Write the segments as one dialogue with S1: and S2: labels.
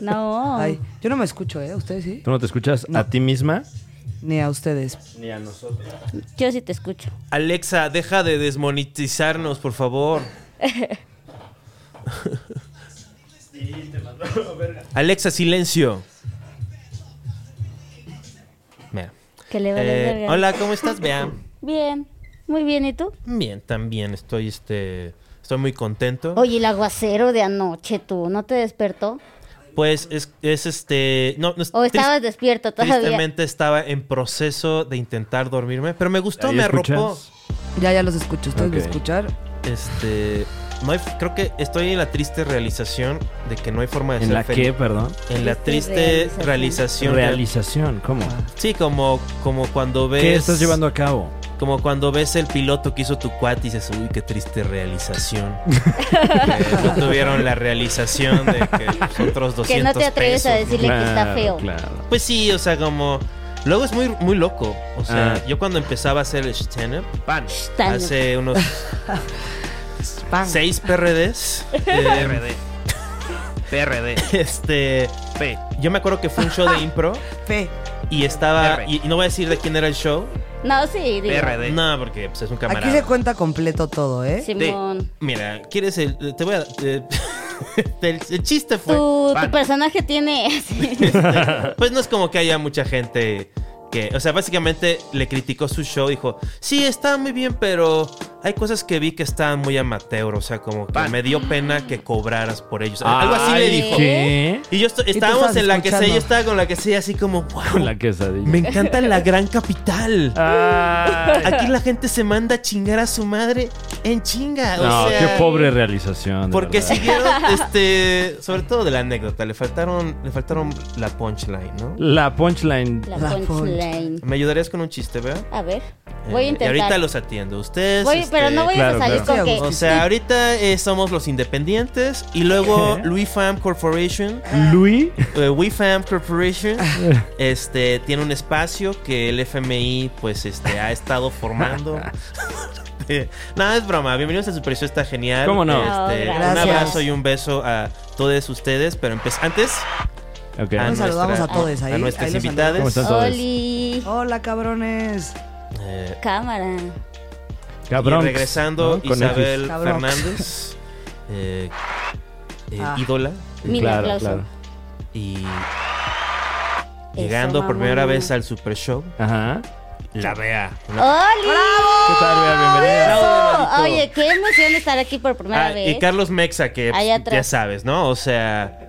S1: No.
S2: Ay, yo no me escucho, ¿eh? ¿Ustedes sí?
S3: ¿Tú no te escuchas
S2: No.
S3: a ti misma?
S2: Ni a ustedes.
S3: Ni a nosotros.
S1: Yo sí te escucho.
S4: Alexa, deja de desmonetizarnos, por favor. Alexa, silencio. Mira.
S1: Que le vale
S4: Eh,
S1: verga.
S4: hola, ¿cómo estás? Vea.
S1: Bien. Muy bien, ¿y tú?
S4: Bien, también estoy este estoy muy contento.
S1: Oye, el aguacero de anoche, tú, ¿no te despertó?
S4: Pues es, es, este no, no, es-
S1: ¿O
S4: tris-
S1: estabas despierto todavía?
S4: Tristemente estaba en proceso de intentar dormirme, pero me gustó,
S3: ¿Ahí
S4: me
S3: escuchas?
S4: arropó.
S2: Ya, ya los escucho. ¿Ustedes me
S3: Ok.
S2: escuchar?
S4: Este, no hay- creo que estoy en la triste realización de que no hay forma de
S3: ¿En
S4: ser
S3: la
S4: feliz.
S3: qué, perdón?
S4: En la
S1: Triste
S4: triste realización.
S3: Realización, ¿cómo?
S4: Sí, como, como cuando ves.
S3: ¿Qué estás llevando a cabo?
S4: Como cuando ves el piloto que hizo tu cuat y dices, uy, qué triste realización. Que no tuvieron la realización de que los otros 200
S1: Que no te atreves
S4: pesos,
S1: a
S4: ¿no?
S1: decirle que está
S3: Claro,
S1: feo.
S3: Claro.
S4: Pues sí, o sea, como. Luego es muy, muy loco. O sea,
S3: Ah.
S4: yo cuando empezaba a hacer el stand-up,
S1: Stand-up.
S4: hace unos
S2: Pan.
S4: seis PRDs. eh,
S5: PRD. PRD.
S4: este.
S5: P.
S4: Yo me acuerdo que fue un show de impro
S2: Fe.
S4: y estaba.
S5: R.
S4: Y, y no voy a decir de quién era el show.
S1: No, sí, digo.
S5: PRD.
S4: No, porque pues, es un
S2: Aquí se
S4: camarada.
S2: cuenta completo todo, ¿eh?
S1: Simón.
S4: Mira, ¿quieres el.? Te voy a. te- el, el chiste fue.
S1: Tu, tu
S5: Pan.
S1: personaje tiene. sí.
S4: Pues no es como que haya mucha gente que. O sea, básicamente le criticó su show. Dijo: Sí, está muy bien, pero hay cosas que vi que estaban muy amateur. O sea, como que
S5: Pan.
S4: me dio pena que cobraras por ellos. Algo así le
S3: Ah, Ay,
S4: dijo.
S3: ¿Qué?
S4: Y yo esto-
S2: tú estabas
S4: estábamos en la que sé,
S2: escuchando.
S4: yo estaba con la que sé, así como, wow.
S3: Con la quesadilla.
S4: Me encanta la gran capital.
S3: Ay.
S4: Aquí la gente se manda a chingar a su madre en chinga. o
S3: No,
S4: sea,
S3: qué pobre realización. de
S4: Porque
S3: verdad.
S4: siguieron, este, sobre todo de la anécdota, le faltaron, le faltaron la punchline, ¿no?
S3: La punchline.
S1: La
S2: La
S1: punchline.
S4: ¿Me ayudarías con un chiste, vea?
S1: A ver. Voy
S4: Eh,
S1: a
S4: Y ahorita
S1: intentar.
S4: los atiendo. Ustedes.
S1: Voy-
S4: este,
S1: pero no voy
S3: claro,
S1: a salir
S2: claro.
S1: con que.
S4: O sea, ahorita eh, somos los independientes y luego
S3: ¿Qué?
S4: Louis Pham Corporation,
S3: Luis.
S4: eh, WeFam Corporation, este, tiene un espacio que el FMI, pues, este, ha estado formando. Eh, Nada, es broma. Bienvenidos a Super Show, está genial.
S3: ¿Cómo no?
S1: Oh,
S4: Este, un
S1: gracias.
S4: abrazo y un beso a todos ustedes, pero empe- antes...
S3: Ok.
S4: a
S2: Un saludo. saludamos a
S4: nuestra-
S2: todes ahí,
S4: A nuestras
S2: ahí los
S4: invitadas.
S3: ¿Cómo están todos?
S1: Oli.
S2: Hola, cabrones.
S4: Eh,
S1: Cámara.
S3: Cabrón.
S4: y regresando,
S3: ¿no? Con
S4: Isabel
S2: X. Cabronx.
S4: Fernández, eh, eh,
S2: Ah.
S4: ídola,
S1: Mil
S3: claro,
S1: aplausos.
S3: claro.
S4: y llegando por
S1: mamona.
S4: primera vez al Super Show,
S3: Ajá.
S4: la Bea. Una-
S1: ¡Oli!
S3: ¿Qué tal, Bea? Bienvenida.
S4: Bravo, hermanito.
S1: Oye, qué emoción estar aquí por primera
S4: Ah,
S1: vez.
S4: y Carlos Mexa, que
S1: Ahí
S4: pues,
S1: atrás.
S4: ya sabes, ¿no? O sea,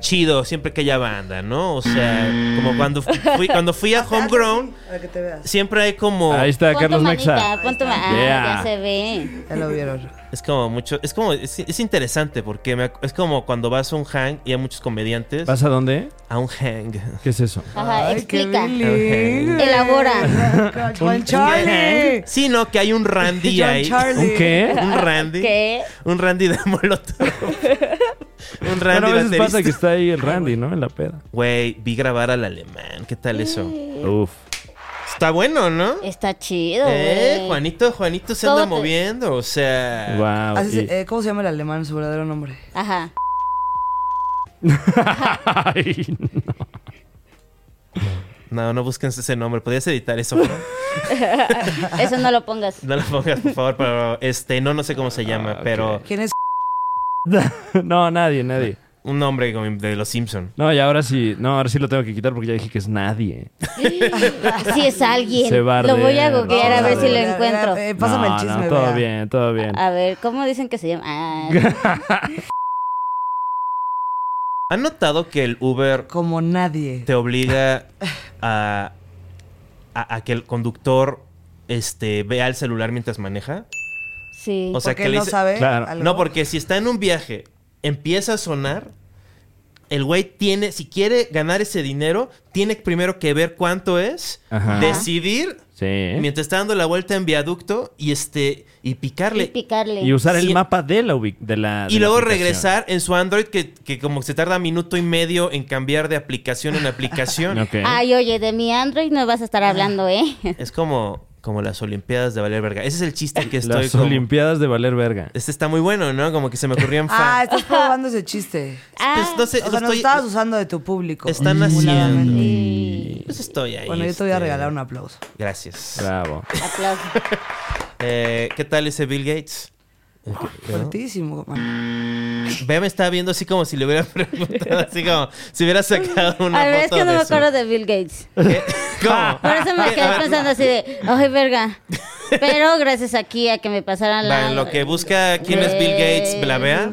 S4: chido, siempre que haya banda, ¿no? O sea, como cuando fui, cuando fui a Homegrown,
S2: Para que te veas.
S4: siempre hay como...
S3: Ahí está
S1: Pon tu
S3: Carlos
S1: manita,
S3: Mexa.
S1: pon tu ma- ah,
S3: Yeah.
S1: ya se ve.
S2: Ya lo vieron.
S4: Es como mucho, es como, es, es interesante porque me ac- es como cuando vas a un hang y hay muchos comediantes.
S3: ¿Vas a dónde?
S4: a un hang.
S3: ¿Qué es eso?
S1: Ajá,
S2: Ay, qué
S1: Ah, explica.
S2: bilingüe.
S1: Elabora.
S2: Juan Charlie.
S4: Sí, no, que hay un Randy
S2: John
S4: ahí.
S2: Charlie.
S3: ¿Un qué?
S4: Un Randy.
S1: ¿Qué?
S4: Un Randy de Molotov. un Randy
S3: Bueno, a veces
S4: baterista.
S3: pasa que está ahí el Randy, ¿no? En la peda.
S4: Güey, vi grabar al alemán. ¿Qué tal eso?
S3: Uf.
S4: Está bueno, ¿no?
S1: Está chido,
S4: Eh,
S1: güey.
S4: Juanito, Juanito se anda
S1: ¿Cómo te-
S4: moviendo. O sea.
S3: Wow.
S2: Así se- eh, ¿Cómo se llama el alemán, su verdadero nombre?
S1: Ajá.
S3: Ay, no.
S4: No, no busquen ese nombre. Podrías editar eso, bro?
S1: Eso no lo pongas.
S4: No lo pongas, por favor, pero este, no, no sé cómo se llama,
S3: Ah,
S4: pero
S3: ok.
S2: ¿Quién es?
S3: No, nadie, nadie.
S4: un nombre como de los Simpson.
S3: No, y ahora sí, no, ahora sí lo tengo que quitar porque ya dije que es nadie.
S1: Así es alguien.
S3: Se bardea,
S1: Lo voy a googlear a
S3: no,
S1: ver si lo
S2: Ya, ya,
S1: encuentro.
S2: eh, pásame
S3: No,
S2: el chisme.
S3: no, todo
S2: vea. Ah,
S3: bien, todo bien.
S1: A ver, ¿cómo dicen que se llama? Ah,
S4: ¿Han notado que el Uber
S2: Como nadie.
S4: te obliga a, a, a que el conductor este, vea el celular mientras maneja?
S1: sí.
S4: O sea,
S2: Porque
S4: que
S2: él
S4: le
S2: no
S4: dice-
S2: sabe.
S3: Claro.
S2: algo.
S4: No, porque si está en un viaje, empieza a sonar, el güey tiene, si quiere ganar ese dinero, tiene primero que ver cuánto es,
S3: Ajá.
S4: decidir,
S3: Sí. ¿eh?
S4: mientras está dando la vuelta en viaducto, y, este, y
S1: Y
S4: picarle.
S1: picarle.
S3: Y usar el
S4: Sí.
S3: mapa de la ubic- de la de
S4: Y
S3: la
S4: luego
S3: aplicación.
S4: regresar en su Android, que, que como se tarda minuto y medio en cambiar de aplicación en aplicación.
S3: Ok.
S4: Pues,
S1: Ay, oye, de mi Android no vas a estar hablando, ¿eh?
S4: Es como, Como las Olimpiadas de Valer Verga. Ese es el chiste que estoy
S3: Las
S4: como-
S3: Olimpiadas de Valer Verga.
S4: Este está muy bueno, ¿no? Como que se me ocurrió en
S2: Ah,
S4: fa.
S2: estás probando ese chiste.
S4: Pues, no
S1: Ah,
S4: sé,
S2: O
S4: lo
S2: sea, nos
S4: estoy-
S2: estabas usando de tu público.
S4: Están
S2: Disimuladamente.
S4: haciendo.
S1: sí.
S4: Pues estoy ahí.
S2: Bueno, yo te voy a
S4: este,
S2: regalar un aplauso.
S4: Gracias.
S3: Bravo.
S1: Aplausos.
S4: Eh, ¿Qué tal ese Bill Gates?
S2: Fuertísimo,
S4: Ah.
S2: man.
S4: Ve, me estaba viendo así como si le hubiera preguntado, así como si hubiera sacado una
S1: A ver, es
S4: foto
S1: que no
S4: de
S1: me
S4: su- Ah,
S1: acuerdo de Bill Gates.
S4: ¿Qué? ¿Cómo?
S1: Por eso me
S4: ¿Qué? A
S1: quedé
S4: ver,
S1: pensando así de, ay, verga. Pero gracias aquí a que me pasaran
S4: va,
S1: la.
S4: en lo que busca quién es Bill Gates, la vea.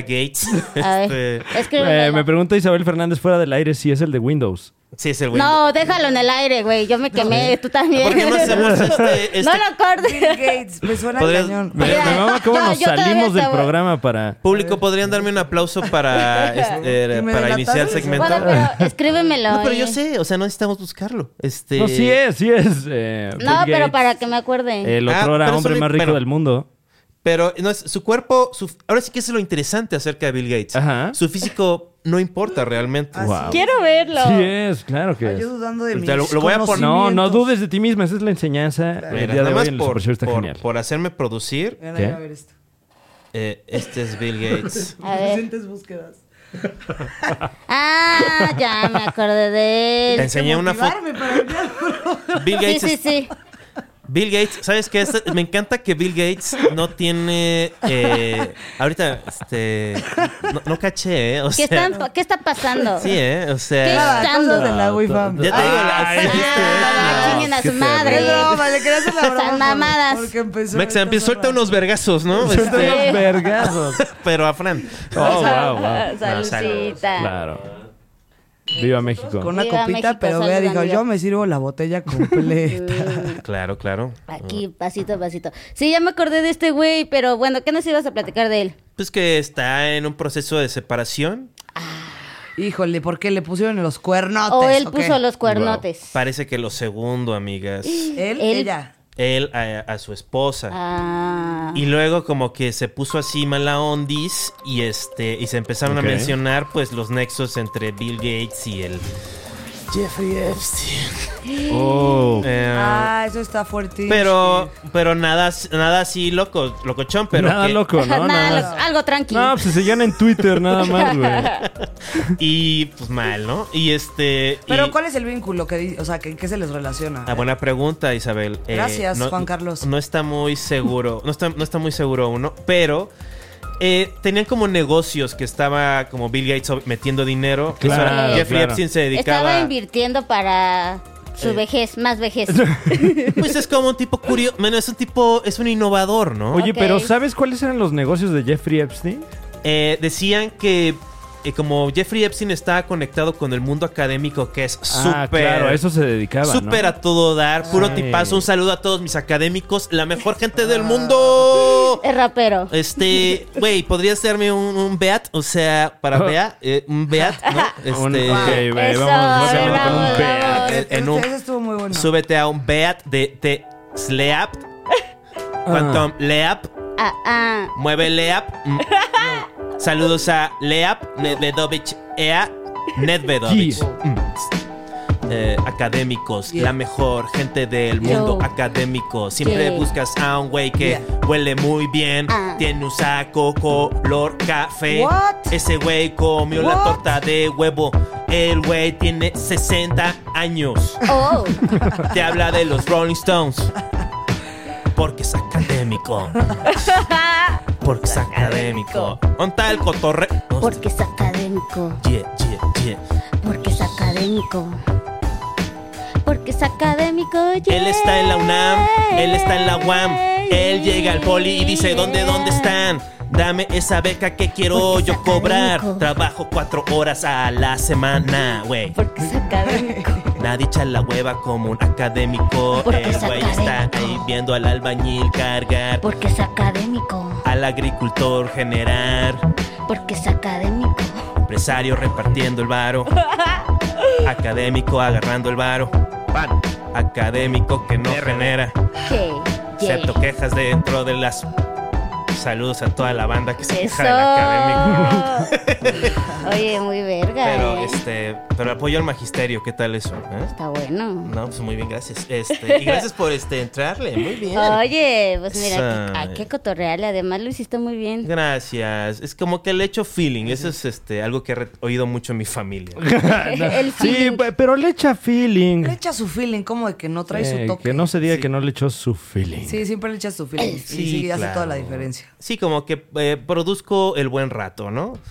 S4: Gates.
S1: A ver,
S4: Este,
S1: escríbelo.
S3: Eh, me pregunta Isabel Fernández fuera del aire si es el de Windows.
S4: sí, es el güey.
S1: No, déjalo en el aire, güey. Yo me quemé, tú también.
S4: ¿Por qué no hacemos este, este
S1: No lo
S2: Bill
S1: cortes.
S2: Gates, me suena
S4: Podrías-
S2: cañón.
S3: Me, me
S1: Mira,
S3: mama cómo
S1: no,
S3: nos
S1: yo todavía
S3: salimos del
S1: estaba-
S3: programa para...
S4: público? ¿Podrían darme un aplauso para, este,
S2: Y me
S4: para iniciar el
S2: delataste.
S4: segmento?
S1: Bueno, pero escríbemelo.
S4: no, pero yo
S1: eh.
S4: sé, o sea, no necesitamos buscarlo. Este,
S3: No, sí es, sí es. eh,
S1: No,
S3: Bill
S1: pero
S3: Gates,
S1: para que me acuerde.
S3: El
S4: Ah,
S3: otro
S4: pero es
S3: hombre
S4: un-
S3: más rico
S4: bueno.
S3: del mundo.
S4: Pero no es, su cuerpo, su- ahora sí que eso es lo interesante acerca de Bill Gates.
S3: Ajá.
S4: Su físico no importa realmente.
S2: Ah,
S3: Wow.
S1: Quiero verlo.
S3: Sí
S4: eh.
S3: es, claro que
S2: Ay,
S3: es.
S2: yo dudando de
S4: Pues
S2: mis
S4: ya lo- lo voy a poner-
S3: No, no
S2: conocimientos.
S3: dudes de ti misma, esa es la enseñanza del día
S4: Mira, nada
S3: de hoy
S4: más
S3: en el Super
S4: por,
S3: Show, está
S4: por-
S3: genial.
S4: por hacerme producir,
S2: Mira,
S3: ¿Qué?
S2: voy a ver esto.
S4: eh, este es Bill Gates.
S1: A ver.
S2: Recientes búsquedas.
S1: Ah, ya me acordé de
S4: Te
S1: él.
S4: enseñé una foto.
S2: Motivarme para mirar.
S4: Bill
S1: Sí,
S4: Gates,
S1: sí,
S4: es-
S1: sí.
S4: Bill Gates, ¿sabes qué? Este- me encanta que Bill Gates no tiene. eh, ahorita, este. No, no caché, ¿eh? O
S1: ¿Qué,
S4: sea,
S1: están- qué está pasando?
S4: Sí, ¿eh? O
S1: ¿Qué
S4: sea.
S2: Nada, cosas de la Wi-Fi.
S3: Ya
S4: Ah, Ya te digo, la-
S3: Ay,
S4: ¿viste? eh.
S1: Ah,
S4: No.
S1: chinguen a
S3: qué
S1: su madre.
S2: Es broma, le quería hacer la broma.
S1: Esas
S2: por-
S1: mamadas.
S2: Porque empezó.
S4: Max,
S2: ahorita
S4: empieza- suelta
S2: sola.
S4: unos vergazos, ¿no?
S3: Suelta
S4: Este,
S3: unos vergazos.
S4: pero a Fran.
S3: Oh, wow, wow.
S1: Ah, Saludcita.
S3: Claro. Viva México.
S2: Con una
S1: Viva
S2: copita,
S1: México,
S2: pero vea,
S1: saludan,
S2: dijo,
S1: viva.
S2: yo me sirvo la botella completa.
S4: Claro, claro.
S1: Aquí, pasito a pasito. Sí, ya me acordé de este güey, pero bueno, ¿qué nos ibas a platicar de él?
S4: Pues que está en un proceso de separación.
S2: Híjole, ¿por qué le pusieron los cuernotes?
S1: O él
S2: qué?
S1: puso los cuernotes.
S4: Parece que lo segundo, amigas.
S2: Él,
S1: Él-
S2: ella.
S4: Él a, a su esposa.
S1: Ah.
S4: Y luego como que se puso así mala ondis y este y se empezaron
S3: Ok.
S4: a mencionar pues los nexos entre Bill Gates y el Jeffrey Epstein.
S3: Oh,
S4: Eh,
S2: Ah, eso está fuerte.
S4: pero pero nada nada así loco locochón, pero
S3: nada
S4: que-
S3: loco, ¿no?
S1: Nada,
S3: Nada.
S1: lo- algo tranquilo.
S3: No, pues se seguían en Twitter nada más, güey.
S4: y pues mal, ¿no? Y este y-
S2: Pero ¿cuál es el vínculo que di- o sea, que en qué se les relaciona?
S4: Ah, buena pregunta, Isabel. Eh,
S2: Gracias, Juan Carlos.
S4: No está muy seguro, no está, no está muy seguro uno, pero eh, tenían como negocios que estaba como Bill Gates ob- metiendo dinero. Eso era-
S3: Claro,
S4: Jeffrey
S3: claro.
S4: Epstein se
S1: Estaba
S4: dedicaba.
S1: invirtiendo para su vejez, más vejez.
S4: Pues es como un tipo curioso, bueno, es un tipo, es un innovador, ¿no?
S3: Oye,
S1: Ok.
S3: pero ¿sabes cuáles eran los negocios de Jeffrey Epstein?
S4: Eh, decían que eh, como Jeffrey Epstein estaba conectado con el mundo académico, que es súper.
S3: Ah, claro, a eso se dedicaba, ¿no?
S4: Súper a todo dar, puro
S3: Sí.
S4: tipazo. Un saludo a todos mis académicos, la mejor gente
S3: Ah.
S4: del mundo.
S1: Es rapero.
S4: Este, güey, ¿podrías darme un, un Beat? O sea, para
S3: Oh.
S4: Bea, eh, un Beat, ¿no?
S3: Un-
S4: Este,
S3: ok, güey,
S1: Eso,
S3: vamos,
S1: a ver,
S3: vamos con un
S1: vamos,
S3: pe-
S1: vamos.
S4: en- en un-
S2: Eso Ah, estuvo muy bueno.
S4: Súbete a un Beat de, de Sleap,
S3: Ah.
S4: Quantum Leap,
S1: Ah, ah.
S4: Mueve Leap. mm. Saludos a Leap, Nedvedovich, Ea, Nedvedovich.
S3: Yeah.
S4: Mm. Eh, académicos,
S2: Yeah.
S4: la mejor gente del mundo,
S1: Yo.
S4: académico. Siempre
S1: Yeah.
S4: buscas a un güey que
S2: Yeah.
S4: huele muy bien,
S1: Ah.
S4: tiene un saco color café.
S2: What?
S4: Ese güey comió la
S2: What?
S4: torta de huevo. El güey tiene 60 años.
S1: Oh,
S4: Te habla de los Rolling Stones. Porque es académico. Porque es académico. Onta el cotorre.
S1: porque es académico.
S4: Yeah, yeah, yeah.
S1: Porque es académico. Porque es académico.
S4: Él está en la UNAM, él está en la UAM. Él llega al poli y dice, ¿dónde, dónde están? Dame esa beca que quiero
S1: Porque es
S4: yo cobrar.
S1: académico.
S4: Trabajo cuatro horas a la semana, güey.
S1: Porque es académico.
S4: Nadie echa la hueva como un académico.
S1: Porque
S4: El
S1: es
S4: güey está
S1: académico.
S4: ahí viendo al albañil cargar.
S1: Porque es académico.
S4: Al agricultor generar.
S1: Porque es académico.
S4: Empresario repartiendo el varo. Académico agarrando el varo.
S5: Pan.
S4: Académico que no
S5: RD.
S4: genera.
S1: Yeah, yeah.
S4: Excepto quejas dentro de las Saludos a toda la banda que se
S1: Eso.
S4: queja del académico.
S1: Oye, muy verga.
S4: Pero,
S1: eh.
S4: este, pero apoyo al magisterio, ¿qué tal eso? eh?
S1: Está bueno.
S4: No, pues muy bien, gracias. Este, y gracias por este entrarle, muy bien.
S1: Oye, pues mira,
S4: Esa-
S1: a qué cotorreal. Además lo hiciste muy bien.
S4: Gracias. Es como que le echo feeling. Eso es este algo que he re- oído mucho en mi familia.
S1: El
S3: Sí,
S1: feeling.
S3: pe- pero le echa feeling.
S2: Le echa su feeling, como de que no trae
S3: Eh,
S2: su toque.
S3: que no se diga que no le echó su feeling.
S2: Sí, siempre le echas su feeling. y sí, hace
S4: claro.
S2: toda la diferencia.
S4: Sí, como que eh, produzco el buen rato, ¿no?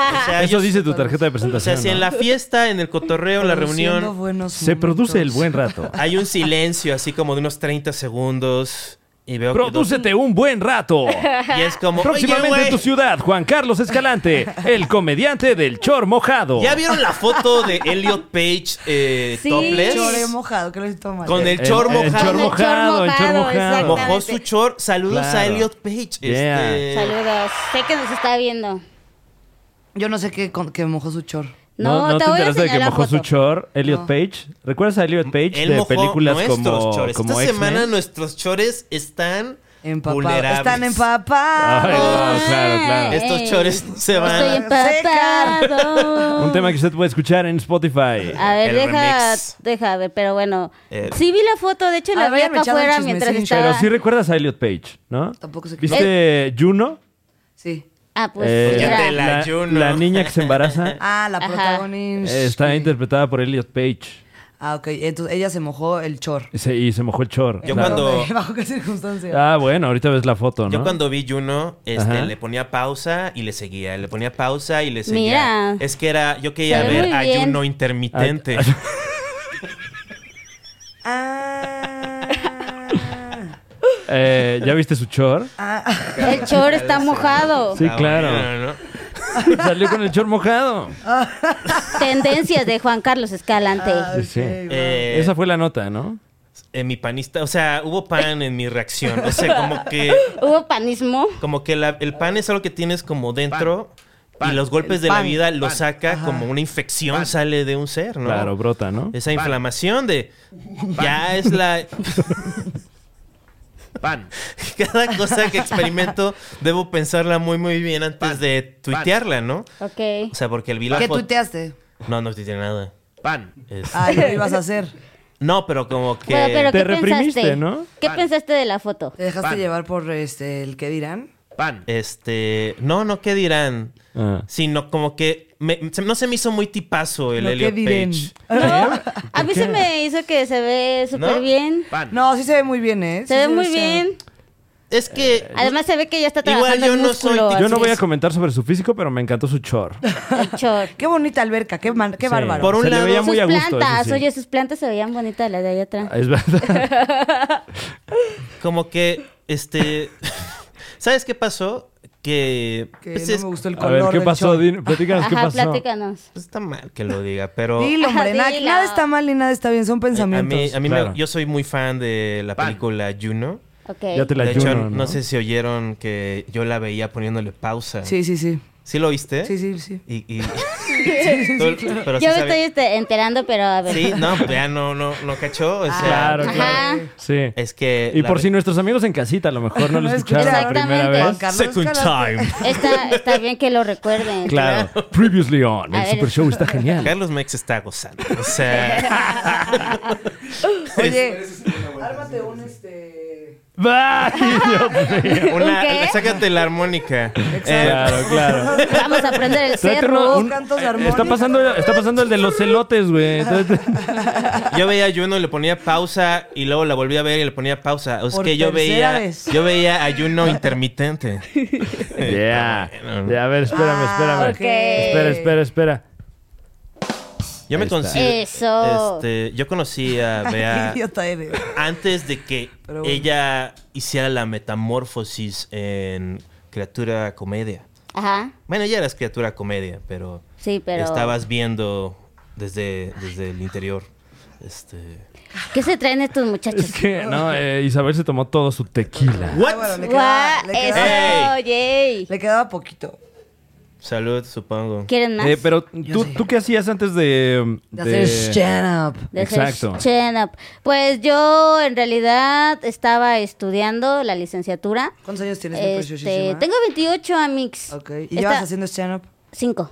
S4: O sea,
S3: Eso
S4: yo-
S3: dice tu tarjeta de
S4: O sea,
S3: presentación.
S4: si en
S3: ¿no?
S4: la fiesta, en el cotorreo, en la
S2: Produciendo
S4: reunión,
S2: buenos
S3: Se produce el
S2: momentos.
S3: buen rato.
S4: hay un silencio así como de unos 30 segundos y veo que
S3: Prodúcete un buen rato.
S4: dos- y es como
S3: Próximamente
S4: "Oye,
S3: en tu
S4: güey,
S3: ciudad, Juan Carlos Escalante, el comediante del chor mojado.
S4: ¿Ya vieron la foto de Elliot Page eh,
S1: Sí.
S4: topless?
S1: Chore
S2: Chore mojado, que lo hizo mal.
S4: Con el
S3: El-
S4: chor
S3: el
S4: mojado.
S3: chor mojado, el chor mojado.
S1: exactamente.
S4: Mojó su chor. Saludos a
S3: Claro.
S4: Elliot Page.
S3: Yeah.
S4: Este,
S1: Saludos. Sé que nos está viendo.
S2: Yo no sé qué, con- que mojó su chor.
S1: No,
S3: no,
S1: te, voy a
S3: enteraste de que
S1: señalar
S3: mojó su
S1: foto.
S3: chor, Elliot Page. ¿Recuerdas a Elliot Page
S4: Él
S3: de
S4: mojó
S3: películas
S4: nuestros
S3: como,
S4: chores.
S3: como
S4: Esta
S3: X-Men?
S4: semana nuestros chores están
S2: Empapados.
S4: vulnerables.
S2: Están
S3: Ay,
S2: empapados.
S3: no, claro, claro.
S4: Estos chores no se van.
S1: Ah, Estoy empapado.
S3: Un tema que usted puede escuchar en Spotify.
S1: A ver,
S4: El
S1: deja,
S4: remix.
S1: deja, a ver, pero bueno.
S4: El-
S1: Sí vi la foto, de hecho la vi
S2: Habían
S1: acá
S2: echado el
S1: afuera mientras
S2: chismecín,
S1: estaba.
S3: Pero sí recuerdas a Elliot Page, ¿no?
S2: Tampoco sé qué-
S3: ¿Viste Juno?
S2: Sí.
S1: Ah, pues
S3: Eh,
S4: ya
S1: mira.
S4: te la
S3: la,
S4: Juno.
S3: la niña que se embaraza
S2: Ah, la
S1: Ajá.
S2: protagonista.
S3: eh, está interpretada por Elliot Page
S2: Ah, ok. Entonces ella se mojó el chor.
S3: y se, y se mojó el chor.
S4: Yo
S3: claro.
S4: cuando-
S2: ¿Bajo qué circunstancia?
S3: Ah, bueno, ahorita ves la foto, ¿no?
S4: Yo cuando vi Juno, este,
S3: Ajá.
S4: le ponía pausa y le seguía. Le ponía pausa y le seguía.
S1: Mira.
S4: Es que era, yo quería
S1: Se ve
S4: ver
S1: muy
S4: a
S1: bien.
S4: Juno intermitente.
S3: Ah,
S2: Ah.
S3: Eh, ¿Ya viste su chor?
S2: Ah.
S1: El chor está mojado.
S3: Sí, claro.
S4: bueno, ¿no?
S3: Salió con el chor mojado.
S1: Tendencias de Juan Carlos Escalante.
S4: Ah,
S3: Sí, sí.
S2: ok,
S4: Eh,
S3: Esa fue la nota, ¿no?
S4: en mi panista, o sea, hubo pan en mi reacción. O sea, como que,
S1: Hubo panismo.
S4: como que la- el pan es algo que tienes como dentro
S5: Pan.
S4: y los golpes
S2: El
S4: de la
S2: pan.
S4: vida lo
S5: Pan.
S4: saca como una infección sale de un ser, ¿no?
S3: Claro, brota, ¿no?
S4: Esa inflamación de ya es la
S5: Pan.
S4: cada cosa que experimento debo pensarla muy muy bien antes
S5: Pan.
S4: de tuitearla, ¿no?
S1: Ok.
S4: O sea, porque el vi la
S2: ¿Qué
S4: foto-
S2: tuiteaste?
S4: No, no tuiteé nada.
S5: Pan.
S4: Es-
S2: Ay, lo ibas a hacer.
S4: No, pero como que
S1: Bueno, pero
S3: Te
S1: ¿qué
S3: reprimiste,
S1: pensaste?
S3: ¿no?
S1: ¿Qué
S5: Pan.
S1: pensaste de la foto?
S2: Te dejaste
S5: Pan.
S2: llevar por este el que dirán.
S5: Pan.
S4: este, no, no qué dirán,
S3: Ah.
S4: sino como que me- se- no se me hizo muy tipazo el
S2: Lo que
S4: Elliot
S2: dirán.
S4: Page.
S1: A mí se me hizo que se ve súper
S4: ¿No?
S1: bien.
S5: Pan.
S2: No, sí se ve muy bien, ¿eh? Sí
S1: Se ve muy
S2: o sea,
S1: bien.
S4: Es
S2: Eh,
S4: que
S1: Además se ve que ya está
S4: Eh, Igual
S1: trabajando
S4: yo
S1: el
S4: no soy-
S1: músculo.
S3: Yo no
S1: así
S3: voy a
S1: es,
S3: comentar sobre su físico, pero me encantó su chor.
S1: el chor.
S2: Qué bonita alberca, qué, man- qué
S3: Sí.
S2: bárbaro.
S4: Por un
S3: se
S4: lado-
S3: le veía muy
S1: sus
S3: a gusto. eso
S1: plantas,
S3: sí.
S1: oye, sus plantas se veían bonitas las de allá atrás.
S3: Es verdad.
S4: como que este ¿Sabes qué pasó? Que
S2: Que
S4: pues,
S2: no
S4: es-
S2: me gustó el
S3: A
S2: color.
S3: ver, ¿qué
S2: del
S3: pasó?
S2: chor.
S3: Din? Platícanos qué
S1: Ajá,
S3: pasó.
S1: platícanos.
S4: Pues está mal que lo diga, pero
S2: Dilo, hombre, nada,
S1: Dilo.
S2: nada está mal y nada está bien, son
S4: a- a
S2: pensamientos.
S4: mí, a mí me-
S3: Claro.
S4: yo soy muy fan de la
S5: Fan.
S4: película Juno.
S1: Ok.
S3: Ya te la
S4: de hecho,
S3: Juno,
S4: no sé si oyeron que yo la veía poniéndole pausa.
S2: Sí, sí, sí.
S4: ¿Sí lo oíste?
S2: Sí, sí, sí.
S4: Y, y-
S2: sí,
S4: pero sí
S1: Yo me
S4: sabía-
S1: estoy este, enterando, pero a ver.
S4: Sí, no, pues ya no, no, no cachó. o sea,
S3: Claro,
S1: Ajá.
S3: claro. Sí.
S4: Es que.
S3: Y
S4: Este, la
S3: por
S4: ve-
S3: si nuestros amigos en casita a lo mejor no lo
S2: No
S3: escucharon la
S1: escucharon.
S3: primera
S2: Juan
S3: vez.
S1: Exactamente.
S2: Carlos
S4: Second
S2: Escalante.
S4: time.
S1: Está, está bien que lo recuerden.
S3: Claro. Previously on.
S1: A
S3: El
S1: ver.
S3: Super Show está genial.
S4: Carlos Mex está gozando. O sea,
S2: Oye, ármate un este.
S3: Ay, Dios mío.
S4: una,
S1: ¿Un qué?
S4: sácate la armónica. Eh,
S3: Claro, claro.
S1: Vamos a aprender el
S3: Tráete
S1: cerro.
S2: un- cantos
S3: eh, está,
S2: armónicos.
S3: pasando, está pasando el de los celotes, güey. Tráete-
S4: yo veía a Juno y le ponía pausa y luego la volví a ver y le ponía pausa. O sea,
S2: Por
S4: que yo
S2: tercera
S4: veía,
S2: vez.
S4: yo veía a Juno intermitente.
S3: Ya.
S4: bueno.
S3: Ya, a ver, espérame, espérame.
S2: Ah,
S1: ok.
S3: Espera, espera, espera.
S4: Yo me
S3: Ahí está.
S4: considero.
S1: Eso.
S4: Este, yo conocí a
S2: Qué
S4: Bea
S2: idiota eres.
S4: antes de que
S2: Pero bueno.
S4: ella hiciera la metamorfosis en criatura comedia.
S1: Ajá.
S4: Bueno, ya eras criatura comedia, pero,
S1: Sí, pero.
S4: estabas viendo desde, desde el interior. Este.
S1: ¿Qué se traen estos muchachos?
S3: Es que, no, eh, Isabel se tomó todo su tequila.
S2: Ah, bueno, le
S1: Guau,
S2: quedaba, le, quedaba,
S1: eso, yay.
S2: le quedaba poquito.
S4: Salud, supongo.
S1: ¿Quieren más?
S3: Eh, pero, ¿tú,
S2: sé.
S3: ¿tú qué hacías antes de...?
S2: De hacer stand-up.
S1: De hacer
S3: Exacto.
S1: stand up. Pues yo en realidad estaba estudiando la licenciatura.
S2: ¿Cuántos años tienes, mi
S1: Este,
S2: preciosísima?
S1: tengo 28 amix.
S2: Ok. ¿Y llevas haciendo stand-up?
S1: 5.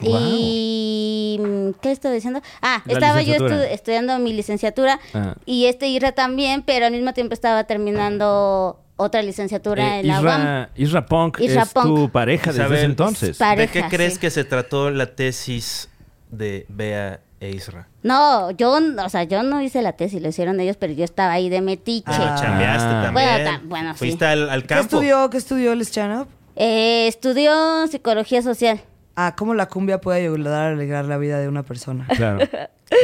S3: Wow.
S1: Y mm, ¿qué estaba diciendo? Ah,
S3: La
S1: estaba yo
S3: licenciatura.
S1: estu- estudiando mi licenciatura
S3: Ah.
S1: y este Irra también, pero al mismo tiempo estaba terminando otra licenciatura
S3: Ah. Eh,
S1: en la UAM.
S3: Isra, Isra Punk
S1: Isra
S3: es
S1: Punk.
S3: tu pareja desde
S4: Isabel.
S3: ese entonces.
S1: Pa-
S4: ¿De
S1: Pareja,
S4: qué crees
S1: sí.
S4: que se trató la tesis de Bea e Isra?
S1: No, yo, n- o sea, yo no hice la tesis, lo hicieron ellos, pero yo estaba ahí de metiche.
S4: Ah, chambeaste
S3: Ah.
S4: también.
S1: Bueno, ta- bueno, sí.
S4: Fuiste al, al
S2: ¿Qué
S4: campo.
S2: estudió, ¿Qué estudió el stand-up?
S1: Eh, estudió psicología social.
S2: Ah, ¿cómo la cumbia puede ayudar a alegrar la vida de una persona?
S3: Claro.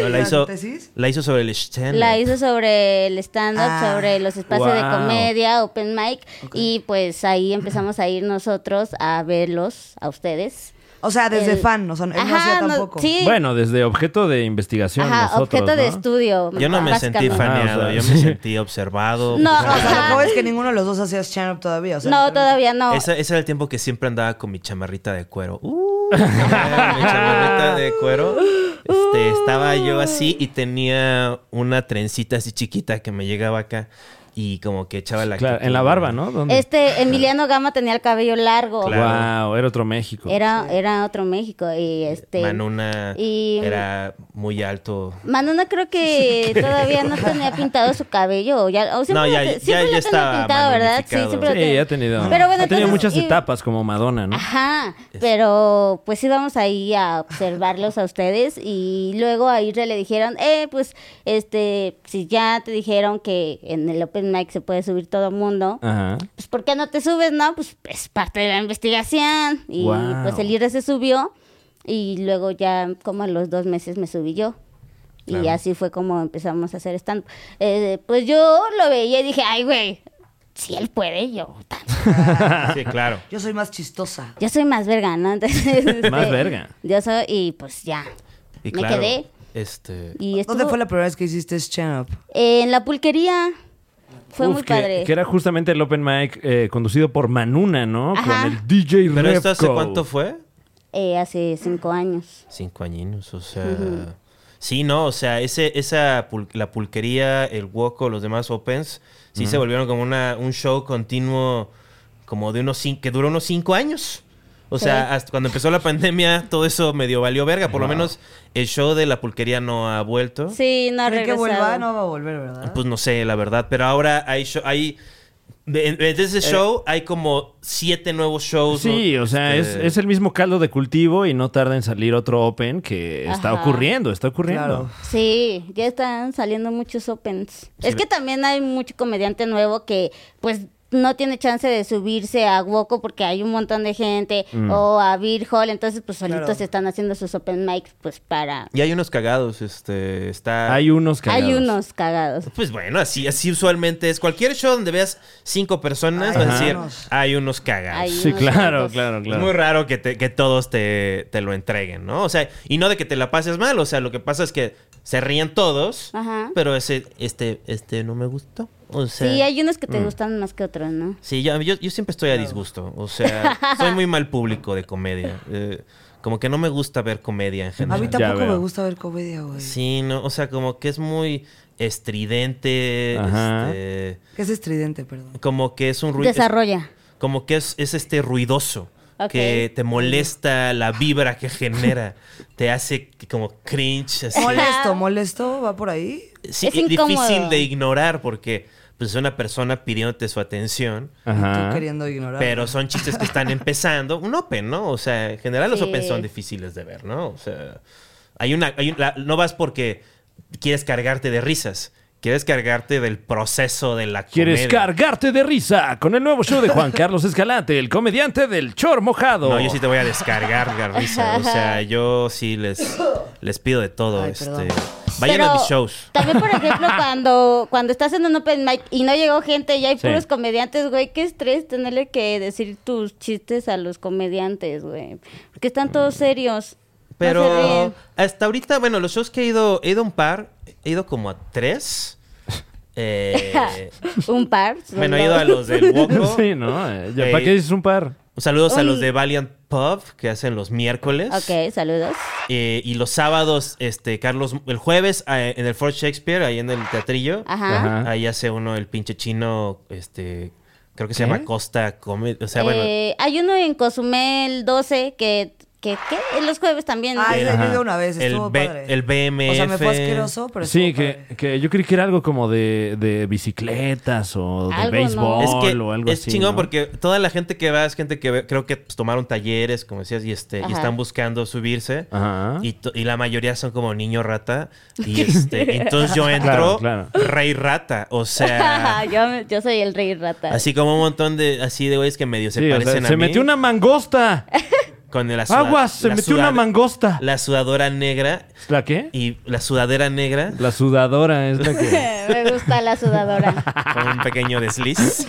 S4: No, la
S2: ¿La
S4: hizo,
S2: tesis?
S4: la hizo sobre el stand.
S1: La hizo sobre el stand-up,
S2: Ah.
S1: sobre los espacios de
S3: Wow.
S1: comedia, open mic, y pues ahí empezamos a ir nosotros a verlos, a ustedes.
S2: O sea, Ah, desde
S1: El-
S2: fan, o sea, él no
S1: Ajá,
S2: hacía
S1: no-
S2: tampoco.
S1: sí.
S3: Bueno, desde objeto de investigación
S1: Ajá,
S3: nosotros,
S1: objeto de
S3: ¿no?
S1: estudio.
S4: Yo no me
S1: básicamente.
S4: sentí
S3: fan.
S4: faneado,
S3: Ah, o sea,
S4: yo me
S3: sí.
S4: sentí observado.
S1: No,
S2: O sea,
S1: Ajá.
S2: lo que veo es que ninguno de los dos hacía stand-up todavía. O sea,
S1: No,
S2: literalmente-
S1: todavía no.
S4: Ese, ese era el tiempo que siempre andaba con mi chamarrita de cuero. Uh, mi chamarrita de cuero. Este, estaba yo así y tenía una trencita así chiquita que me llegaba acá y como que echaba la...
S3: Claro,
S4: actitud.
S3: en la barba, ¿no? ¿Dónde?
S1: Este Emiliano Gama tenía el cabello largo.
S4: Claro.
S3: Wow, era otro México.
S1: Era, era otro México. Y este.
S4: Manuna
S1: Y-
S4: era muy alto.
S1: Manona creo que todavía no tenía pintado su cabello. o Ya, o siempre
S4: No, ya-
S1: lo te-
S4: ya-
S1: siempre
S4: ya
S1: lo tenía
S4: estaba
S1: pintado, ¿verdad? Sí,
S4: manonificado.
S1: siempre lo
S3: Sí,
S1: tenía.
S3: ha tenido,
S1: Pero bueno,
S3: ha tenido
S1: entonces-
S3: muchas
S1: y-
S3: etapas como Madonna, ¿no?
S1: Ajá, pero pues íbamos ahí a observarlos a ustedes y luego a Irre le dijeron, eh, pues, este, si ya te dijeron que en el Open Mic se puede subir todo el mundo,
S3: Ajá.
S1: pues, ¿por qué no te subes, no? Pues es parte de la investigación y
S3: Guau.
S1: pues el Irre se subió y luego ya como a los dos meses me subí yo. Y
S4: Claro.
S1: así fue como empezamos a hacer stand pues yo lo veía y dije, ay, güey, si él puede, yo también.
S4: Sí, claro.
S2: Yo soy más chistosa.
S1: Yo soy más verga, ¿no? Entonces, este,
S3: Más verga.
S1: Yo soy, y pues ya.
S4: Y
S1: me
S4: claro,
S1: quedé.
S4: Este,
S1: Y
S2: ¿Dónde
S1: estuvo
S2: fue la primera vez que hiciste stand-up?
S1: en la pulquería. Fue
S3: Uf,
S1: muy
S3: que,
S1: padre.
S3: Que era justamente el open mic eh, conducido por Manuna, ¿no?
S1: Ajá.
S3: Con el DJ
S4: ¿Pero esto hace
S3: Repco.
S4: cuánto fue?
S1: Eh, hace cinco años.
S4: Cinco añinos, o sea... Sí, no, o sea, ese, esa pul- la pulquería, el Woco, los demás Opens, sí se volvieron como una, un show continuo como de unos cin- que duró unos cinco años. O sea,
S1: Sí.
S4: hasta cuando empezó la pandemia, todo eso medio valió verga. Por lo menos el show de la pulquería no ha vuelto.
S1: Sí, no ha
S2: ¿Creen que vuelva?
S1: regresado.
S2: No va a volver,
S3: Ah.
S2: ¿verdad?
S4: Pues no sé, la verdad. Pero ahora hay show, hay de- desde ese show hay como siete nuevos shows.
S3: Eh. Sí,
S4: ¿no?
S3: o sea, es,
S4: Este,
S3: es el mismo caldo de cultivo y no tarda en salir otro open que está
S1: Ajá.
S3: ocurriendo, está ocurriendo.
S2: Claro.
S1: Sí, ya están saliendo muchos opens. Es que también hay mucho comediante nuevo que, pues, no tiene chance de subirse a Woco porque hay un montón de gente o a Beer Hall. Entonces, pues, solitos
S2: Claro.
S1: están haciendo sus open mics, pues, para...
S4: Y hay unos cagados, este, está...
S3: Hay unos cagados.
S1: Hay unos cagados.
S4: Pues bueno, así, así usualmente es. Cualquier show donde veas cinco personas,
S2: Hay
S4: vas a decir,
S2: unos.
S4: hay unos cagados.
S1: Hay
S3: Sí,
S1: unos
S3: claro,
S1: cuantos.
S3: claro,
S4: Es muy
S3: claro.
S4: raro que, te- que todos te, te lo entreguen, ¿no? O sea, y no de que te la pases mal, o sea, lo que pasa es que se ríen todos,
S1: Ajá.
S4: pero ese, este, este no me gustó. O sea,
S1: Sí, hay unos que te gustan más que otros, ¿no?
S4: sí, yo, yo, yo siempre estoy a disgusto, o sea, soy muy mal público de comedia. eh, como que no me gusta ver comedia en
S2: A
S4: general.
S2: mí
S3: Ya
S2: tampoco me
S3: veo.
S2: gusta ver comedia, güey.
S4: Sí, no, o sea, como que es muy estridente,
S3: Ajá.
S4: este,
S2: Que es estridente, perdón.
S4: como que es un ruido...
S1: Desarrolla.
S4: como que es, es este ruidoso.
S1: Ok.
S4: Que te molesta la vibra que genera. te hace como cringe. Así.
S2: Molesto, molesto, va por ahí.
S4: Sí,
S1: Es
S4: y
S1: incómodo.
S4: difícil de ignorar porque pues, es una persona pidiéndote su atención.
S2: Y tú
S3: Ajá.
S2: queriendo ignorar.
S4: Pero son chistes que están empezando. Un open, ¿no? O sea, en general los
S1: Sí.
S4: open son difíciles de ver, ¿no? O sea, hay una, hay un- la- no vas porque quieres cargarte de risas. Quieres cargarte del proceso de la
S3: ¿Quieres
S4: comedia.
S3: cargarte de risa con el nuevo show de Juan Carlos Escalante, el comediante del chor mojado?
S4: No, yo sí te voy a descargar, Garriza. O sea, yo sí les, les pido de todo.
S2: Ay,
S4: este,
S2: perdón.
S4: vayan
S1: Pero
S4: a mis shows.
S1: También, por ejemplo, cuando, cuando estás en un open mic y no llegó gente y hay
S3: Sí.
S1: puros comediantes, güey, qué estrés tenerle que decir tus chistes a los comediantes, güey. Porque están todos serios. No se
S4: Mm. Pero
S1: ríen.
S4: hasta ahorita, bueno, los shows que he ido, he ido a un par, he ido como a tres. Eh,
S1: un par. son
S4: bueno, he ido
S1: dos.
S4: a los del Woco.
S3: Sí, ¿no? Eh, ya, ¿Para
S4: Eh,
S3: qué dices un par?
S4: Saludos a
S1: Un-
S4: los de Valiant Pub que hacen los miércoles.
S1: Ok, saludos.
S4: Eh, y los sábados, este, Carlos, el jueves eh, en el Fort Shakespeare, ahí en el teatrillo.
S1: Ajá.
S3: Ajá.
S4: Ahí hace uno el pinche chino, este, creo que se
S3: ¿Qué?
S4: llama Costa Comedy. O sea, bueno,
S1: Eh, hay uno en Cozumel 12 que, que, que en los jueves también. ¿no?
S2: Ah, ese
S3: Ajá.
S2: yo he ido una vez,
S4: El
S2: estuvo
S4: B-
S2: padre.
S4: el BMF.
S2: O sea, me fue asqueroso, pero
S3: Sí,
S2: estuvo
S3: que,
S2: padre.
S3: que yo creí que era algo como de, de bicicletas o de
S1: Algo, ¿no?
S3: béisbol
S4: es que
S3: o algo
S4: es
S3: así.
S4: chingón
S3: ¿no?
S4: porque toda la gente que va es gente que ve- creo que pues, tomaron talleres, como decías, y, este, y
S1: Ajá.
S4: están buscando subirse.
S3: Ajá.
S4: Y, to- y la mayoría son como niño rata. Y este, entonces yo
S3: Claro,
S4: entro
S3: claro.
S4: rey rata. O sea,
S1: yo, me- yo soy el rey rata.
S4: así como un montón de así de güeyes que medio se
S3: Sí, o sea,
S4: parecen a
S3: se
S4: mí.
S3: metió una mangosta.
S4: con la suda-
S3: Aguas, se
S4: la
S3: metió
S4: suda-
S3: una mangosta.
S4: La sudadora negra
S3: ¿La qué?
S4: y la sudadera negra
S3: La sudadora es la que.
S1: me gusta la sudadora.
S4: con un pequeño desliz.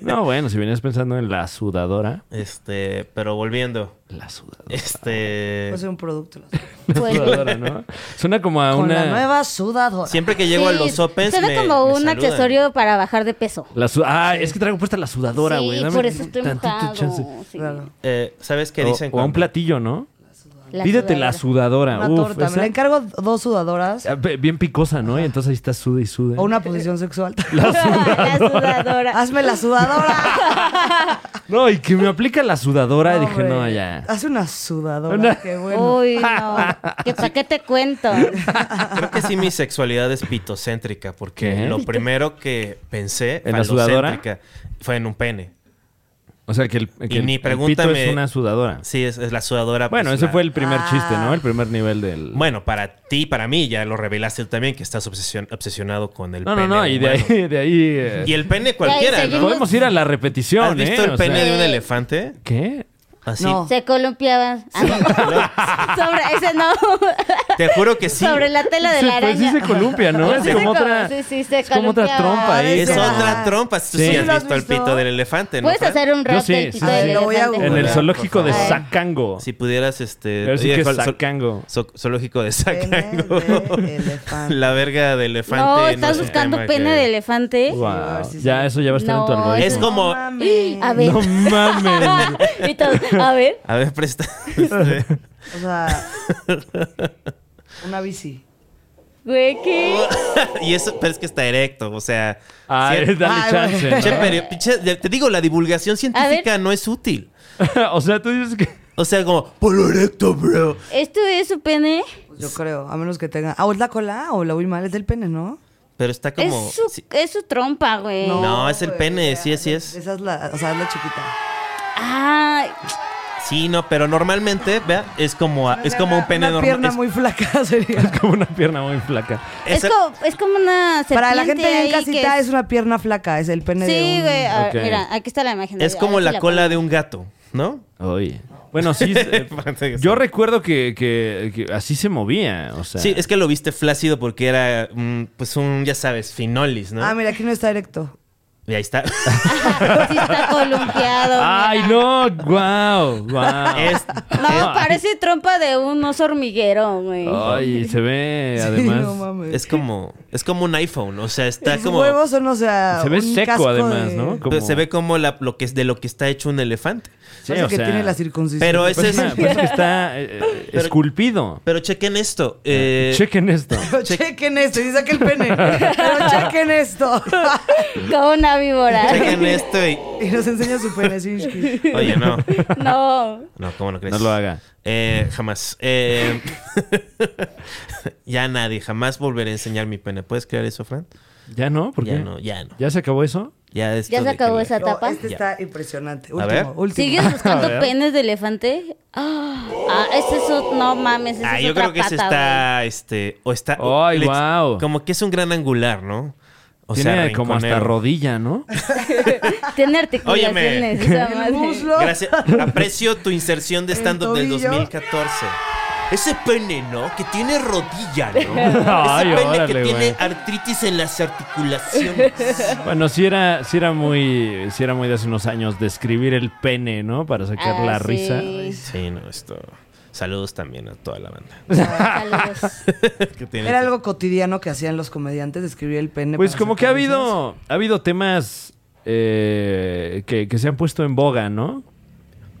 S3: No, bueno, si venías pensando en la sudadora.
S4: Este, pero volviendo.
S3: La sudadora.
S4: Este.
S2: Fue un producto.
S1: Pues,
S3: sudadora, ¿no? Suena como a
S2: Con la
S3: una.
S2: nueva sudadora.
S4: Siempre que llego a
S1: sí,
S4: los opens
S1: Suena
S4: me-
S1: como
S4: me
S1: un
S4: saludan.
S1: accesorio para bajar de peso.
S3: la su- Ah, es que traigo puesta la sudadora,
S1: sí,
S3: güey. Dame
S1: por eso estoy
S3: tantito
S1: mojado.
S3: chance.
S1: sí.
S2: Claro.
S4: Eh, ¿Sabes qué
S3: O-
S4: dicen?
S3: o, a un
S4: cuando-
S3: platillo, ¿no?
S1: La
S3: Pídete la sudadora.
S2: Una
S3: Uf,
S2: torta.
S3: esa-
S2: Me le encargo dos sudadoras
S3: Ah, be- Bien picosa, ¿no? Y entonces ahí está suda y suda.
S2: o una posición sexual.
S1: la sudadora.
S2: Hazme la sudadora.
S3: No, y que me aplica la sudadora. y dije,
S2: Hombre,
S3: no, ya.
S2: Haz una sudadora.
S3: Una- Oh,
S2: Qué bueno.
S1: Uy, no. ¿Qué, ¿Para qué te cuento?
S4: Creo que sí mi sexualidad es pitocéntrica porque
S3: ¿Qué?
S4: lo primero que pensé
S3: ¿En la sudadora?
S4: falocéntrica, fue en un pene.
S3: O sea, que el, que
S4: Y
S3: el-
S4: ni
S3: el pito
S4: pregúntame-
S3: es una sudadora.
S4: Sí, es, es la sudadora.
S3: Bueno,
S4: pues,
S3: ese
S4: la-
S3: fue el primer
S2: Ah.
S3: chiste, ¿no? El primer nivel del...
S4: Bueno, para ti, para mí, ya lo revelaste tú también que estás obsesión- obsesionado con el
S3: no, no,
S4: pene.
S3: no, y de
S4: humano.
S3: ahí... De ahí eh,
S4: Y el pene cualquiera,
S1: seguimos-
S4: ¿no?
S3: Podemos ir a la repetición,
S4: ¿Has visto
S3: ¿eh?
S4: el
S3: O sea,
S4: pene de un elefante?
S3: ¿Qué?
S4: Así.
S2: No.
S1: Se columpiaban. Ah, no. sobre ese no.
S4: Te juro que sí.
S1: Sobre la tela de
S3: Sí,
S1: la
S3: pues,
S1: araña.
S3: sí se columpia, ¿no? Es
S1: Sí,
S3: como
S1: se col-
S3: otra...
S1: sí, sí, se
S3: es como otra
S1: columpia.
S3: trompa ¿eh? ahí.
S4: Es
S2: Sí.
S3: como-
S4: otra trompa. Tú sí,
S2: ¿Sí
S3: Sí.
S4: has
S2: lo has
S4: visto el
S2: visto?
S4: pito del elefante, ¿no?
S1: Puedes
S4: Fran?
S1: hacer un
S3: Yo
S1: rap
S3: sí,
S1: del
S3: sí,
S1: pito
S2: sí.
S1: del
S2: Ay, lo voy a
S1: elefante.
S3: En el
S4: Por
S3: zoológico de
S1: favor.
S3: Zacango.
S4: Si pudieras, este.
S3: Pero sí
S4: oye,
S3: que es
S4: ¿cuál- zo-
S3: sacango.
S4: zo- zoológico de
S2: Pene
S4: sacango.
S2: de elefante.
S4: La verga de elefante.
S1: No,
S4: es
S1: estás
S4: un
S1: buscando
S4: tema
S1: pene
S4: que-
S1: de elefante.
S3: Wow.
S2: sí, sí.
S3: Ya, eso ya va a estar en tu
S1: No,
S3: algoritmo.
S4: Es como-
S2: No mames.
S1: A ver.
S3: No mames.
S1: Y todos, a ver.
S4: A ver, presta. este.
S2: O sea, una bici.
S1: Güey, ¿qué?
S4: y eso, pero es que está erecto, o sea.
S3: Ah,
S4: cien-
S3: dale
S2: Ay,
S3: chance,
S4: Che,
S3: ¿no?
S4: pero, pinche- de- te digo, la divulgación científica no es útil.
S3: o sea, tú dices que...
S4: O sea, como, polo erecto, bro.
S1: ¿Esto es su pene?
S2: Pues Yo creo, a menos que tenga. Ah, ¿o es la cola o la voy mal? Es del pene, ¿no?
S4: Pero está como.
S1: Es, su,
S4: sí.
S1: es su trompa, güey.
S4: No, es el
S2: güey,
S4: pene,
S2: o sea,
S4: sí es, sí es.
S2: Esa es la, o sea, es la chiquita.
S1: Ah,
S4: Sí, no, pero normalmente, vea, es como, a- es como un pene
S2: Una
S4: normal.
S2: pierna
S4: es-
S2: muy flaca sería.
S3: Como una pierna muy flaca.
S1: es,
S4: esa-
S1: como, es como una serpiente
S2: Para la gente
S1: ahí que
S2: en casita es una pierna flaca, es el pene de
S1: Sí,
S2: un...
S1: güey. a ver,
S3: Ok.
S1: Mira, aquí está la imagen.
S4: es
S1: A ver
S4: como
S1: si
S4: la cola
S1: pongo.
S4: de un gato, ¿no?
S3: Oye. Bueno, sí. eh,
S4: Parece que
S3: yo
S4: sí.
S3: recuerdo que, que- que así se movía. O sea.
S4: Sí, es que lo viste flácido porque era, mm, pues, un, ya sabes, finolis, ¿no?
S2: Ah, mira, aquí no está erecto.
S4: Y ahí está.
S1: Ajá, sí está columpiado.
S3: ¡Ay,
S1: mira.
S3: no! ¡Guau! ¡Guau!
S4: Es-
S1: No,
S4: Ah.
S1: parece trompa de un oso hormiguero, güey.
S3: Ay, se ve
S2: Sí,
S3: además.
S2: no mames.
S4: es como, es como un iPhone, o sea, está
S2: Sus
S4: como...
S2: huevos son, o sea,
S3: se ve
S2: un
S3: seco
S2: casco
S3: además,
S2: de- Pues
S3: ¿no?
S4: Pero se ve como la- lo que es de lo que está hecho un elefante.
S3: Sí,
S2: Parece
S3: o
S2: que
S3: sea,
S2: tiene la circuncisión.
S4: Pero ese pues es.
S3: parece- parece que está eh, eh,
S4: Pero-
S3: esculpido.
S4: Pero chequen esto. eh,
S3: Chequen esto.
S2: Pero chequen esto, y saca el pene. Pero chequen esto.
S1: Como una víbora.
S4: chequen esto y.
S2: y nos enseña su pene, Sinski.
S4: Oye, no.
S1: No.
S4: No, ¿cómo no crees?
S3: No lo haga.
S4: Eh, jamás. Eh, ya nadie, jamás volveré a enseñar mi pene. ¿Puedes creer eso, Fran?
S3: ¿Ya no? ¿Por
S4: Ya
S3: qué?
S4: no, ya no.
S3: ¿Ya se acabó eso?
S4: Ya, esto
S1: Ya se
S4: de que
S1: acabó
S4: le-
S1: esa
S2: No,
S1: etapa.
S2: este está impresionante. Último,
S4: ver.
S2: último.
S1: ¿Sigues
S3: A ver.
S1: buscando penes de elefante? Ah, ah, ese es un... No mames, ese
S4: Ah,
S1: es
S4: yo
S1: otra
S4: creo que ese
S1: pata, güey.
S4: está, este, o está... o-
S3: Ay,
S4: le-
S3: guau.
S4: Como que es un gran angular, ¿no? O
S3: Tiene como hasta
S4: rinconero.
S3: rodilla, ¿no?
S1: Tiene articulaciones. esa
S2: El
S1: madre.
S2: muslo.
S4: Gracias. Aprecio tu inserción de
S2: El
S4: stand-up del
S2: tobillo.
S4: 2014. Ese pene, ¿no? Que tiene rodilla, ¿no?
S3: Ay,
S4: Ese pene que
S3: órale, güey.
S4: tiene artritis en las articulaciones.
S3: Bueno, sí era, sí era muy, sí era muy de hace unos años describir el pene, ¿no? Para sacar
S1: Ah,
S3: la
S1: sí.
S3: risa.
S4: Sí, no, esto. Saludos también a toda la banda.
S1: Saludos.
S4: Que tiene-
S2: Era algo cotidiano que hacían los comediantes de escribir el pene.
S3: Pues
S2: para
S3: como
S2: sacar
S3: que ha
S2: risas.
S3: habido, ha habido temas eh, que, que se han puesto en boga, ¿no?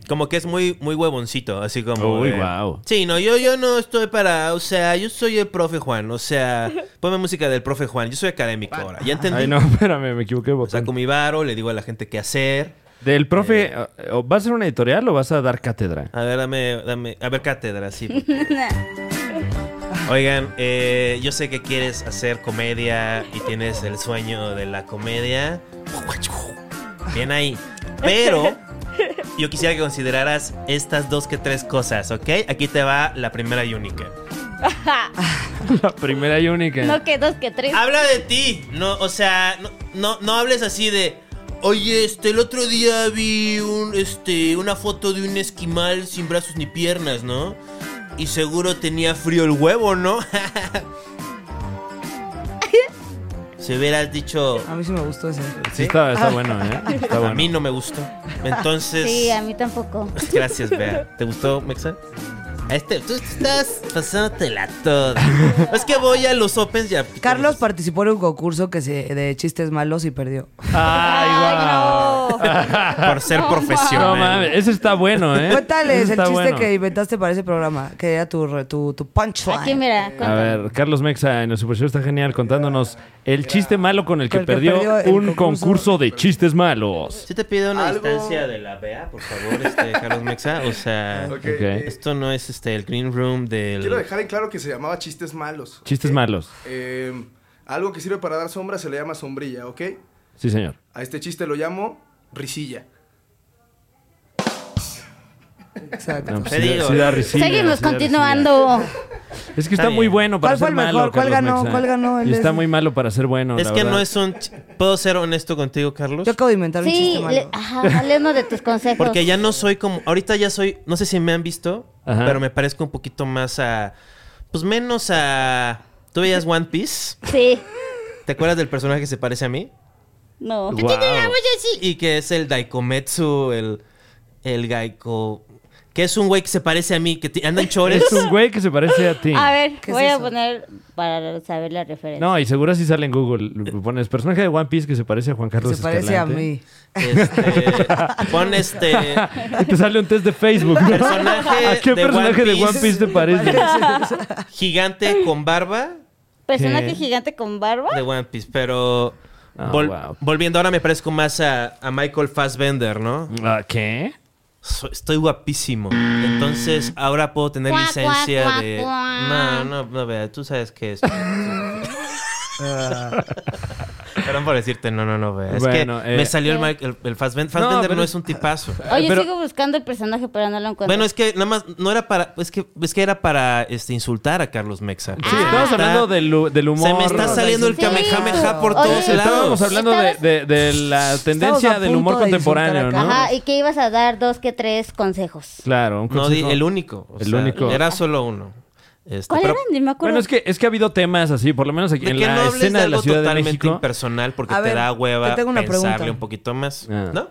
S4: Como que es muy, muy huevoncito, así como.
S3: Uy,
S4: de-
S3: guau.
S4: Sí, no, yo, yo no estoy para. O sea, yo soy el profe Juan. O sea, ponme música del profe Juan. Yo soy académico ahora. Ya entendí.
S3: Ay, no, espérame, me equivoqué.
S4: O sea,
S3: botón.
S4: con mi varo le digo a la gente qué hacer.
S3: Del profe, ¿o- o ¿vas a hacer una editorial o vas a dar cátedra?
S4: A ver, dame, dame. A ver, cátedra, sí. porque- Oigan, eh, yo sé que quieres hacer comedia y tienes el sueño de la comedia. Bien ahí. Pero yo quisiera que consideraras estas dos que tres cosas, ¿ok? Aquí te va la primera y única.
S3: La primera y única.
S1: No que dos, que tres.
S4: Habla de ti. No, o sea, no, no, no hables así de. Oye, este, el otro día vi un, este, una foto de un esquimal sin brazos ni piernas, ¿no? Y seguro tenía frío el huevo, ¿no? Si hubieras dicho.
S2: A mí sí me gustó ese.
S3: Sí, está, está bueno, ¿eh? Está
S4: A
S3: bueno.
S4: mí no me gustó. Entonces.
S1: Sí, a mí tampoco.
S4: Gracias, Bea. ¿Te gustó, Mexa? Este, tú estás pasándotela toda. Es que voy a los Opens ya.
S2: Carlos participó en un concurso que se, de chistes malos y perdió.
S3: ¡Ay, guau!
S4: Por ser
S1: No,
S4: profesional.
S3: No mames, ese está bueno, ¿eh?
S2: Cuéntales
S3: Ese
S2: el
S3: está
S2: chiste
S3: bueno.
S2: que inventaste para ese programa, que era tu, re- tu, tu punchline.
S1: Aquí mira,
S3: A
S1: cuéntame.
S3: ver, Carlos Mexa en el Super Show está genial contándonos el chiste malo con el que
S2: Con el que
S3: perdió
S2: perdió el
S3: un
S2: concurso.
S3: concurso de chistes malos.
S4: Si te pido una distancia de la Bea, por favor, este, Carlos Mexa. O sea,
S6: Ok,
S3: Ok.
S6: eh,
S4: esto no es este el green room del.
S6: Quiero dejar en claro que se llamaba chistes malos.
S3: Chistes malos.
S6: Eh, algo que sirve para dar sombra se le llama sombrilla, ¿ok?
S3: Sí, señor.
S6: A este chiste lo llamo risilla.
S2: Exacto.
S3: No, pues
S4: Te
S3: sí da-
S4: digo,
S3: sí da
S4: eh.
S3: risilla,
S1: Seguimos
S3: sí da
S1: continuando.
S3: risilla. Es que está
S4: Está
S3: muy
S4: bien.
S3: bueno para
S2: ¿Cuál fue
S3: ser
S2: el mejor?
S3: malo.
S2: ¿Cuál
S3: Carlos
S2: ganó?
S3: Mexa.
S2: ¿Cuál ganó? El
S3: Y está
S2: de-
S3: muy malo para ser bueno.
S4: Es
S3: la
S4: que
S3: verdad.
S4: no es un. ch- ¿Puedo ser honesto contigo, Carlos?
S2: Yo acabo de inventar un
S1: Sí,
S2: chiste malo.
S1: le- ajá, dale uno de tus consejos.
S4: Porque ya no soy como. Ahorita ya soy. No sé si me han visto,
S3: Ajá.
S4: pero me parezco un poquito más a. Pues menos a. ¿Tú veías One Piece?
S1: Sí,
S4: ¿Te acuerdas del personaje que se parece a mí?
S1: no.
S3: Guau.
S4: Y que es el Daikometsu, el. El Gaiko. Que es un güey que se parece a mí, que ti- anda en chores.
S3: Es un güey que se parece a ti.
S1: A ver,
S2: ¿Qué es
S1: voy a
S2: eso?
S1: poner para saber la referencia.
S3: No, y seguro si sale en Google. Lo Pones personaje de One Piece que se parece a Juan Carlos
S2: Se parece a
S3: Escalante.
S2: mí.
S4: Este, pon este.
S3: Y te sale un test de Facebook. ¿no?
S4: Personaje
S3: ¿A qué
S4: de
S3: personaje de
S4: One
S3: One
S4: Piece?
S3: Piece te parece?
S4: gigante con barba
S1: Personaje
S3: ¿Qué?
S1: gigante con barba.
S4: de One Piece, pero
S3: Ah,
S4: vol-
S3: wow.
S4: volviendo ahora me parezco más a, a Michael Fassbender, ¿no?
S3: Ah, ¿Qué?
S4: So- estoy guapísimo. Entonces ahora puedo tener
S1: Cuac,
S4: licencia
S1: cuac,
S4: de...
S1: cuac, cuac.
S4: No, no, no, vea, tú sabes que es... Perdón por decirte, no, no, no, vea. Es
S3: Bueno,
S4: que
S3: eh,
S4: me salió el, Mike- el, el Fassbender. Fassbender no,
S3: pero-
S4: es un tipazo.
S1: Oye,
S3: Pero-
S1: sigo buscando el personaje, pero no lo encuentro.
S4: Bueno, es que nada más, no era para, es que, es que era para este, insultar a Carlos Mexa.
S3: Sí, estamos hablando del, hu- del humor.
S4: Ah, Se me está saliendo el
S1: Ah. Sí.
S4: kamehameha por
S1: Oye,
S4: todos
S1: Estábamos
S4: lados.
S3: Estábamos hablando de, de- de la tendencia
S2: Estamos a
S3: del humor
S2: punto de
S3: contemporáneo,
S2: insultar a
S3: ¿no?
S1: Ajá, y que ibas a dar dos que tres consejos.
S3: Claro, un
S4: No, di-
S3: consejo.
S4: el único. o
S3: El único.
S4: Era solo uno. Este,
S1: ¿Cuál
S4: pero-
S1: era? Ni me acuerdo.
S3: Bueno, es que, es que ha habido temas así, por lo menos aquí
S4: De
S3: en
S4: que no
S3: la
S4: hables
S3: escena
S4: de
S3: de la
S4: algo
S3: Ciudad de
S4: totalmente
S3: México.
S4: impersonal porque
S2: A
S4: te
S2: ver,
S4: da hueva
S2: te tengo una
S4: pensarle
S2: pregunta.
S4: un poquito más.
S3: Ah.
S4: ¿No?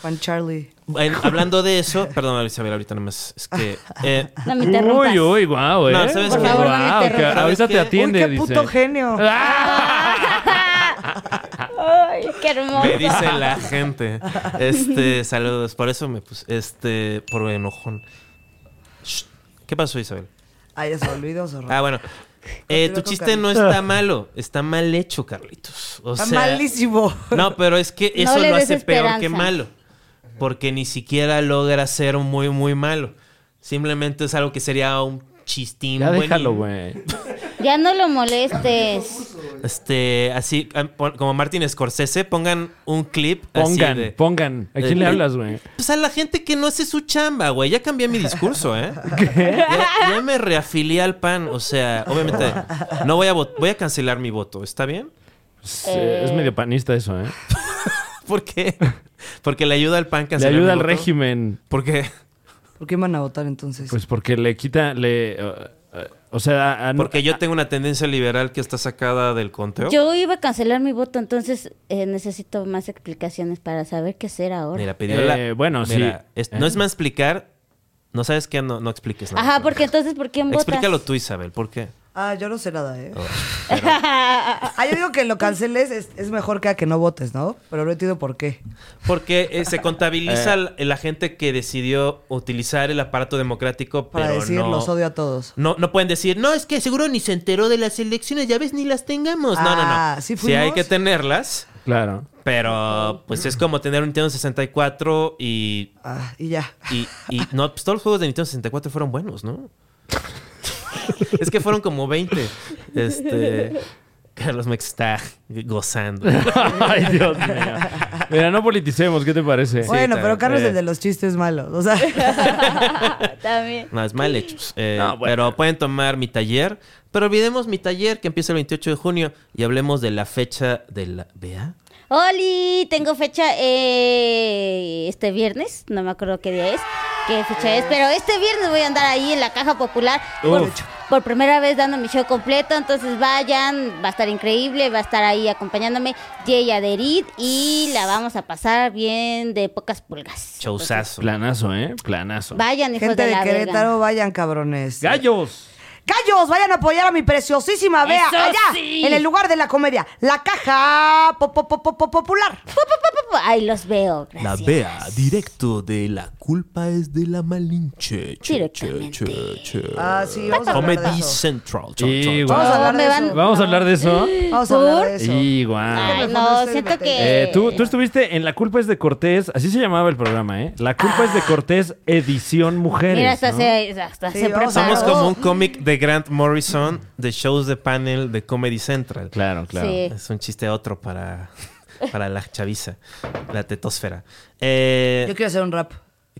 S2: Juan Charlie.
S4: Bueno, hablando de eso, perdón, Isabel, ahorita nomás. Es que. eh,
S1: No me interrumpas.
S3: Uy, uy, guau, eh.
S4: No, ¿sabes
S1: Por qué? favor, no me
S3: Guau,
S1: interrumpas.
S3: que ahorita
S4: ¿Sabes
S3: te
S4: qué?
S2: Uy,
S3: atiende,
S2: qué puto
S3: dice. Ah.
S2: genio.
S1: Ay, qué hermoso.
S4: me dice la gente. Este, saludos. Por eso me puse. Este, por enojón. Shh. ¿Qué pasó, Isabel?
S2: Ay, ya se me olvidó, zorro.
S4: Ah, bueno. Eh,
S2: Continúa
S4: tu
S2: con
S4: chiste no
S2: Carlos.
S4: está malo, está mal hecho, Carlitos. O
S2: Está
S4: sea,
S2: malísimo.
S4: No, pero es que
S1: No
S4: eso
S1: le
S4: lo
S1: des
S4: hace peor que
S1: esperanza.
S4: malo. Porque ni siquiera logra ser un muy, muy malo. Simplemente es algo que sería un chistín.
S3: Ya
S4: buenín.
S3: Ah, déjalo, güey.
S1: Ya no lo molestes.
S4: Este, así, ah, pon- como Martin Scorsese, pongan un clip. así de-
S3: Pongan, pongan. ¿A quién
S4: de-
S3: le hablas, güey?
S4: Pues a la gente que no hace su chamba, güey. Ya cambié mi discurso, ¿eh? Ya, ya me reafilié al pan. O sea, obviamente, no voy a, vot- voy a cancelar mi voto. ¿Está bien?
S3: Es, eh, es
S1: Eh.
S3: medio panista eso, ¿eh?
S4: ¿Por qué? Porque le ayuda al pan
S3: Le
S4: cancelar.
S3: ayuda al régimen.
S4: régimen. Porque,
S2: ¿Por qué van a votar entonces?
S3: Pues porque le quita, le... eh, eh, o sea,
S2: Ah,
S3: a-
S4: porque yo tengo una tendencia liberal que está sacada del conteo.
S1: Yo iba a cancelar mi voto, entonces eh, necesito más explicaciones para saber qué hacer ahora.
S4: Mira, pidió
S3: Eh,
S4: la-
S3: bueno, sí.
S4: Mira, es-
S2: ¿Eh?
S4: no es más explicar. No sabes qué, no, no expliques nada.
S1: Ajá, porque entonces, ¿por quién votas?
S4: Explícalo tú, Isabel, ¿por qué?
S2: Ah, yo no sé nada, ¿eh?
S4: Oh.
S2: Ah, yo digo que lo canceles es, es mejor que a que no votes, ¿no? Pero no entiendo por qué.
S4: Porque eh, se contabiliza la-
S2: Eh.
S4: la gente que decidió utilizar el aparato democrático,
S2: Para
S4: pero
S2: decir,
S4: no...
S2: los odio a todos.
S4: No, no pueden decir, no, es que seguro ni se enteró de las elecciones, ya ves, ni las tengamos. no, no,
S2: Ah,
S4: no.
S2: ¿sí
S4: sí hay
S2: fuimos?
S4: que tenerlas,
S3: Claro.
S4: pero pues es como tener un Nintendo 64 y...
S2: Ah, y ya.
S4: Y, y no, pues todos los juegos de Nintendo 64 fueron buenos, ¿no? es que fueron como 20. Este... Carlos Mex está gozando.
S3: Ay, Dios mío. Mira, no politicemos, ¿qué te parece?
S2: bueno, pero
S4: también,
S2: Carlos es
S4: eh.
S2: el de los chistes malos. O sea,
S1: También.
S4: Más mal hechos. Eh,
S2: Ah,
S3: No, bueno.
S4: Pero pueden tomar mi taller. Pero olvidemos mi taller que empieza el 28 de junio y hablemos de la fecha de la... ¿Vea?
S1: Oli, tengo fecha eh, este viernes, no me acuerdo qué día es, qué fecha es, pero este viernes voy a andar ahí en la caja popular por,
S3: Uf.
S1: por primera vez dando mi show completo, entonces vayan, va a estar increíble, va a estar ahí acompañándome Jay Aderit y la vamos a pasar bien de pocas pulgas.
S4: Chauzazo.
S3: Planazo, ¿eh? Planazo.
S1: Vayan, hijos
S2: gente
S1: de
S2: de
S1: la verga.
S2: Querétaro, vayan, cabrones.
S3: ¡Gallos!
S2: ¡Gallos! Vayan a apoyar a mi preciosísima Bea
S1: ¡Eso
S2: allá,
S1: sí!
S2: en el lugar de la comedia. La caja po- po- po- po- popular.
S1: Ay, los veo.
S4: La
S1: Gracias.
S4: vea, directo de La culpa es de la Malinche. Che, che,
S1: Directamente.
S4: che, che.
S2: Ah, sí, vamos a hablar de
S4: Comedy
S2: eso.
S4: Central.
S3: Y guau.
S2: Vamos a hablar
S1: me
S2: de
S1: van-
S2: eso.
S3: ¿Vamos a hablar de eso?
S2: Vamos a hablar
S1: ¿Por?
S2: de eso. Ah,
S3: Y guau.
S1: Ay,
S2: Mejor no
S1: no,
S2: estoy
S1: siento
S2: metiendo.
S1: que...
S3: Eh, tú, tú estuviste en La culpa es de Cortés, así se llamaba el programa, ¿eh? La culpa es de Cortés, edición mujeres.
S1: Mira, hasta
S3: ¿no?
S1: se, hasta
S2: Sí,
S1: se
S2: vamos a-
S1: preparó.
S4: Somos como un cómic de Grant Morrison de shows de panel de Comedy Central.
S3: Claro, claro.
S1: Sí.
S4: Es un chiste otro para, para la chaviza, la tetosfera. Eh,
S2: Yo quiero hacer un rap.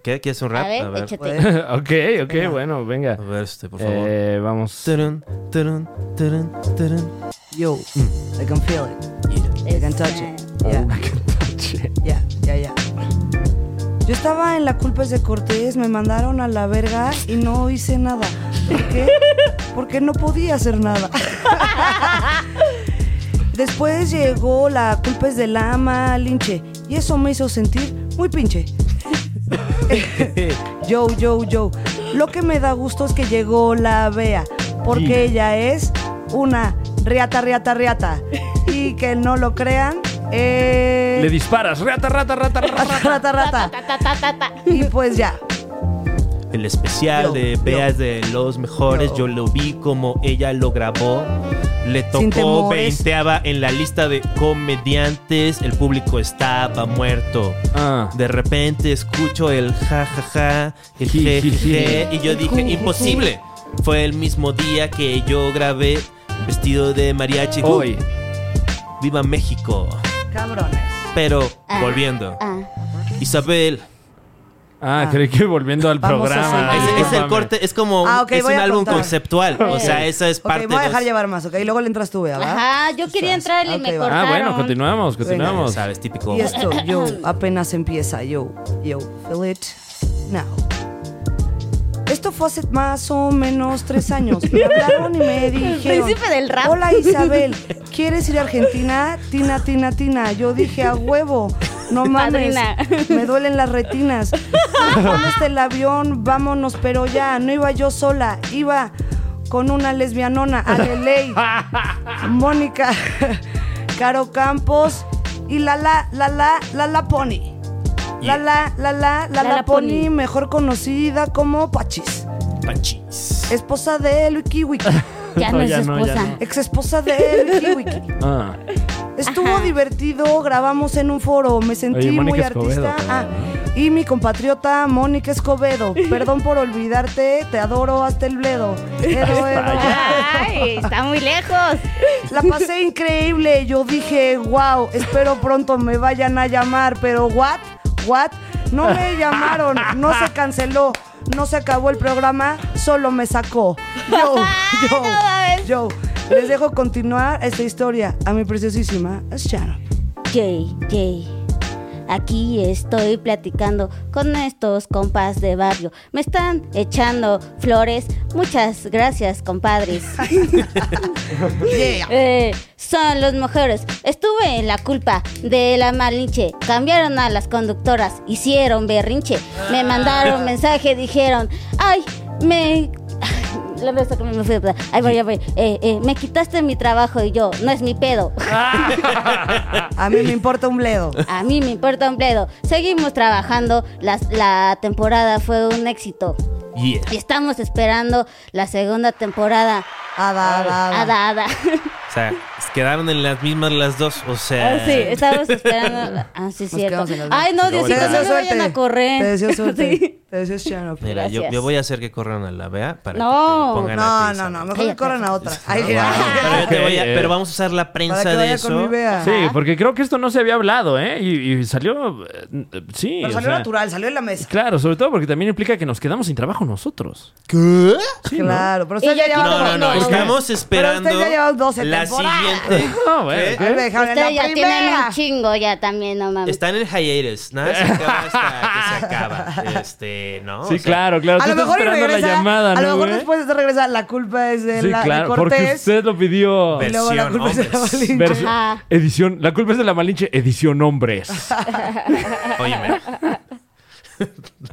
S4: ¿Qué? ¿Quieres un rap?
S1: A ver, échate.
S2: Puede-
S3: ok, ok, bueno, venga.
S4: A ver, este, por favor.
S3: Eh, vamos.
S4: Turun, turun, turun, turun.
S2: Yo, I can feel it.
S1: Este,
S2: I can touch it. Yeah. Ya, ya, ya. Yo estaba en la culpa es de Cortés, me mandaron a la verga y no hice nada. ¿Por qué? Porque no podía hacer nada. Después llegó la culpa es de Lama Linche y eso me hizo sentir muy pinche. yo, yo, yo. Lo que me da gusto es que llegó la Bea, porque
S3: Sí.
S2: ella es una riata, riata, riata. Y que no lo crean, eh,
S3: Le disparas. Rata, rata, rata, rata.
S2: rata, rata.
S1: Ta, ta, ta, ta, ta.
S2: Y pues ya.
S4: El especial
S2: Yo,
S4: de
S2: yo.
S4: Veas de los mejores,
S2: Yo.
S4: yo lo vi como ella lo grabó. Le
S2: Sin
S4: tocó
S2: temores.
S4: veinteava en la lista de comediantes. El público estaba muerto.
S3: Ah.
S4: De repente escucho el jajaja, el
S3: Ji, ji,
S4: jejeje, y yo dije, imposible. Fue el mismo día que yo grabé vestido de mariachi.
S3: Hoy.
S4: ¡Viva México!
S2: Cabrones.
S4: Pero
S1: Ah.
S4: volviendo.
S1: Ah.
S4: Isabel.
S3: Ah, creí que volviendo al
S2: Vamos a
S3: programa.
S2: Ah,
S4: es,
S2: hacer-
S4: es el
S3: discúlpame.
S4: corte, es como un-
S2: Ah, ok,
S4: es
S2: voy
S4: un
S2: a
S4: álbum
S2: contar.
S4: conceptual. O sea, esa es parte
S2: Ok, me voy a dejar
S4: dos.
S2: llevar más, ¿ok? Y luego le entras tú, Bea, ¿va?
S1: Ajá, yo quería entrar y
S2: Ok,
S1: me
S2: va.
S1: cortaron.
S3: Ah, bueno, continuamos,
S4: Ya
S3: continuamos.
S4: sabes, típico.
S2: Y esto, yo, apenas empieza, yo, yo, feel it now. Esto fue hace más o menos tres años. Me hablaron y me dijeron...
S1: príncipe del rap.
S2: Hola, Isabel. ¿Quieres ir a Argentina? Tina, tina, tina. Yo dije, a huevo. No mames.
S1: Padrina.
S2: Me duelen las retinas. ¿Dónde está el avión? Vámonos, pero ya. No iba yo sola. Iba con una lesbianona, Aleley. Mónica, Caro Campos y la la la la la la Pony. La la la la la la Pony, mejor conocida como Pachis.
S4: Pachis.
S2: Esposa de Luiki Wiki.
S1: Ya no,
S3: No,
S1: es
S3: ya no, ya
S1: esposa.
S3: no.
S2: Ex esposa de Luiki Wiki.
S3: Ah,
S2: Estuvo
S1: Ajá.
S2: divertido, grabamos en un foro, me sentí
S3: Oye, Mónica
S2: muy
S3: Escobedo
S2: artista. Ah,
S3: también,
S2: y mi compatriota Mónica Escobedo, perdón por olvidarte, te adoro hasta el bledo. Edo, edo.
S1: Ay, está muy lejos.
S2: La pasé increíble. Yo dije, wow, espero pronto me vayan a llamar, pero what? What? No me llamaron, no se canceló, no se acabó el programa, solo me sacó. Yo, yo, yo. Les dejo continuar esta historia a mi preciosísima Sharon.
S1: Jay, Jay. Aquí estoy platicando con estos compas de barrio. Me están echando flores. Muchas gracias, compadres. Eh, son los mujeres. Estuve en la culpa de la malinche. Cambiaron a las conductoras. Hicieron berrinche. Me mandaron mensaje. Dijeron, ay, me... la vez que me fui de peda. Ay, voy, ya voy. Eh, eh, me quitaste mi trabajo y yo, no es mi pedo.
S3: Ah.
S2: A mí me importa un bledo.
S1: A mí me importa un bledo. Seguimos trabajando. Las- la temporada fue un éxito.
S4: Yeah.
S1: Y estamos esperando la segunda temporada.
S2: Ada, ada, ada.
S1: Ada, ada.
S4: O sea, quedaron en las mismas las dos. O sea,
S2: Oh,
S1: Ah, sí, estábamos esperando. Ah, sí, cierto.
S2: quedamos en las dos.
S1: Ay, no,
S2: Te
S1: Diosito, no
S2: deseo
S1: me vayan
S2: suerte.
S1: a correr.
S2: Te deseo suerte.
S1: Sí.
S2: Te deseo Shannon.
S4: mira, yo,
S1: gracias.
S4: yo voy a hacer que corran a la Bea para
S1: No.
S4: que te pongan a
S2: No,
S4: ti,
S2: no,
S4: Isabel.
S2: no. Mejor que
S1: Cállate.
S2: corran a otra. Ay,
S4: Pero, yo te
S3: Ok,
S4: voy a-
S3: eh.
S4: pero vamos a usar la
S2: Para
S4: prensa
S2: que
S4: de
S2: vaya con mi
S4: eso.
S2: Bea.
S3: Sí, porque creo que esto no se había hablado, ¿eh? Y, y salió. eh, eh, sí.
S2: Pero
S3: o
S2: salió
S3: sea,
S2: natural, salió en la mesa.
S3: Claro, sobre todo porque también implica que nos quedamos sin trabajo nosotros.
S4: ¿Qué?
S3: Sí, ¿no?
S2: Claro, pero usted
S1: Y
S2: ya
S1: yo
S2: lleva
S1: aquí
S4: No, no, no.
S1: Porque-
S4: Estamos esperando
S2: Pero usted ya lleva 12
S4: la
S2: temporadas.
S4: siguiente.
S3: No, Ah, bueno,
S4: ¿Qué?
S3: ¿qué?
S2: Ay, me dejaron en la
S1: Ustedes ya tienen
S2: primera.
S1: un chingo ya también, no mames.
S4: Está en el hiatus, nada se acaba hasta que se acaba. Este, ¿no?
S3: Sí,
S4: O sea,
S3: claro, claro.
S2: A
S3: Tú
S2: lo
S3: estás
S2: mejor y
S3: esperando
S2: regresa.
S3: la llamada,
S2: a lo
S3: ¿no,
S2: mejor
S3: güey?
S2: después de regresar la culpa es de,
S3: Sí,
S2: la, de
S3: claro, porque
S2: Cortés.
S3: usted lo pidió.
S2: Y luego la
S4: Versión
S2: culpa es de la
S4: hombres.
S2: Malinche.
S3: Verso-
S1: Ajá.
S3: edición, la culpa es de la Malinche, edición hombres.
S4: Óyeme.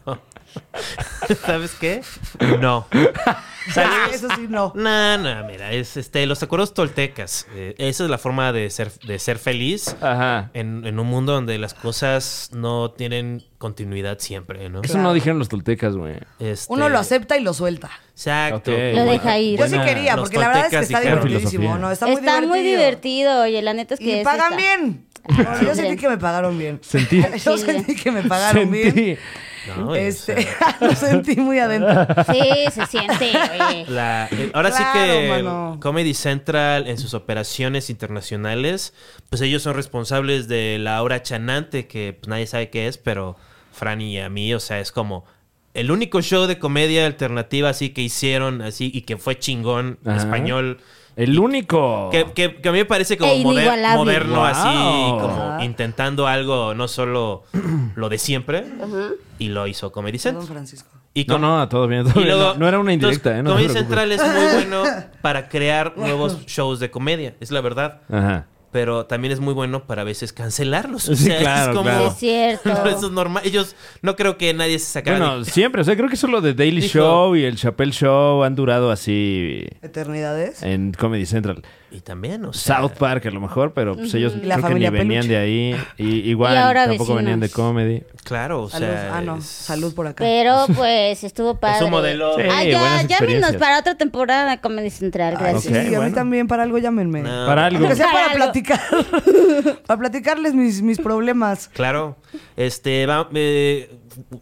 S4: no. ¿Sabes qué? No.
S2: Ah,
S4: ¿Sabes?
S2: Eso sí, no.
S4: No, no, mira, es este, los acuerdos toltecas. Eh, esa es la forma de ser, de ser feliz
S3: Ajá.
S4: en, en un mundo donde las cosas no tienen continuidad siempre, ¿no?
S3: Eso no dijeron los toltecas, güey.
S4: Este,
S2: Uno lo acepta y lo suelta.
S4: Exacto.
S3: Ok.
S1: Lo deja ir.
S2: Yo sí
S4: Buena-
S2: quería,
S4: los
S2: porque la verdad es que
S4: toltecas
S2: está
S4: dijeron-
S2: divertidísimo.
S3: filosofía.
S2: No, está,
S1: Está, muy
S2: divertido.
S1: divertido, oye, la neta es que
S2: Y
S1: sí
S2: pagan
S1: está. Ah,
S2: bien. yo sentí que me pagaron bien.
S3: Sentí.
S2: Yo sentí que me pagaron bien.
S3: Sentí.
S4: No, y, o
S2: Este,
S4: sea,
S2: lo sentí muy adentro.
S1: Sí, se siente, oye.
S4: la- eh, ahora sí
S2: Claro,
S4: que
S2: mano.
S4: Comedy Central en sus operaciones internacionales, pues ellos son responsables de la obra chanante que pues, nadie sabe qué es, pero Fran y a mí, o sea, es como el único show de comedia alternativa así que hicieron así y que fue chingón
S3: Ajá.
S4: español.
S3: El único.
S4: Que, que- que a mí me parece como
S1: E
S4: moder-
S1: inigualable.
S4: moderno,
S3: Wow.
S4: así, como
S2: Ajá.
S4: intentando algo, no solo lo de siempre, y lo hizo Comedy
S2: Don
S4: Central.
S2: Francisco.
S4: Y
S3: No,
S4: con-
S3: no, todo bien. todo
S4: y
S3: bien.
S4: luego-
S3: no, no era una indirecta,
S4: entonces,
S3: ¿eh? No te
S4: Comedy
S3: preocupes.
S4: Central es muy bueno para crear nuevos shows de comedia, es la verdad.
S3: Ajá.
S4: Pero también es muy bueno para a veces cancelarlos.
S3: Sí, claro,
S4: es como-
S3: claro.
S1: Sí, es cierto.
S4: No, eso es normal. Ellos no creo que nadie se sacara
S3: Bueno,
S4: de-
S3: siempre, o sea, creo que solo The Daily
S4: Dijo-
S3: Show y el Chappelle Show han durado así
S2: Eternidades.
S3: en Comedy Central.
S4: Y también, o sea,
S3: South Park a lo mejor, pero pues ellos
S2: Y la
S3: creo que ni
S2: familia
S3: venían
S2: Peluche.
S3: de ahí. Y, igual
S1: Y ahora
S3: tampoco
S1: vecinos.
S3: venían de comedy.
S4: claro, o
S2: Salud.
S4: sea.
S2: Ah, no.
S4: es-
S2: Salud por acá.
S1: Pero pues estuvo padre.
S4: Es un modelo.
S3: Sí,
S1: Ah,
S3: buenas
S1: ya, llámenos
S3: experiencias.
S1: para otra temporada de Comedy Central,
S2: Ay,
S1: gracias.
S2: sí,
S3: Ok,
S2: a mí
S3: bueno.
S2: también para algo llámenme.
S4: No.
S3: Para algo.
S2: Aunque sea
S1: Para
S2: para
S1: algo.
S2: platicar. para platicarles mis, mis problemas.
S4: Claro. Este, va- eh,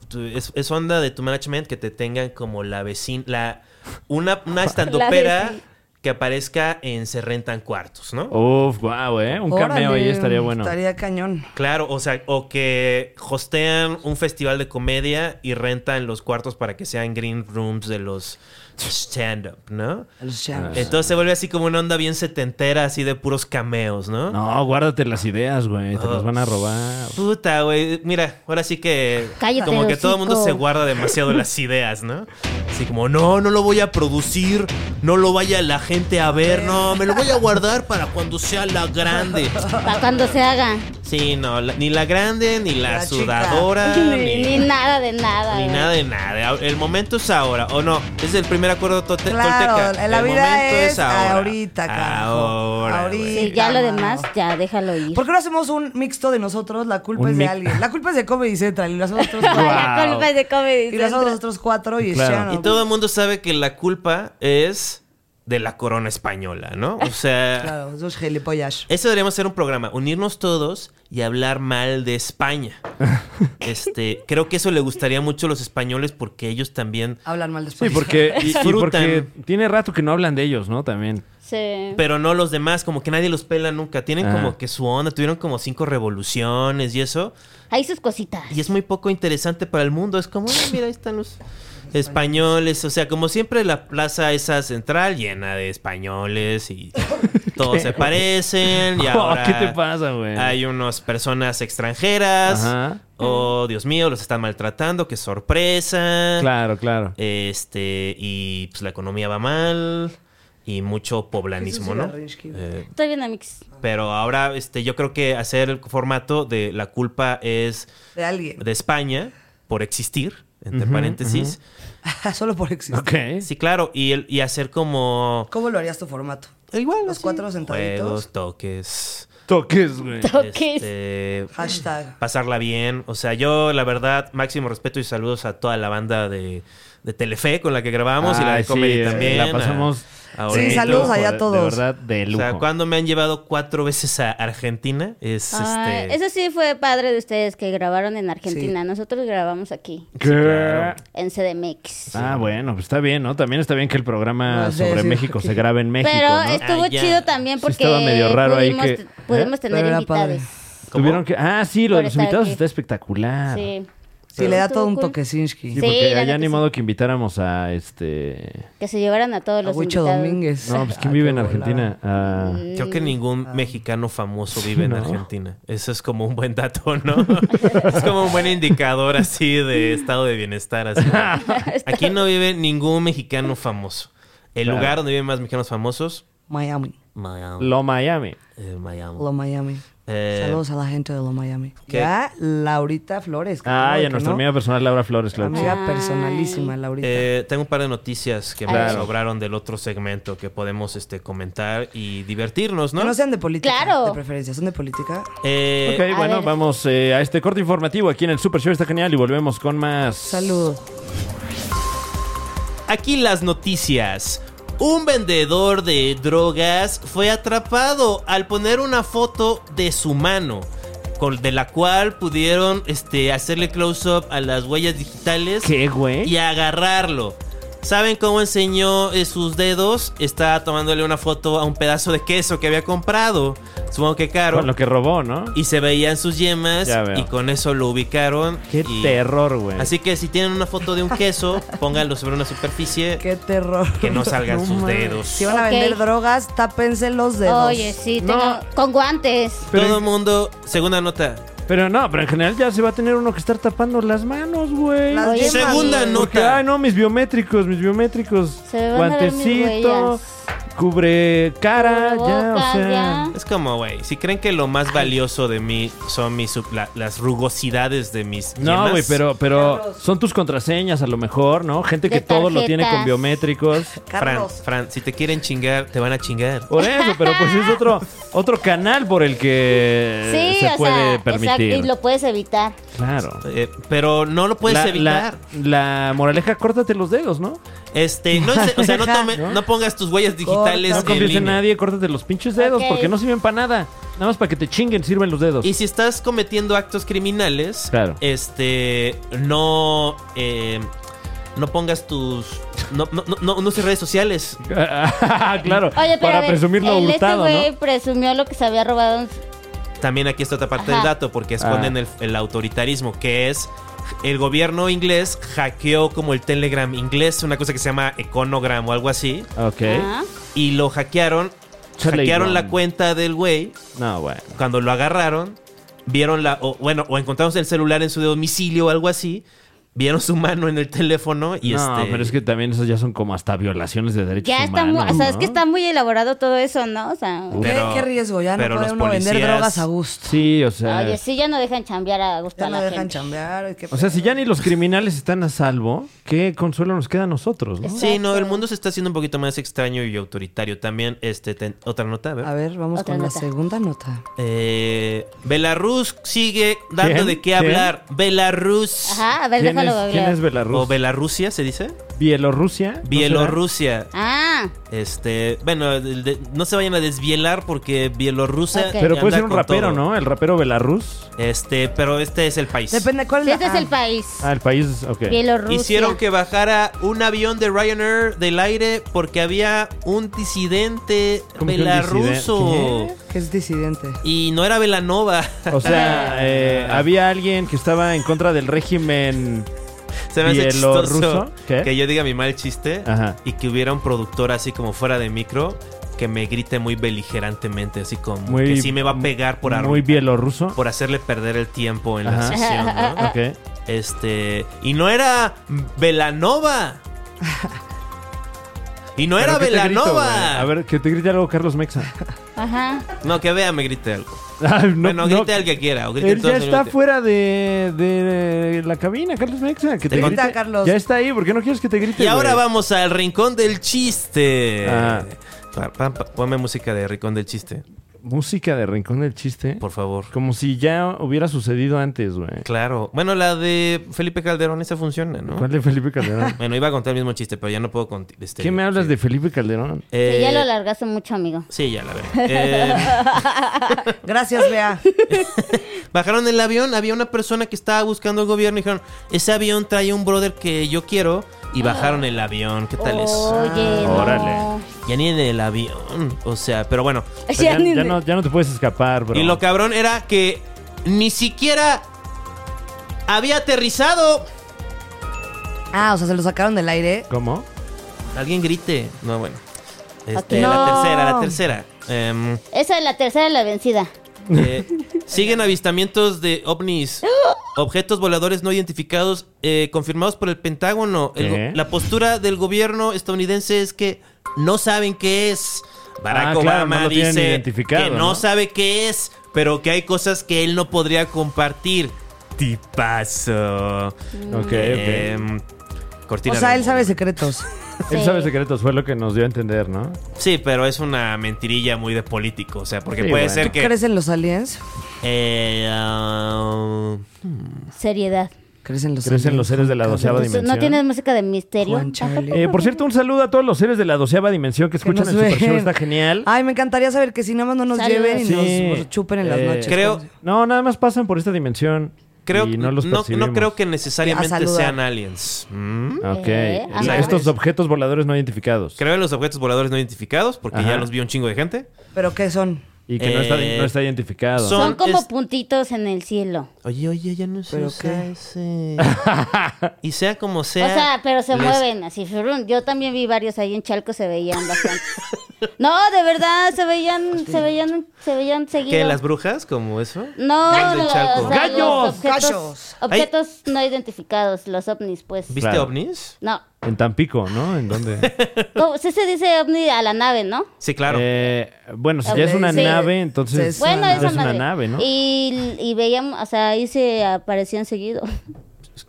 S4: tu- es, es onda de tu management que te tengan como la vecina, la, una, una
S1: La
S4: estandopera
S1: vecina.
S4: que aparezca en Se Rentan Cuartos, ¿no?
S3: Uf, guau, eh. Un cameo
S2: Órale,
S3: ahí estaría bueno.
S2: Estaría cañón.
S4: Claro, o sea, o que hostean un festival de comedia y rentan los cuartos para que sean green rooms de los stand-up, ¿no?
S2: Los chavos.
S4: Entonces se vuelve así como una onda bien setentera, así de puros cameos, ¿no?
S3: No, guárdate las ideas, güey. Te las van a robar.
S4: Puta, güey. Mira, ahora sí que.
S1: Cállate,
S4: como que todo el mundo
S1: hocico.
S4: se guarda demasiado las ideas, ¿no? Así como, no, no lo voy a producir, no lo vaya la gente a ver, no, me lo voy a guardar para cuando sea la grande.
S1: Para cuando se haga.
S4: Sí, no, la- ni la grande, ni la,
S2: La chica.
S4: sudadora,
S1: Ni, ni
S4: ni,
S1: nada de nada.
S4: ni
S1: ¿verdad?
S4: nada de nada. El momento es ahora, ¿o no? Es el primer acuerdo tote-
S2: Claro,
S4: tolteca.
S2: la
S4: el
S2: vida
S4: momento
S2: es,
S4: ahora.
S2: ahorita, carajo.
S4: Ahora.
S2: Ahorita.
S4: güey.
S1: Sí, ya lo
S2: Mano.
S1: demás, ya déjalo ir.
S2: ¿Por qué no hacemos un mixto de nosotros? La culpa
S3: Un
S2: es de
S3: mic-
S2: alguien. La culpa es de Comedy Central y lo hacemos nosotros
S1: Ay,
S2: cuatro.
S1: La
S3: Wow.
S1: culpa es de Comedy
S2: Y lo hacemos
S1: Central.
S2: nosotros cuatro y es
S3: Claro.
S2: Shannon.
S4: Y todo el mundo sabe que la culpa es de la corona española, ¿no? O sea,
S2: Claro, esos gilipollas.
S4: eso deberíamos hacer un programa, unirnos todos y hablar mal de España. Este, creo que eso le gustaría mucho a los españoles porque ellos también,
S2: Hablan mal
S3: Sí,
S2: después.
S3: porque, y- y
S4: Disfrutan.
S3: porque tiene rato que no hablan de ellos, ¿no? También.
S1: Sí.
S4: pero no los demás, como que nadie los pela nunca. Tienen
S3: Ajá.
S4: como que su onda, tuvieron como cinco revoluciones y eso,
S1: Ahí sus cositas.
S4: y es muy poco interesante para el mundo. Es como, "Ah, mira, ahí están los españoles, o sea, como siempre la plaza esa central llena de españoles y todos se parecen y
S3: Oh,
S4: ahora
S3: ¿Qué te pasa, güey?
S4: Hay unas personas extranjeras.
S3: Ajá.
S4: Oh, Dios mío, los están maltratando. Qué sorpresa.
S3: Claro, claro.
S4: Este, y pues la economía va mal. Y mucho poblanismo, ¿no?
S2: Garrinchki.
S4: Eh,
S1: Estoy bien, amigos.
S4: pero ahora, este, yo creo que hacer el formato de la culpa es
S2: De alguien.
S4: de España por existir. entre
S3: Ujú,
S4: paréntesis.
S2: Solo por existir.
S3: Ok.
S4: Sí, claro, y, el- y hacer como...
S2: ¿Cómo lo harías tu formato?
S4: Igual,
S2: Los cuatro sentaditos.
S4: Juegos, toques.
S3: Toques, güey.
S1: Toques.
S4: este,
S2: Hashtag.
S4: pasarla bien. O sea, yo, la verdad, máximo respeto y saludos a toda la banda de, de Telefe con la que grabamos y la
S3: Ay,
S4: de
S3: sí,
S4: Comedy
S3: eh,
S4: también.
S3: La pasamos.
S4: a- a
S2: Sí,
S4: Orlando.
S2: saludos allá a
S3: de-
S2: todos.
S3: De verdad, de
S4: O
S3: lujo.
S4: sea, cuando me han llevado cuatro veces a Argentina, es
S1: Ah,
S4: este.
S1: Eso sí fue padre de ustedes que grabaron en Argentina. Nosotros grabamos aquí,
S3: ¿Qué?
S4: claro.
S1: en CDMX.
S3: Ah, bueno, pues está bien, ¿no? También está bien que el programa
S2: No sé,
S3: sobre
S2: sí.
S3: México se grabe en México,
S1: Pero
S3: ¿no?
S1: estuvo
S4: Ah, ya.
S1: chido también
S3: Sí
S1: porque
S3: estaba medio raro ahí
S1: pudimos,
S3: que-
S1: pudimos
S3: ¿Eh?
S1: tener
S2: Pero era
S1: invitados.
S4: ¿Cómo?
S3: Tuvieron que... Ah, sí, lo de
S1: Por
S3: los
S1: estar
S3: invitados
S1: aquí.
S3: está espectacular. Sí.
S1: Sí.
S2: Si le da todo
S1: Estuvo
S2: un
S1: cool.
S2: toquecinsky.
S1: Sí, la
S3: porque
S1: neta
S3: allá
S1: sí.
S3: ni modo que invitáramos a este...
S1: Que se llevaran a todos
S2: A
S1: los
S2: Huicho
S1: invitados.
S2: Domínguez.
S3: No, pues
S2: Ah,
S3: ¿quién vive
S2: qué Mm.
S3: en
S2: volada.
S3: Argentina? Ah,
S4: Creo que ningún mexicano famoso
S3: Sí,
S4: vive en
S3: ¿no?
S4: Argentina. Eso es como un buen dato, ¿no? es como un buen indicador así de estado de bienestar. Así. Aquí no vive ningún mexicano famoso. El
S3: Claro.
S4: lugar donde viven más mexicanos famosos,
S2: Miami.
S4: Miami.
S3: Lo Miami.
S4: Eh, Miami.
S2: Lo Miami.
S4: Eh,
S2: Saludos a la gente de Lo Miami.
S4: ¿Qué?
S2: Ya, Laurita Flores. que
S3: Ah,
S2: claro
S3: y
S2: que
S3: a nuestra
S2: no. Ah,
S3: amiga personal Laura Flores, claro. que sí.
S2: Amiga
S1: Ay.
S2: personalísima, Laurita.
S4: eh, tengo un par de noticias que me
S1: Claro.
S4: sobraron del otro segmento que podemos este, comentar y divertirnos, ¿no?
S2: Que no sean de política.
S1: Claro.
S2: De preferencia, son de política.
S4: Eh,
S3: Ok, bueno,
S1: ver.
S3: vamos eh, a este corte informativo aquí en el Super Show. Está genial y volvemos con más...
S2: Saludos.
S4: Aquí las noticias. Un vendedor de drogas fue atrapado al poner una foto de su mano, con, de la cual pudieron este, hacerle close-up a las huellas digitales
S3: ¿Qué, güey?
S4: y agarrarlo. ¿Saben cómo enseñó eh, sus dedos? Está tomándole una foto a un pedazo de queso que había comprado, supongo que caro,
S3: Con lo que robó, ¿no?
S4: y se veían sus yemas
S3: Ya veo.
S4: y con eso lo ubicaron.
S3: Qué
S4: y-
S3: terror, güey.
S4: Así que si tienen una foto de un queso, pónganlo sobre una superficie
S2: Qué terror.
S4: que no salgan sus
S3: mames.
S4: dedos.
S2: Si van a
S1: Ok.
S2: vender drogas, tápense los dedos.
S1: Oye, sí,
S3: No.
S1: tengo- con guantes.
S4: Todo mundo, segunda nota.
S3: Pero no, pero en general ya se va a tener uno que estar tapando las manos, güey.
S2: Las
S1: Oye,
S2: yemas,
S4: Segunda
S2: güey.
S4: no-
S3: Porque, ay, no, mis biométricos, mis biométricos.
S1: Se me van a ver mis
S3: Guantecito,
S1: huellas.
S3: cubre cara, ya, o
S1: Cubrebocas,
S3: sea.
S1: ya.
S4: Es como, güey, si creen que lo más valioso de mí son mis sub- la- las rugosidades de mis
S3: No,
S4: yemas,
S3: güey, pero, pero son tus contraseñas a lo mejor, ¿no? Gente
S1: De
S3: que todo lo tiene con
S1: tarjetas.
S3: biométricos.
S4: Fran,
S2: Carlos.
S4: Fran, si te quieren chingar, te van a chingar.
S3: Por eso, pero pues es otro, otro canal por el que
S1: Sí,
S3: Eh, se
S1: o
S3: puede
S1: sea, exacto,
S3: permitir.
S1: y lo puedes evitar.
S3: Claro.
S4: Eh, pero no lo puedes
S3: la,
S4: evitar.
S3: La, la moraleja, córtate los dedos, ¿no?
S4: Este, no, es- o sea, no, tome-
S3: ¿No?
S4: no pongas tus huellas digitales
S2: Corta.
S3: No
S4: en
S3: confíes en
S4: línea.
S3: nadie, córtate los pinches dedos,
S1: Ok.
S3: porque no sirven para nada. Nada más para que te chinguen, sirven los dedos.
S4: Y si estás cometiendo actos criminales,
S3: Claro.
S4: este, no, eh, no pongas tus, no, no, no, no, no uses redes sociales.
S3: claro,
S1: Oye, pero
S3: para
S1: a ver,
S3: presumir lo
S1: el
S3: hurtado,
S1: este güey
S3: ¿no?
S1: presumió lo que se había robado. en-
S4: También aquí está otra parte del
S1: Ajá.
S4: dato, porque esconden
S3: Ah.
S4: el, el autoritarismo, que es el gobierno inglés hackeó como el Telegram inglés, una cosa que se llama Econogram o algo así,
S3: Ok.
S1: Ah,
S4: y lo hackearon, hackearon
S3: Telegram.
S4: la cuenta del güey
S3: No, bueno.
S4: cuando lo agarraron, vieron la. O, bueno, o encontramos el celular en su domicilio o algo así. Vieron su mano en el teléfono y
S3: no,
S4: este.
S3: pero es que también esas ya son como hasta violaciones de derechos
S1: Ya está
S3: humanos.
S1: muy, o sea, es
S3: ¿no?
S1: que está muy elaborado todo eso, ¿no? O sea,
S2: ¿Qué,
S4: Pero-
S2: qué riesgo? Ya no
S4: pero
S2: puede
S4: los
S2: uno vender
S4: policías-
S2: drogas a gusto.
S3: Sí, o sea.
S1: oye, sí, ya no dejan chambear a gusto
S2: Ya
S1: a
S2: no
S1: la
S2: dejan
S1: gente.
S2: chambear. qué
S3: O sea,
S2: feo.
S3: si ya ni los criminales están a salvo, ¿qué consuelo nos queda a nosotros, no?
S4: Sí, no, el mundo se está haciendo un poquito más extraño y autoritario. También, este, ten- otra nota, a ver.
S2: A ver, vamos
S1: Otra
S2: con la
S1: nota.
S2: segunda nota.
S4: Eh, Belarus sigue dando
S3: ¿Quién?
S4: de qué
S3: ¿Quién?
S4: hablar. Belarus.
S1: Ajá, a ver,
S3: ¿Quién,
S1: déjalo googlear.
S3: es, ¿Quién es
S4: O
S3: Belarus?
S4: Belarrusia, se dice.
S3: ¿Bielorrusia? ¿No será?
S4: Bielorrusia.
S1: Ah,
S4: Este, bueno, de- de- no se vayan a desvielar porque Bielorrusia.
S1: Ok.
S3: Pero
S4: ya
S3: puede ser
S4: anda
S3: un
S4: con
S3: rapero,
S4: todo.
S3: ¿no? El rapero Belarus.
S4: Este, pero este es el país.
S2: Depende cuál
S1: sí, este es
S2: ah,
S1: el país.
S3: Ah, el país, ok.
S1: Bielorrusia.
S4: Hicieron que bajara un avión de Ryanair del aire porque había un disidente
S3: ¿Cómo que un
S4: belarruso.
S2: Que es disidente.
S4: Y no era Velanova.
S3: O sea, eh, había alguien que estaba en contra del régimen.
S4: Se me hace chistoso
S3: ¿Bielorruso? ¿Qué?
S4: que yo diga mi mal chiste
S3: Ajá.
S4: y que hubiera un productor así como fuera de micro que me grite muy beligerantemente, así como
S3: Muy-
S4: que sí me va a pegar por, arru-
S3: Muy bielorruso.
S4: por hacerle perder el tiempo en la
S3: Ajá.
S4: sesión, ¿no?
S3: Ok.
S4: Este, y no era Velanova. Y no era
S3: ¿Pero qué te grito,
S4: Velanova.
S3: güey? a ver, que te grite algo Carlos Mexa.
S1: Ajá.
S4: No, que vea, me grite algo.
S3: Ay, no, no.
S4: bueno, grite al que quiera. O grite
S3: Él
S4: todos
S3: ya
S4: al
S3: está
S4: mismo
S3: fuera de, de la cabina, Carlos Mexa. Que te,
S2: grita,
S3: grite.
S2: Carlos.
S3: Ya está ahí, ¿por qué no quieres que te grite?
S4: tiempo. Y ahora
S3: güey?
S4: vamos al rincón del chiste.
S3: Ah.
S4: Pa- pa- pa- Ponme música de rincón del chiste,
S3: Música de Rincón del Chiste.
S4: por favor.
S3: Como si ya hubiera sucedido antes, güey.
S4: Claro. Bueno, la de Felipe Calderón, esa funciona, ¿no?
S3: ¿Cuál de Felipe Calderón?
S4: Bueno, iba a contar el mismo chiste, pero ya no puedo este, contar.
S3: ¿Qué me hablas de Felipe Calderón?
S1: Sí, ya lo largaste mucho, amigo.
S4: Sí, ya la veré. Eh,
S2: Gracias, Bea.
S4: bajaron del avión, había una persona que estaba buscando el gobierno y dijeron, ese avión trae un brother que yo quiero y bajaron el avión. ¿Qué tal eso?
S1: Oye, no.
S3: Órale. Pues
S4: Ya ni en el avión. O sea, pero bueno.
S1: Ya
S3: Ya,
S1: ni-
S3: ya no, ya no te puedes escapar, bro.
S4: Y lo cabrón era que ni siquiera había aterrizado.
S2: Ah, o sea, se lo sacaron del aire.
S3: ¿Cómo?
S4: Alguien grite. No, bueno. Este,
S1: Ok.
S4: La
S1: No.
S4: tercera, la tercera. Em,
S1: Esa es la tercera, la vencida.
S4: Eh, siguen avistamientos de ovnis, objetos voladores no identificados eh, confirmados por el Pentágono. El go-
S3: ¿Qué?
S4: la postura del gobierno estadounidense es que no saben qué es. Barack
S3: Ah, claro,
S4: Obama
S3: no lo tienen
S4: dice
S3: identificado,
S4: que no,
S3: ¿no?
S4: sabe qué es, pero que hay cosas que él no podría compartir. Tipazo.
S3: Ok, ok.
S4: Em, cortina
S2: O sea,
S4: de
S2: él
S4: humo.
S2: sabe secretos.
S3: Él
S1: Sí.
S3: sabe secretos, fue lo que nos dio a entender, ¿no?
S4: Sí, pero es una mentirilla muy de político. O sea, porque
S3: Sí,
S4: puede
S3: bueno.
S4: ser
S2: ¿Tú
S4: que.
S2: crees en los aliens?
S4: Eh, ah,
S1: Seriedad.
S2: ¿Crees en los
S3: Crees en
S2: aliens,
S3: los seres de la
S2: Juan
S3: doceava
S2: Carlos?
S1: Pues,
S3: dimensión.
S1: ¿No tienes música de misterio?
S2: Juan Charlie.
S3: Eh, por cierto, un saludo a todos los seres de la doceava dimensión que
S2: Que
S3: escuchan
S2: nos
S3: el Super
S2: ven.
S3: Show, está genial.
S1: Ah.
S2: Ay, me encantaría saber que si nada más no nos
S1: Saludos.
S2: lleven y
S3: Sí.
S2: nos chupen en las
S3: Eh,
S2: noches.
S4: creo-
S3: No, nada más pasan por esta dimensión.
S4: Creo,
S3: y
S4: no,
S3: no los
S4: no
S3: percibimos.
S4: creo que
S2: A
S4: necesariamente
S2: saludar.
S4: sean aliens. ¿Mm?
S3: Ok.
S1: Eh,
S3: La-
S1: ajá.
S3: Estos objetos voladores no identificados.
S4: Creo en los objetos voladores no identificados, porque
S3: Ajá.
S4: ya los vio un chingo de gente.
S2: ¿Pero qué son?
S3: Y que no, está,
S4: Eh,
S3: no está identificado.
S4: son-
S1: Son como
S4: es-
S1: puntitos en el cielo.
S4: Oye, oye, ya no se
S2: ¿Pero
S4: usa
S2: qué?
S4: ese. y sea como sea.
S1: o sea, pero se
S4: les-
S1: mueven así. frum. Yo también vi varios ahí en Chalco, se veían bastante. no, de verdad, se veían, se veían, se veían seguido.
S4: ¿Qué? ¿Las brujas? ¿Como eso?
S1: No,
S4: Los del
S1: los,
S4: Chalco.
S1: o sea,
S3: ¡Gallos!
S1: los objetos,
S2: ¡Gallos!
S1: objetos no identificados, los ovnis, pues.
S4: ¿Viste
S3: Claro.
S4: ovnis?
S1: No.
S3: En Tampico, ¿no? ¿En dónde?
S1: ¿Cómo- Sí se dice ovni a la nave, ¿no?
S4: Sí, claro.
S3: Eh, bueno, si ya es una
S1: Sí.
S3: nave, entonces
S2: Sí,
S1: Bueno,
S2: una-
S1: es una,
S3: es una
S1: nave.
S3: nave, ¿no?
S1: Y, y veíamos, o sea, ahí se aparecían seguido.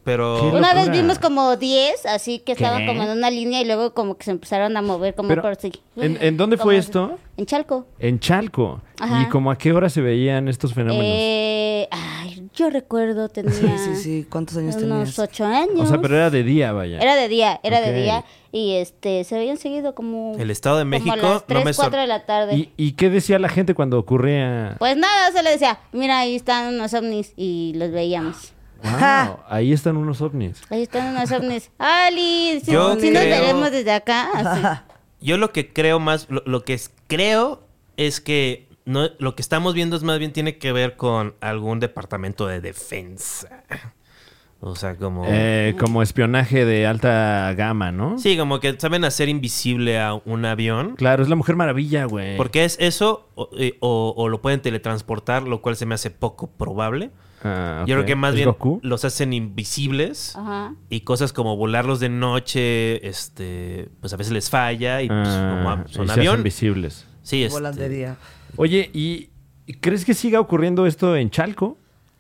S4: Pero.
S3: ¿Qué?
S1: Una vez
S3: locura.
S1: vimos como 10, así que estaban
S3: ¿Qué?
S1: como en una línea y luego como que se empezaron a mover como
S3: Pero,
S1: por sí.
S3: ¿en- en dónde fue
S1: Como-
S3: esto?
S1: En Chalco.
S3: en Chalco.
S1: Ajá.
S3: ¿Y como a qué hora se veían estos fenómenos?
S1: Eh, ay, yo recuerdo, tenía
S2: Sí, sí, sí. ¿Cuántos años
S1: unos
S2: tenías?
S1: ocho años.
S3: o sea, pero era de día, vaya.
S1: Era de día, era
S3: Ok.
S1: de día. Y este, se habían seguido como.
S4: El Estado de México
S1: Como a las
S4: no
S1: 3,
S4: me sor-
S1: 4 de la tarde.
S3: ¿Y, y qué decía la gente cuando ocurría?
S1: Pues nada, se le decía, mira, ahí están unos ovnis. Y los veíamos.
S3: Wow, ahí están unos ovnis.
S1: Ahí están unos ovnis. ¡Ali! Si,
S4: Yo
S1: nos
S4: creo-
S1: veremos desde acá. así.
S4: Yo lo que creo más. Lo, lo que es- creo es que. No, lo que estamos viendo es más bien tiene que ver con algún departamento de defensa. O sea, como.
S3: Eh, como espionaje de alta gama, ¿no?
S4: Sí, como que saben hacer invisible a un avión.
S3: Claro, es la Mujer Maravilla, güey.
S4: Porque es eso, o, eh, o- o lo pueden teletransportar, lo cual se me hace poco probable.
S3: Ah,
S4: Yo
S3: ok.
S4: creo que más
S3: ¿Es
S4: bien
S3: Goku? Ah.
S4: los hacen invisibles
S1: Ajá.
S4: y cosas como volarlos de noche, este, pues a veces les falla y pues, como
S3: Ah,
S4: a-
S3: y
S4: son
S3: se hacen
S4: avión.
S3: visibles.
S4: Sí, este,
S2: Volan de día.
S3: Oye, ¿y y crees que siga ocurriendo esto en Chalco?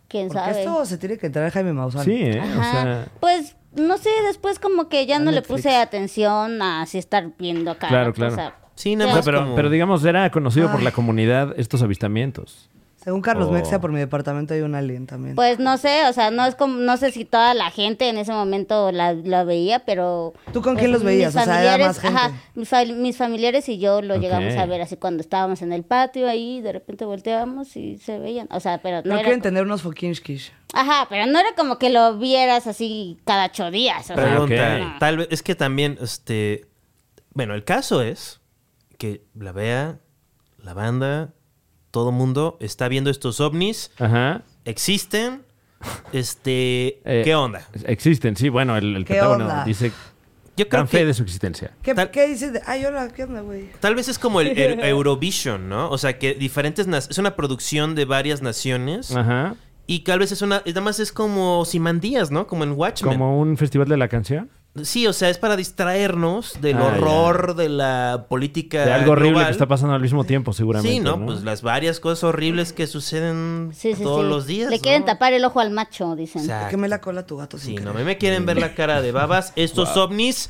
S1: ¿Quién
S2: Porque
S1: sabe?
S2: esto se tiene que entrar Jaime Maussan.
S3: Sí, ¿eh?
S1: Ajá.
S3: O sea,
S1: Pues no sé, después como que ya no le
S2: Netflix.
S1: puse atención a si estar viendo cada
S3: Claro,
S1: cosa.
S3: claro.
S4: Sí, nada
S1: Ya.
S4: más
S3: pero,
S4: como-
S3: pero digamos, era conocido por
S2: Ay.
S3: la comunidad estos avistamientos.
S2: Según Carlos
S3: Oh.
S2: Mexa, por mi departamento hay un alien también.
S1: Pues no sé, o sea, no es como, no sé si toda la gente en ese momento la, la veía, pero...
S2: ¿Tú con
S1: pues,
S2: quién los veías? O
S1: Mis
S2: sea, era
S1: familiares,
S2: más gente.
S1: ajá, mis, fa- mis familiares y yo lo
S3: Ok.
S1: llegamos a ver así cuando estábamos en el patio ahí, de repente volteábamos y se veían, o sea, pero no,
S2: no
S1: era...
S2: quiero
S1: como-
S2: entender unos Fokinskish.
S1: Ajá, pero no era como que lo vieras así cada ocho días, o sea,
S4: Pregunta,
S3: Ah,
S1: ok.
S4: tal vez, es que también, este, bueno, el caso es que la vea, la banda, todo mundo está viendo estos ovnis,
S3: Ajá.
S4: existen, este,
S3: Eh,
S4: ¿qué onda?
S3: Existen, sí, bueno, el, el
S2: ¿Qué
S3: Pentágono
S2: onda?
S3: dice
S4: Yo creo
S3: dan fe
S4: que
S3: de su existencia.
S2: ¿Qué,
S4: Tal-
S2: ¿Qué dices? de- Ay, hola, ¿qué onda, güey?
S4: tal vez es como el, el Eurovision, ¿no? O sea, que diferentes na- es una producción de varias naciones
S3: Ajá.
S4: y tal vez es una es- nada más es como Simandías, ¿no? Como en Watchmen.
S3: Como un festival de la canción.
S4: Sí, o sea, es para distraernos del
S3: Ah,
S4: horror de la política.
S3: De algo horrible que
S4: Eh, global.
S3: está pasando al mismo tiempo, seguramente.
S4: Sí, ¿no? Pues las varias cosas horribles que suceden
S1: Sí, sí,
S4: todos
S1: sí.
S4: los días.
S1: Le
S4: ¿no?
S1: quieren tapar el ojo al macho, dicen.
S4: Exacto.
S2: Que me la cola tu gato sin
S4: Ah, Sí, no, a
S2: querer.
S4: mí me quieren ver la cara de babas. Estos ovnis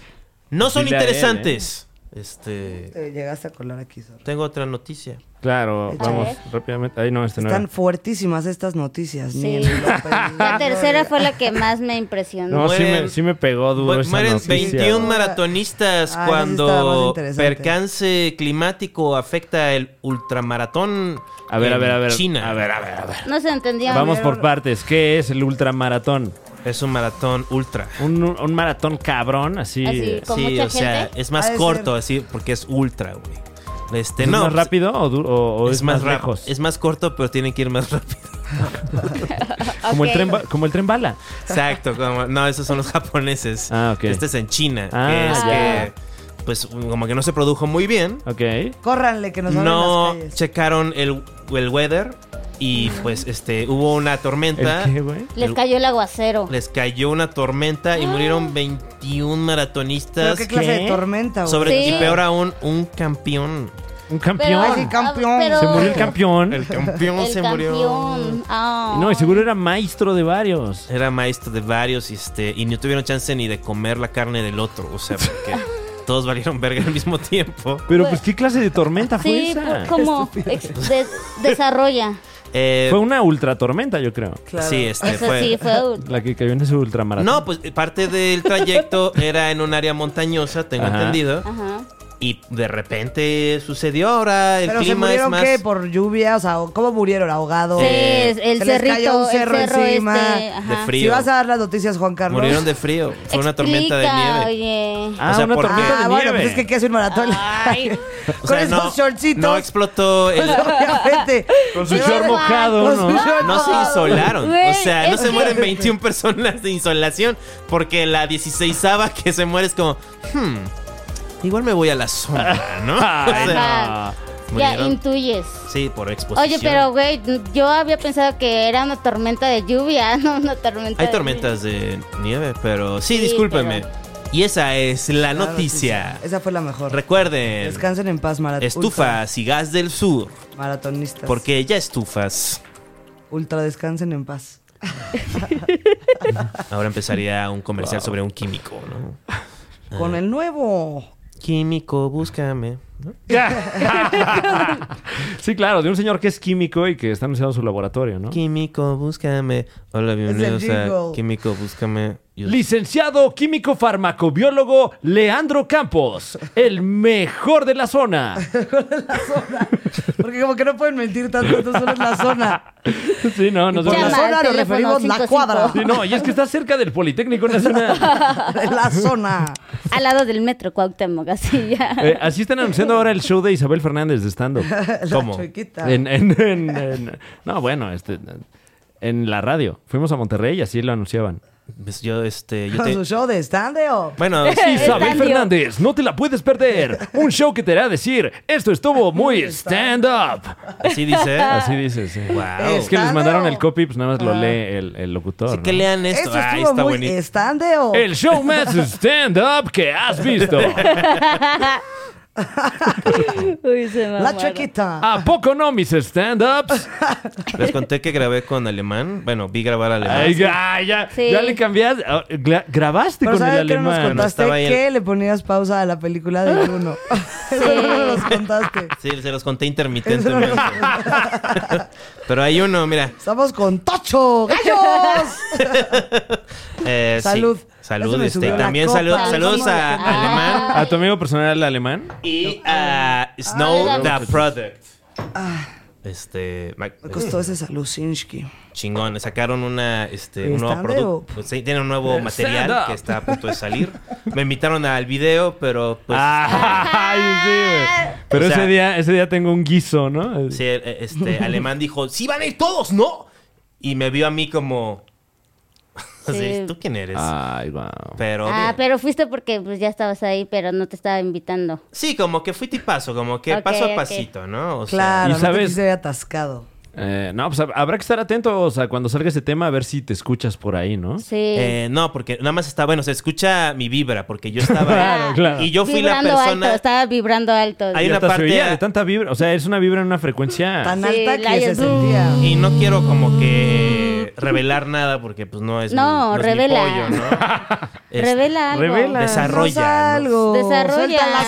S4: no son
S3: Dile a él,
S4: interesantes.
S3: ¿eh?
S4: Este.
S2: Te llegaste a colar aquí, zorro.
S4: Tengo otra noticia.
S3: Claro,
S2: Échale.
S3: vamos rápidamente. Ahí no, este no.
S2: Están
S3: era.
S2: fuertísimas estas noticias.
S1: Sí.
S2: ni en la peli-
S1: La tercera fue la que más me impresionó.
S3: No, sí
S4: Mueren-
S3: me, sí me pegó duro
S4: Mu-
S3: esa
S4: Mueren
S3: noticia.
S4: 21 maratonistas
S2: Ah, esa sí Ah, estaba más
S4: cuando
S2: interesante.
S4: percance climático afecta el ultramaratón
S3: A ver, a
S4: en
S3: ver, a ver.
S4: China.
S3: A ver, a ver, a ver.
S1: No se entendía.
S3: Vamos por
S1: Pero-
S3: partes. ¿Qué es el ultramaratón?
S4: Es un maratón ultra.
S3: Un, un maratón cabrón, así.
S1: Así. ¿Con mucha
S4: o sea,
S1: gente?
S4: es
S2: Ha
S4: más
S2: de
S4: corto así porque es ultra, güey. Este,
S3: ¿Es
S4: no,
S3: más
S4: pues,
S3: rápido o, du- o- o
S4: es, más, rápido.
S3: lejos?
S4: Es más corto, pero tienen que ir más rápido.
S3: Como, el
S1: Ok.
S3: tren, ba- como el tren bala.
S4: Exacto, como- no, esos son los japoneses.
S3: Ah, ok.
S4: Este es en China,
S3: Ah,
S4: que es
S1: ya.
S4: que pues como que no se produjo muy bien.
S3: Ok.
S2: Córranle, que nos van
S4: no
S2: en las calles.
S4: checaron el, el weather y pues este hubo una tormenta.
S3: ¿El qué, güey?
S1: Les cayó el aguacero.
S4: Les cayó una
S3: Ah.
S4: tormenta y murieron 21 maratonistas.
S2: Pero qué clase
S3: ¿Qué?
S2: de tormenta, güey.
S4: sobre
S1: Sí.
S4: y peor aún un campeón.
S3: Un campeón.
S2: Ay, sí, campeón.
S1: ah, pero-
S3: Se murió el campeón.
S4: El campeón
S1: El
S4: se
S1: campeón.
S4: murió.
S1: Ah.
S3: No, y seguro era maestro de varios.
S4: Era maestro de varios y, este, y no tuvieron chance ni de comer la carne del otro. O sea, porque todos valieron verga al mismo tiempo.
S3: Pero pues, ¿qué clase de tormenta fue
S1: Sí,
S3: esa?
S1: por- como ex- des- desarrolla.
S4: Eh,
S3: Fue una ultratormenta, yo creo.
S2: Claro.
S4: Sí, este
S1: Eso
S4: fue.
S1: sí, fue.
S3: La que cayó en ese ultramaratón.
S4: No, pues parte del trayecto era en un área montañosa, tengo
S3: Ajá.
S4: entendido.
S1: Ajá.
S4: Y de repente sucedió ahora, el
S2: Pero se
S4: clima
S2: murieron,
S4: es más.
S2: ¿qué? ¿Por lluvia? O sea, ¿cómo murieron? ¿Ahogados?
S1: Sí,
S4: Eh,
S1: es- el
S2: se les cayó
S1: cerrito,
S2: un cerro
S1: el cerro
S2: encima,
S1: este.
S4: de
S1: Ajá.
S4: frío.
S2: Si vas a dar las noticias, Juan Carlos.
S4: Murieron de frío. Fue una tormenta de
S1: Explica,
S4: nieve.
S1: Oye.
S3: Ah,
S4: o sea,
S3: una
S4: ¿por qué?
S3: tormenta
S2: Ah,
S3: de
S2: bueno,
S3: nieve.
S2: pues es que ¿qué hace un maratón?
S4: Ah. O
S2: Con
S4: sea,
S2: esos
S4: no,
S2: shortcitos.
S4: no explotó. el-
S2: Obviamente.
S3: Con su
S1: Sí,
S3: short
S1: ¿verdad?
S3: mojado,
S2: Con
S3: ¿no?
S2: su short
S4: no se
S2: mojado.
S4: insolaron.
S1: Güey,
S4: O sea, no
S1: es
S4: se
S1: que-
S4: mueren 21 personas de insolación. Porque la 16 que se muere es como. Hmm, igual me voy a la sombra, ¿no? O
S3: Ay,
S4: sea,
S1: Ajá. Ya
S4: murieron.
S1: intuyes.
S4: Sí, por exposición.
S1: Oye, pero güey, yo había pensado que era una tormenta de lluvia, no una tormenta.
S4: Hay
S1: de-
S4: tormentas de nieve, pero sí,
S1: Sí,
S4: discúlpeme.
S1: pero-
S4: Y esa es la
S2: La
S4: noticia.
S2: Esa fue la mejor.
S4: Recuerden,
S2: Descansen en paz, maratón.
S4: estufas y gas del sur,
S2: Maratonistas.
S4: porque ya estufas.
S2: Ultra descansen en paz.
S4: Ahora empezaría un comercial sobre un químico, ¿no? Ah.
S2: Con el nuevo.
S4: Químico, búscame. ¿no?
S3: sí, claro, de un señor que es químico y que está anunciando su laboratorio, ¿no?
S4: Químico, búscame. Hola, bienvenidos
S2: el
S4: a
S2: jingle.
S4: Químico, búscame. Yo-
S3: Licenciado químico farmacobiólogo Leandro Campos, el mejor de la zona.
S2: Porque como que no pueden mentir tanto, esto solo es la zona.
S3: Sí, no, no
S2: Por
S1: Llama
S2: la
S1: al
S2: zona nos
S1: teléfono
S2: referimos la
S1: 55.
S2: cuadra.
S3: Sí, no, y es que está cerca del Politécnico Nacional.
S2: De la zona.
S1: Al lado del metro Cuauhtémoc, así ya.
S3: Eh, así están anunciando ahora el show de Isabel Fernández de stand-up.
S4: ¿Cómo?
S2: La chuequita.
S3: En, en- en- en- no, bueno, este, en la radio. Fuimos a Monterrey y así lo anunciaban.
S4: Pues yo, este, yo
S2: Con
S4: te-
S2: su show de stand-up.
S4: Bueno,
S3: Isabel
S1: Stand-up.
S3: Fernández, no te la puedes perder. Un show que te hará decir, esto estuvo muy stand-up.
S4: así dice.
S3: Así dices. sí.
S4: Wow.
S3: Es que les mandaron el
S2: Stand-up.
S3: copy, pues nada más
S2: Ah.
S3: lo lee el, el locutor.
S4: Así que
S3: ¿no?
S4: lean esto.
S2: Eso
S4: Ah,
S2: estuvo
S4: está
S2: muy
S4: buenísimo.
S2: stand-up.
S3: El show más stand-up que has visto.
S1: Uy, se
S2: La
S1: mamaron.
S2: chaquita.
S3: ¿A poco no mis stand-ups?
S4: Les conté que grabé con alemán. Bueno, vi grabar alemán.
S3: Ay, ya, ya,
S1: Sí.
S3: ya le cambiaste. Ah, gra- Grabaste
S2: Pero
S3: con el
S2: ¿sabes qué no nos
S3: alemán.
S2: contaste?
S4: Estaba ahí el-
S2: que le ponías pausa a la película de Bruno. Eso no nos contaste.
S4: Sí, se los conté intermitentemente. Pero hay uno, mira.
S2: Estamos con Tocho Gallos.
S4: Eh, sí.
S2: Salud. Ya se
S4: Salud.
S2: me
S4: este,
S2: subió la
S4: también
S2: copa.
S4: salud-
S1: Salud.
S4: saludos a
S1: Ah.
S4: Alemán
S3: ¿A tu amigo personal alemán? Pues,
S4: y a Snow
S1: Ah,
S4: the Product. Este, ma-
S2: Ah. Me costó ese Salusinski.
S4: chingón, sacaron una este
S2: ¿Y
S4: un nuevo
S2: stand up?
S4: producto, pues, sí, tienen un nuevo
S3: stand up.
S4: material que está a punto de salir. Me invitaron al video, pero pues
S3: Ah. Ay, sí, güey. Pero
S4: O sea-
S3: ese, día, ese día tengo un guiso, ¿no?
S4: sí, eh, este Alemán dijo, "Sí van a ir todos, ¿no?" Y me vio a mí como
S1: Sí.
S4: ¿Tú quién eres?
S3: Ay, wow.
S4: Pero
S1: Ah,
S4: bien.
S1: pero fuiste porque pues ya estabas ahí, pero no te estaba invitando.
S4: Sí, como que fui tipazo, como que
S1: Ok,
S4: paso a
S1: ok.
S4: pasito, ¿no? O sea,
S2: Claro,
S3: Y
S2: no
S3: sabes-
S2: te quise ver atascado.
S3: Eh, no, pues hab- habrá que estar atentos a cuando salga ese tema a ver si te escuchas por ahí, ¿no?
S1: Sí.
S4: Eh, no, porque nada más está, bueno, se escucha mi vibra, porque yo estaba...
S3: Claro, claro.
S4: Y yo fui la
S1: vibrando
S4: persona...
S1: alto, estaba vibrando alto.
S4: Hay
S3: Y
S4: una
S3: hasta se
S4: parte-
S3: oía de tanta vibra. O sea, es una vibra en una frecuencia.
S2: Tan
S1: Sí,
S2: alta
S1: la
S2: que se
S1: es-
S2: sentía.
S4: Y no quiero como que revelar nada porque pues no es mi-
S1: No,
S4: es mi
S1: revela.
S4: pollo, ¿no? Es-
S1: Revela algo.
S3: Revela.
S4: Desarrolla,
S2: No salgo.
S1: Desarrolla.
S2: Suelta la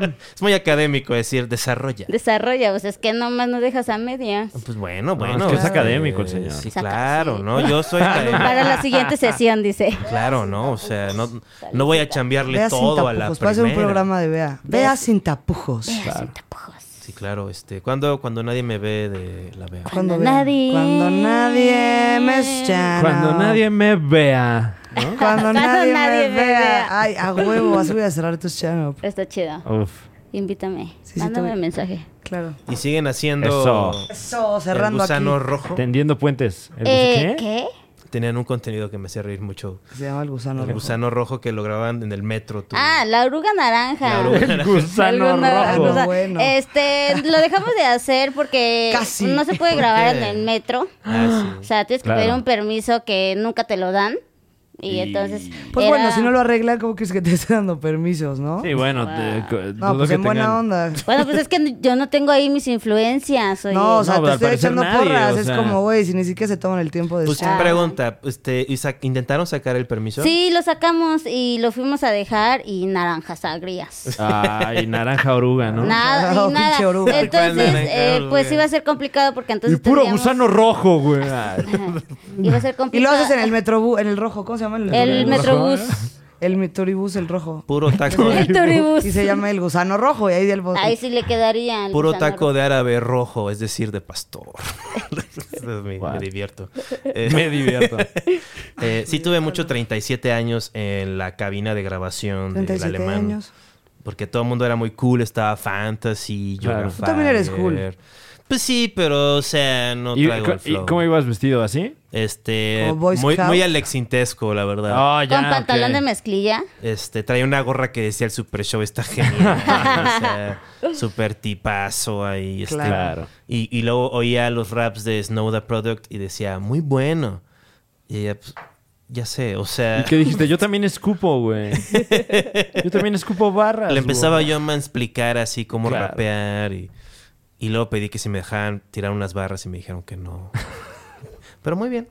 S2: sopa.
S4: Es muy académico decir desarrolla.
S1: Desarrolla, pues es que nomás no dejas a medias.
S4: Pues bueno, bueno.
S3: es que es
S4: este,
S3: académico el señor.
S4: Sí,
S1: Saca,
S4: claro,
S1: sí.
S4: ¿no? Yo soy
S1: Para
S4: académico.
S1: la siguiente sesión, dice.
S4: Claro, ¿no? O sea, no, no voy a chambearle
S2: Vea sin
S4: todo a la
S3: pues,
S2: tapujos. Va a ser un
S4: primera.
S2: programa de Vea. Vea sin tapujos.
S1: Sin tapujos.
S4: Sí, claro, este, cuando cuando nadie me ve de la vea.
S1: Cuando
S2: vea.
S1: nadie-
S2: Cuando nadie me llama.
S3: Cuando nadie me vea. ¿no?
S2: Cuando
S1: Cuando
S2: nadie,
S1: nadie
S2: me
S1: me
S2: vea.
S1: vea.
S2: Ay, a huevo, así voy a cerrar tus channel.
S1: Está chido.
S3: Uf.
S1: Invítame.
S2: Sí, sí,
S1: Mándame
S2: también.
S1: mensaje.
S2: Claro.
S4: Y siguen haciendo
S3: Eso.
S2: Eso,
S4: el
S2: cerrando aquí.
S4: gusano rojo.
S3: Tendiendo puentes. El-
S1: Eh,
S3: ¿Qué?
S1: ¿Qué?
S4: Tenían un contenido que me hacía reír mucho.
S2: Se llama el gusano
S4: El
S2: rojo.
S4: gusano rojo que lo grababan en el metro. tú.
S1: Ah, la oruga naranja.
S4: La oruga
S3: El gusano
S1: Alguna-
S3: rojo.
S1: alguna-
S2: Ah, Bueno.
S1: Este, lo dejamos de hacer porque
S2: Casi.
S1: no se puede
S4: ¿Por
S1: grabar
S4: qué?
S1: en el metro.
S4: Ah,
S1: O
S4: sí.
S1: sea, tienes que
S3: Claro.
S1: pedir un permiso que nunca te lo dan. Y,
S3: Y-
S1: entonces.
S2: Pues
S1: era-
S2: bueno, si no lo arreglan, ¿cómo quieres que te esté dando permisos, no?
S3: Sí, bueno. te- co-
S2: No,
S3: dudo
S2: pues
S3: que
S2: en buena
S3: tengan-
S2: onda.
S1: Bueno, pues es que yo no tengo ahí mis influencias. oye.
S2: No, o sea,
S3: No,
S2: te
S3: al
S2: estoy
S3: parecer
S2: echando
S3: nadie,
S2: porras.
S3: o
S2: Es
S3: sea.
S2: como, güey, si ni siquiera se toman el tiempo de...
S4: Pues
S1: Ah.
S4: pregunta, este, Isaac, ¿intentaron sacar el permiso?
S1: Sí, lo sacamos y lo fuimos a dejar y naranjas agrias.
S3: Ay, naranja oruga, ¿no?
S1: Nada,
S2: Oh,
S1: y nada.
S2: pinche oruga.
S1: Entonces,
S4: ¿Cuál naranja
S1: eh, pues
S4: oruga?
S1: iba a ser complicado porque
S3: Y
S1: entonces.
S3: puro
S1: tendríamos-
S3: gusano rojo, güey.
S1: Iba a ser
S2: Y lo
S1: complicado.
S2: haces en el metrobús, en el rojo. ¿Cómo se llama? El,
S1: Ah. El metrobús.
S2: El metrobús, el rojo.
S4: Puro taco,
S1: El
S4: de,
S1: turibús.
S2: Y se llama el gusano rojo. Y ahí del bosque.
S1: Ahí sí le quedaría. el
S4: puro
S1: gusano
S4: taco de árabe rojo, es decir, de pastor. me, me divierto. Eh,
S3: Me divierto.
S4: eh, sí tuve mucho 37 años en la cabina de grabación del
S2: 37
S4: alemán.
S2: años.
S4: Porque todo el mundo era muy cool, estaba fantasy, yo
S3: Claro.
S4: era
S3: Tú
S2: también eres cool.
S4: Fire. Pues sí, pero, o sea, no
S3: ¿Y,
S4: traigo
S3: co-
S4: el
S3: y
S4: flow.
S3: cómo ibas vestido? ¿Así?
S4: Este,
S2: Como Boy
S4: muy,
S2: Scout.
S4: muy alexintesco, la verdad.
S3: Ah, ya,
S1: Con pantalón
S3: ok.
S1: de mezclilla.
S4: Este, traía una gorra que decía el Super Show, está genial. o sea, super tipazo ahí. este,
S3: Claro.
S4: Y, y luego oía los raps de Snow the Product y decía, muy bueno. Y ella, pues, ya sé, o
S3: ¿Y
S4: sea,
S3: qué dijiste? Yo también escupo, güey. Yo también escupo barras.
S4: le empezaba
S3: güey.
S4: yo a mansplicar así cómo
S3: Claro.
S4: rapear. Y, y luego pedí que si me dejaban tirar unas barras y me dijeron que no. Pero muy bien.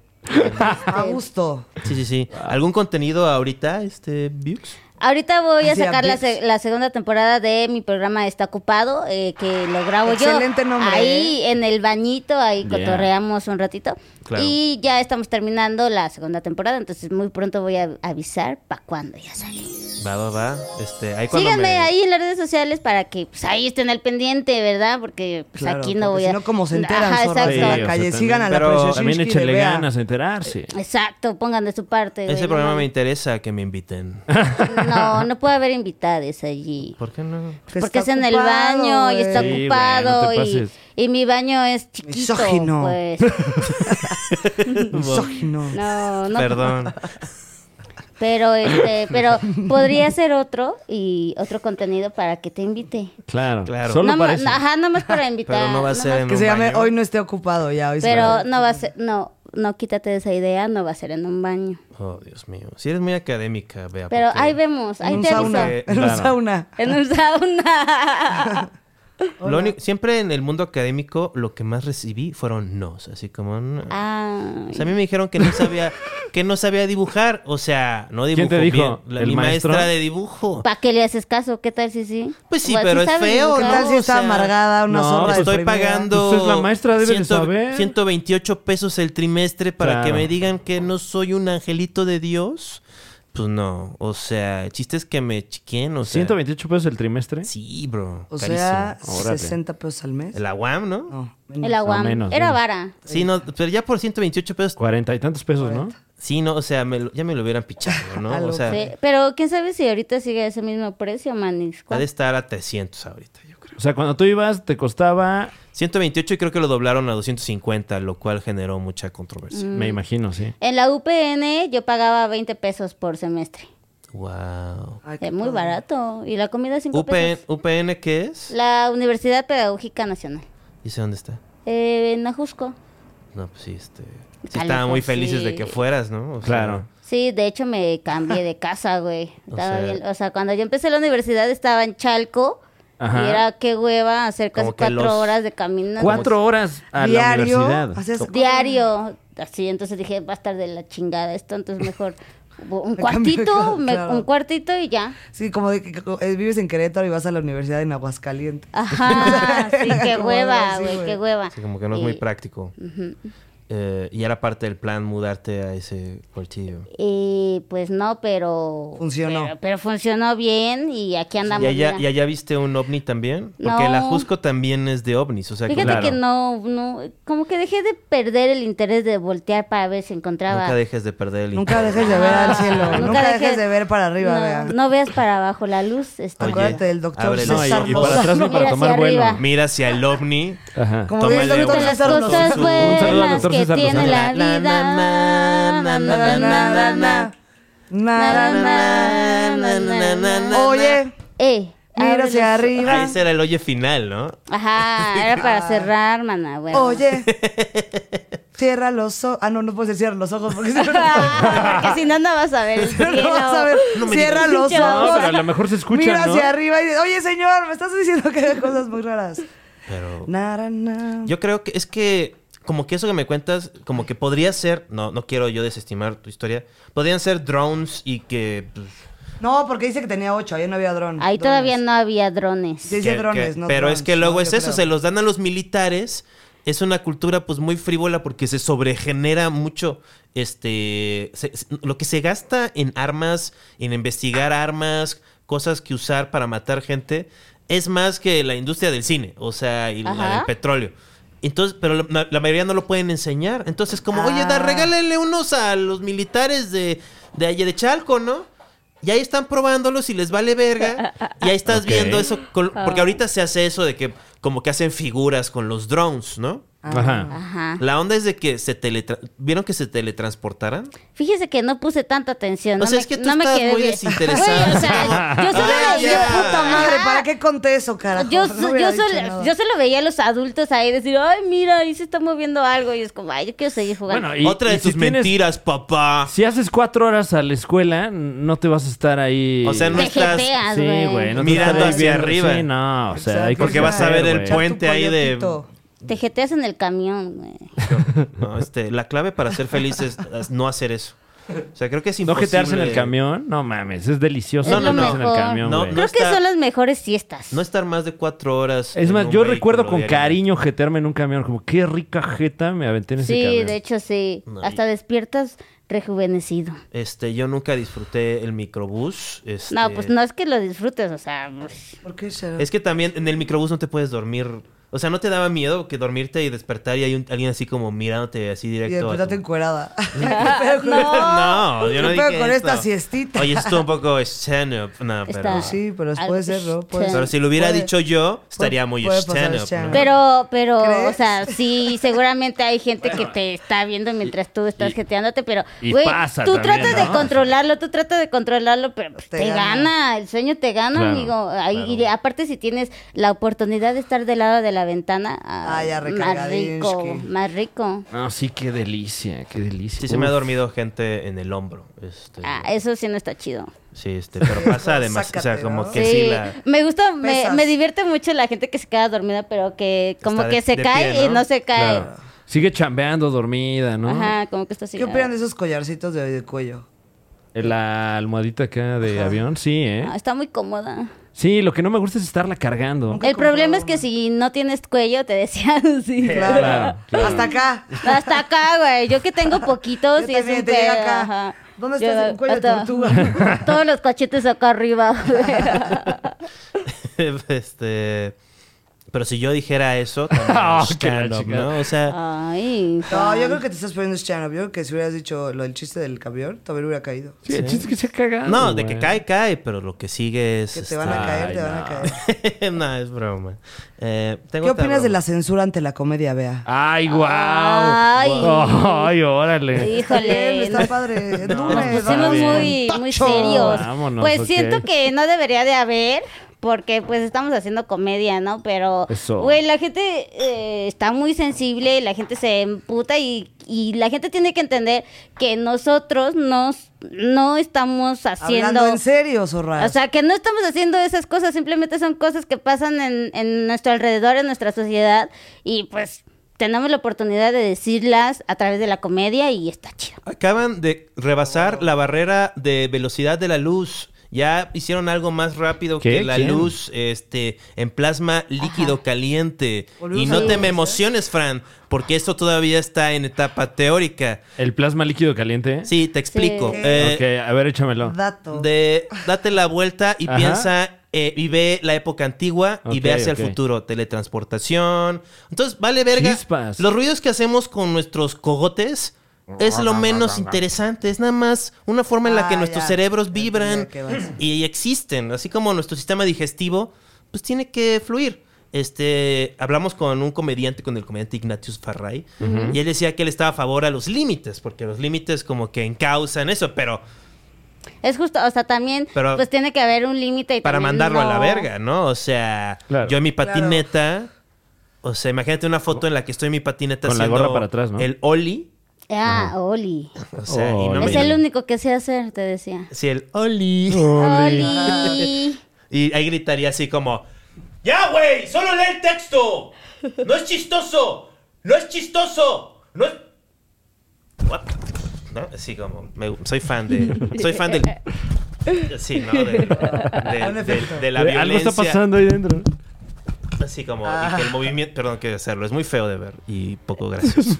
S2: A gusto.
S4: Sí, sí, sí. ¿Algún contenido ahorita, este, Vux?
S1: Ahorita voy a
S2: Así, a
S1: sacar la,
S2: bits.
S1: se- la segunda temporada de mi programa Está Ocupado, eh, que lo grabo
S2: Excelente
S1: yo.
S2: nombre, ¿eh?
S1: Ahí en el bañito, ahí
S3: Yeah.
S1: cotorreamos un ratito.
S4: Claro.
S1: Y ya estamos terminando la segunda temporada, entonces muy pronto voy a avisar para cuándo ya salí.
S4: Va, va, va. Este, ahí cuando
S1: Síganme
S4: me-
S1: ahí en las redes sociales para que pues, ahí estén al pendiente, ¿verdad? Porque pues,
S2: Claro,
S1: aquí no
S2: porque
S1: voy a...
S2: si no, como se enteran,
S1: Ajá,
S2: zorras, de
S3: Sí, o
S2: la
S1: exacto.
S3: sea,
S2: calle.
S3: también.
S2: Sigan a la
S4: Pero
S2: Pero
S3: También échale ganas a enterarse.
S1: Exacto, pongan de su parte.
S4: Ese
S1: güey,
S4: programa
S1: no,
S4: me interesa que me inviten.
S1: No, no puede haber invitades allí.
S4: ¿Por qué no?
S1: Porque es en el baño y está
S3: Sí, güey,
S1: ocupado
S3: no te
S1: y,
S3: pases.
S1: y mi baño es chiquito.
S2: Misógino.
S1: Pues.
S2: Misógino.
S1: No, no.
S4: Perdón.
S1: Pero este, pero podría ser otro y otro contenido para que te invite.
S3: Claro.
S4: Claro.
S3: Solo
S1: No
S3: para
S1: ma-
S3: eso.
S1: ajá, nada más para invitar.
S4: Pero no va a
S1: nada
S4: ser
S1: más-
S4: en
S2: Que
S4: un
S2: se llame
S4: baño.
S2: Hoy no esté ocupado ya. Hoy se
S1: Pero
S2: va.
S1: no va a ser, no, no quítate esa idea, no va a ser en un baño.
S4: Oh, Dios mío. Si eres muy académica, vea.
S1: Pero
S4: porque-
S1: ahí vemos,
S2: En
S1: ahí
S2: un
S1: te aviso.
S2: sauna.
S4: Eh,
S2: En un
S3: claro.
S2: sauna.
S1: En un sauna.
S4: Lo único- siempre en el mundo académico lo que más recibí fueron nos, así como no.
S1: Ah,
S4: O sea, a mí me dijeron que no sabía que no sabía dibujar, o sea, no dibujo
S3: ¿Quién te dijo?
S4: bien. La-
S3: ¿El
S4: mi
S3: maestro?
S4: maestra de dibujo.
S1: ¿Para qué le haces caso? ¿Qué tal si sí?
S4: Pues sí,
S1: O así
S4: pero es
S1: sabe
S4: feo,
S2: ¿Qué
S1: dibujar.
S2: tal
S4: No,
S2: si
S4: o
S2: está
S4: sea,
S2: amargada una
S3: no,
S2: zorra
S3: pues
S4: Estoy
S2: deprimida?
S4: pagando
S3: Pues es la maestra, debe de saber.
S4: 128 pesos el trimestre para
S3: Claro.
S4: que me digan que no soy un angelito de Dios. Pues no, o sea, el chiste es que me chiquen, o sea.
S3: 128 pesos el trimestre.
S4: Sí, bro.
S2: O
S4: carísimo.
S2: sea,
S3: Órale.
S2: 60 pesos al mes.
S4: La UAM, ¿no?
S2: No, menos.
S1: El agua.
S3: menos,
S1: Era
S3: menos.
S1: vara.
S4: Sí, no, pero ya por 128 pesos.
S3: Cuarenta y tantos pesos, ¿no?
S4: Sí, no, o sea, me lo- ya me lo hubieran pichado, ¿no?
S2: Algo.
S4: O sea,
S1: Sí, pero quién sabe si ahorita sigue a ese mismo precio, Manix.
S4: ha de estar a 300 ahorita, yo creo.
S3: O sea, cuando tú ibas te costaba,
S4: 128 y creo que lo doblaron a 250, lo cual generó mucha controversia.
S1: Mm.
S2: Mm.
S3: me imagino, sí.
S1: En la UPN yo pagaba 20 pesos por semestre.
S4: Wow.
S2: Ay, qué
S1: Es muy
S2: padre.
S1: barato. Y la comida 5
S4: UPN,
S1: pesos.
S4: ¿UPN qué es?
S1: La Universidad Pedagógica Nacional.
S4: ¿Y sé dónde está?
S1: Eh, en Ajusco.
S4: No, pues sí, este. Sí,
S1: Canijo,
S4: estaban muy felices
S1: sí.
S4: de que fueras, ¿no? O sea,
S3: Claro.
S1: Sí, de hecho me cambié de casa, güey.
S4: O
S1: Estaba
S4: sea-
S1: bien- o sea, cuando yo empecé la universidad estaba en Chalco.
S3: Ajá.
S1: Y era qué hueva hacer casi
S4: Como que
S1: cuatro
S4: los-
S1: horas de camino.
S3: Cuatro horas a
S2: Diario.
S3: la universidad.
S2: hacías-
S1: diario. Así, entonces dije, va a estar de la chingada esto, entonces mejor un
S2: cambio de
S1: cuartito,
S2: casa,
S1: me-
S2: claro.
S1: un cuartito y ya.
S2: Sí, como de que eh, vives en Querétaro y vas a la universidad en Aguascalientes.
S1: Ah. Ajá, sí, qué
S2: Como
S1: hueva,
S2: así,
S1: güey,
S2: güey.
S1: qué hueva.
S4: sí, como que no es muy
S1: Y-
S4: práctico. Eh, y era parte del plan mudarte a ese cuartillo.
S1: Y pues no, pero...
S2: Funcionó.
S1: Pero, pero funcionó bien y aquí andamos.
S4: ¿Y allá,
S1: mira.
S4: ¿Y allá viste un ovni también? Porque
S1: No.
S4: el Ajusco también es de ovnis. O sea, que
S1: Fíjate
S3: Claro.
S1: que no, no, como que dejé de perder el interés de voltear para ver si encontraba...
S4: nunca dejes de perder el
S2: Nunca
S4: interés.
S2: dejes de ver al cielo.
S1: Ah,
S2: Nunca, dejes
S1: dejé-
S2: de ver para arriba,
S1: no,
S2: vea.
S1: no veas para abajo, la luz está...
S4: Oye,
S2: Acuérdate del doctor
S4: ábrelo.
S3: No, y,
S2: César
S3: y
S2: Lozano.
S3: para atrás ni para
S1: Mira
S3: tomar
S1: hacia
S3: vuelo.
S1: arriba.
S4: Mira hacia el ovni.
S3: Ajá.
S2: Como
S4: Tómale
S2: dice el doctor
S4: agua.
S1: Las
S2: César Lozano.
S1: cosas
S4: Un saludo
S3: al
S1: buenas
S3: doctor
S1: que
S3: César
S1: tiene la
S3: Lozano.
S1: vida.
S4: Na, na,
S2: Na, na, na, na. Na, na, na, na, na, na, na. Oye,
S1: Eh,
S2: mira
S1: ábrele
S2: hacia
S1: su-
S2: arriba.
S4: Ah, ese era el oye final, ¿no?
S1: Ajá, era para cerrar, mana, güey.
S2: Oye, cierra los ojos. Ah, no, no puedes decir cierra los ojos porque si no, no
S1: Porque si no, no vas a ver el cielo.
S2: no vas a ver. Cierra
S1: digas.
S2: los
S1: No,
S2: ojos.
S3: pero a lo mejor se escucha,
S2: Mira
S3: ¿no?
S2: hacia arriba y dice, oye, señor, me estás diciendo que hay cosas muy raras.
S4: Pero
S2: Na, ra, na.
S4: yo creo que es que como que eso que me cuentas, como que podría ser, no, no quiero yo desestimar tu historia, podrían ser drones y que pues,
S2: No, porque dice que tenía ocho, ahí no había dron.
S1: Ahí
S2: drones.
S1: todavía no había drones.
S2: Sí, Dice
S4: que-
S2: drones,
S4: que-
S2: no
S4: pero es
S2: drones,
S4: que luego
S2: no,
S4: es
S2: yo
S4: eso,
S2: creo.
S4: se los dan a los militares. Es una cultura pues muy frívola porque se sobregenera mucho este se- se- lo que se gasta en armas, en investigar armas, cosas que usar para matar gente es más que la industria del cine, o sea, y la
S1: Ajá.
S4: del petróleo. Entonces, pero la, la mayoría no lo pueden enseñar. Entonces, como, oye, da,
S2: Ah.
S4: regálale unos a los militares de, de allá de Chalco, ¿no? Y ahí están probándolos y les vale verga. Y ahí estás
S3: Ok.
S4: viendo eso. con-
S1: Ah.
S4: porque ahorita se hace eso de que como que hacen figuras con los drones, ¿no?
S3: Ajá.
S1: Ajá.
S4: La onda es de que se teletra... ¿Vieron que se teletransportaran?
S1: Fíjese que no puse tanta atención. No
S4: O sea,
S1: me,
S4: es que tú
S1: no me
S4: estás
S1: quedé
S4: muy
S1: bien.
S4: desinteresada.
S1: Güey, o sea, yo solo
S4: Ay,
S1: lo
S4: ya.
S1: yo, puta madre,
S2: Madre, ¿para qué conté eso, carajo?
S1: Yo,
S2: No
S1: so- yo,
S2: hubiera dicho
S1: solo,
S2: nada.
S1: yo solo veía a los adultos ahí decir, ay, mira, ahí se está moviendo algo. Y es como, ay, yo quiero seguir jugando.
S3: Bueno, y,
S4: Otra de
S3: y
S4: tus
S3: si tienes-
S4: mentiras, papá.
S3: Si haces cuatro horas a la escuela, no te vas a estar ahí.
S4: O sea, no
S1: Te
S4: estás-
S1: jeteas,
S3: Sí, güey. No te
S4: Mirando
S3: estarás
S4: hacia
S3: viendo-
S4: arriba.
S3: Sí, no, o sea,
S2: Exacto,
S3: hay que
S4: Porque vas a ver
S3: hacer,
S4: el
S3: güey.
S2: Echar tu
S4: puente ahí de-
S2: coyotito.
S1: Te jeteas en el camión, güey.
S4: No, este, la clave para ser feliz es es no hacer eso. O sea, creo que es
S3: No
S4: imposible.
S3: jetearse en el camión, no mames, es delicioso.
S1: Es
S3: No,
S1: lo
S3: no, en el
S1: mejor.
S3: camión,
S4: No,
S3: güey.
S1: Creo que
S4: está-
S1: son las mejores siestas.
S4: No estar más de cuatro horas.
S3: Es
S4: en
S3: más,
S4: un
S3: yo
S4: vehículo
S3: recuerdo con
S4: diario.
S3: cariño jetearme en un camión, como qué rica jeta me aventé en ese
S1: sí,
S3: camión.
S1: de hecho, sí.
S4: No,
S1: Hasta despiertas rejuvenecido.
S4: Este, yo nunca disfruté el microbús. Este,
S1: No, pues no es que lo disfrutes, o sea, pues,
S2: ¿Por qué será?
S4: Es que también en el microbús no te puedes dormir. O sea, ¿no te daba miedo que dormirte y despertar y hay un- alguien así como mirándote así
S2: Y
S4: directo? a tu-
S2: despertaste encuerada. ¿Qué pedo con-
S4: no, yo no
S2: ¿Qué
S4: dije
S2: pedo ¡Oh! con
S4: eso.
S2: esta siestita? Pues
S4: Oye, esto un poco stand-up. No,
S1: Está-
S4: pero,
S2: Sí, pero
S1: Al-
S2: puede ser, ¿no? Puede
S1: Sí.
S4: pero si lo hubiera
S2: puede-
S4: dicho yo, estaría muy
S2: puede pasar
S4: stand-up.
S2: stand-up.
S4: ¿no?
S1: Pero, pero,
S2: ¿Crees?
S1: o sea, sí, seguramente hay gente que te está viendo mientras tú estás
S3: y-
S1: jeteándote, pero,
S3: y
S1: güey,
S3: pasa
S1: tú
S3: también,
S1: tratas
S3: ¿no?
S1: de controlarlo, tú tratas de controlarlo, pero pues,
S2: Te
S1: te,
S2: gana.
S1: gana. el sueño te gana,
S3: Claro,
S1: amigo. Ahí- y de- aparte, si tienes la oportunidad de estar del lado de la ventana, ah,
S2: Ah, ya
S1: más rico,
S2: recargadinsky.
S1: más rico.
S3: No, sí, qué delicia, qué delicia.
S4: Sí, se me ha
S3: Uf.
S4: dormido gente en el hombro. Este,
S1: Ah, eso sí no está chido.
S4: Sí, este, pero pasa además. O sea,
S2: pues, Sácate,
S4: como
S2: ¿no?
S4: que sí,
S1: sí,
S4: la.
S1: me gusta, me,
S2: Pesas.
S1: me divierte mucho la gente que se queda dormida, pero que como
S4: Está de-
S1: que se
S4: de
S1: cae
S4: pie,
S1: y
S4: ¿no?
S1: no se cae.
S3: Claro. Sigue chambeando dormida, ¿no?
S1: Ajá, como que está así.
S2: ¿Qué
S1: ah.
S2: opinan de esos collarcitos de, de cuello?
S3: La almohadita acá de avión, sí, ¿eh?
S1: Ah, está muy cómoda.
S3: Sí, lo que no me gusta es estarla cargando.
S2: Nunca he
S1: El problema es
S2: comprado
S1: que si no tienes cuello, te decían así.
S2: Claro.
S3: Claro, claro.
S2: Hasta acá.
S1: Hasta acá, güey. Yo que tengo poquitos
S2: Yo
S1: y es
S2: también,
S1: un
S2: te llega
S1: pedo,
S2: acá.
S1: ajá.
S2: ¿Dónde está el cuello de
S1: hasta-
S2: tortuga?
S1: Todos los cachetes acá arriba. güey.
S4: este. Pero si yo dijera eso, también
S3: Ah,
S4: es
S3: que la
S4: stand-up,
S3: chica.
S4: ¿no? O sea.
S1: Ay,
S2: No,
S1: Juan.
S2: yo creo que te estás poniendo stand-up. Yo creo que si hubieras dicho lo del chiste del camión, todavía hubiera caído.
S3: Sí, el chiste es que se ha
S1: Ah,
S3: cagado.
S4: No, de
S3: güey.
S4: que cae, cae, pero lo que sigue es.
S2: Que te van a
S4: este,
S2: caer,
S3: Ay,
S2: te van a
S3: no.
S2: caer.
S4: no, es broma. Eh, tengo
S2: ¿Qué
S4: otra
S2: opinas de
S4: broma.
S2: la censura ante la comedia, Bea?
S3: Ay, guau.
S1: Ay.
S3: Ay, órale.
S1: Híjole.
S2: Está padre.
S3: No,
S2: Dure,
S1: Nos
S3: está
S1: pusimos
S2: dale.
S3: bien.
S1: pues, muy, muy
S2: Tacho.
S1: serios.
S3: Vámonos,
S1: pues
S3: ok.
S1: siento que no debería de haber, porque pues estamos haciendo comedia, ¿no? Pero,
S3: Eso.
S1: güey, la gente eh, está muy sensible, la gente se emputa y, y la gente tiene que entender que nosotros nos, no estamos haciendo...
S2: Hablando en serio, Zorra.
S1: O sea, que no estamos haciendo esas cosas, simplemente son cosas que pasan en, en nuestro alrededor, en nuestra sociedad, y pues tenemos la oportunidad de decirlas a través de la comedia y está chido.
S4: Acaban de rebasar la barrera de velocidad de la luz. Ya hicieron algo más rápido
S3: ¿Qué?
S4: que la
S3: ¿Quién?
S4: luz este, en plasma líquido caliente.
S2: Volvemos
S4: Y
S2: a
S4: no
S2: la
S4: te
S2: luz,
S4: me
S2: ¿eh?
S4: emociones, Fran, porque esto todavía está en etapa teórica.
S3: ¿El plasma líquido caliente?
S4: Sí, te explico.
S1: Sí.
S4: Eh,
S3: ok, a ver, échamelo.
S2: Dato.
S4: de date la vuelta y
S3: Ajá.
S4: piensa eh, y ve la época antigua y ve
S3: Ok,
S4: hacia
S3: ok.
S4: el futuro, teletransportación. Entonces, vale verga.
S3: Chispas.
S4: Los ruidos que hacemos con nuestros cogotes es lo menos interesante, es nada más una forma en la que
S2: Ah,
S4: nuestros
S2: ya.
S4: cerebros
S2: Ya
S4: vibran
S2: entendí a qué vas.
S4: y existen, así como nuestro sistema digestivo pues tiene que fluir. Este, hablamos con un comediante, con el comediante Ignatius Farray, y él decía que él estaba a favor a los límites, porque los límites como que encausan eso, pero
S1: Es justo, o sea, también
S4: Pero-
S1: pues tiene que haber un límite. y
S4: para
S1: también
S4: mandarlo a la
S1: no-
S4: verga, ¿no? O sea,
S3: Claro.
S4: yo en mi patineta, o sea, imagínate una foto en la que estoy en mi patineta
S3: Con la
S4: haciendo
S3: gorra para atrás, ¿no?
S4: el ollie,
S1: Ah, Oli.
S4: o sea, y no
S3: Oli.
S4: me-
S1: Es el único que sé hacer, te decía.
S4: Sí, el ollie.
S3: Oh.
S1: Oli.
S4: Y ahí gritaría así como, "Ya, güey, solo lee el texto. No es chistoso. No es chistoso. No es What? ¿No? Así como, me- soy fan de soy fan del Sí, no, de, de- de- de la
S3: Eh,
S4: violencia.
S3: Algo está pasando ahí dentro.
S4: Así como, y que el movimiento, perdón que hacerlo, es muy feo de ver y poco gracioso.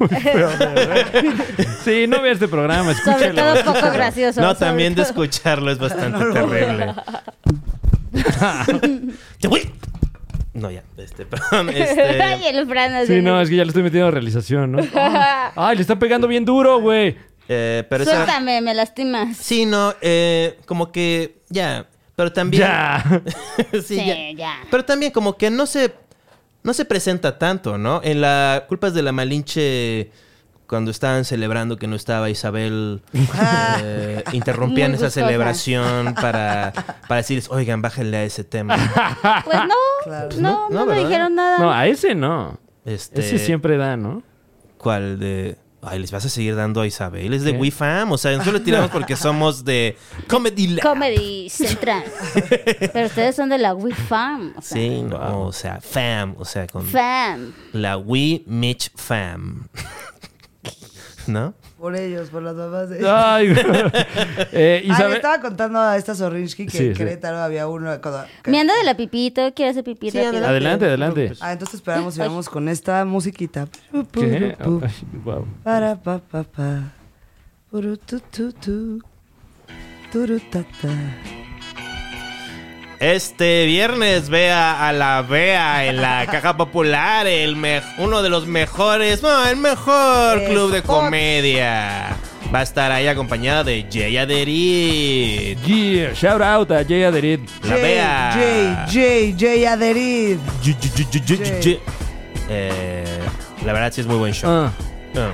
S3: Sí, no veas este programa,
S1: Sobre
S3: escúchalo.
S1: todo poco gracioso.
S4: no,
S1: sobre
S4: también de
S1: todo.
S4: escucharlo es bastante terrible. Te voy. No, ya, este, perdón,
S1: Ay,
S4: este.
S1: el Fran así
S3: Sí,
S1: de-
S3: no, es que ya le estoy metiendo realización, ¿no? Ay, le está pegando bien duro, güey.
S4: eh, pero esa-
S1: Suéltame, me lastimas.
S4: Sí, no, eh, como que ya, pero también.
S3: Ya.
S4: sí,
S1: Sí,
S4: ya.
S1: ya.
S4: Pero también como que no se no se presenta tanto, ¿no? En la culpas de la Malinche cuando estaban celebrando que no estaba Isabel, eh, interrumpían
S1: Muy
S4: esa
S1: gustosa.
S4: celebración para, para decirles, oigan, bájenle a ese tema.
S1: Pues no,
S2: Claro.
S1: no,
S4: no,
S1: no, me
S4: ¿verdad?
S1: dijeron nada.
S3: Ah. No, a ese no.
S4: Este,
S3: Ese siempre da, ¿no?
S4: ¿Cuál de...? Ay, les vas a seguir dando a Isabel. Es de
S3: ¿Qué?
S4: WeFam. O sea, nosotros le tiramos porque somos de Comedy Lab.
S1: Comedy Central. Pero ustedes son de la Wii Fam. o sea,
S4: Sí, no, o sea, fam. O sea, con...
S1: Fam.
S4: La We Mitch Fam. ¿No?
S2: Por ellos, por las mamás de
S4: Ah,
S3: Ay, güey. Eh,
S2: Ah, le
S3: Isabel-
S2: estaba contando a esta Zorrinsky que
S3: Sí,
S2: en
S3: sí.
S2: Querétaro había uno. cuando-
S1: Me anda de la pipito, quiero hacer pipito.
S4: Sí,
S3: Adelante, adelante.
S2: Ah, entonces esperamos y vamos con esta musiquita.
S3: ¿Qué? Ay, wow.
S2: Para pa pa pa. Puru tu tu tu. Turu ta ta.
S4: Este viernes vea a la Bea en la Caja Popular, el me- uno de los mejores, no, el mejor club de comedia. Va a estar ahí acompañada de Jay Aderit.
S3: Yeah, shout out a Jay Aderit.
S4: La Bea.
S2: J, J, J Aderid.
S4: Ye- ye- ye- ye- ye-
S2: Jay.
S4: ye. Eh, la verdad sí es muy buen show.
S3: Ah,
S4: Ah.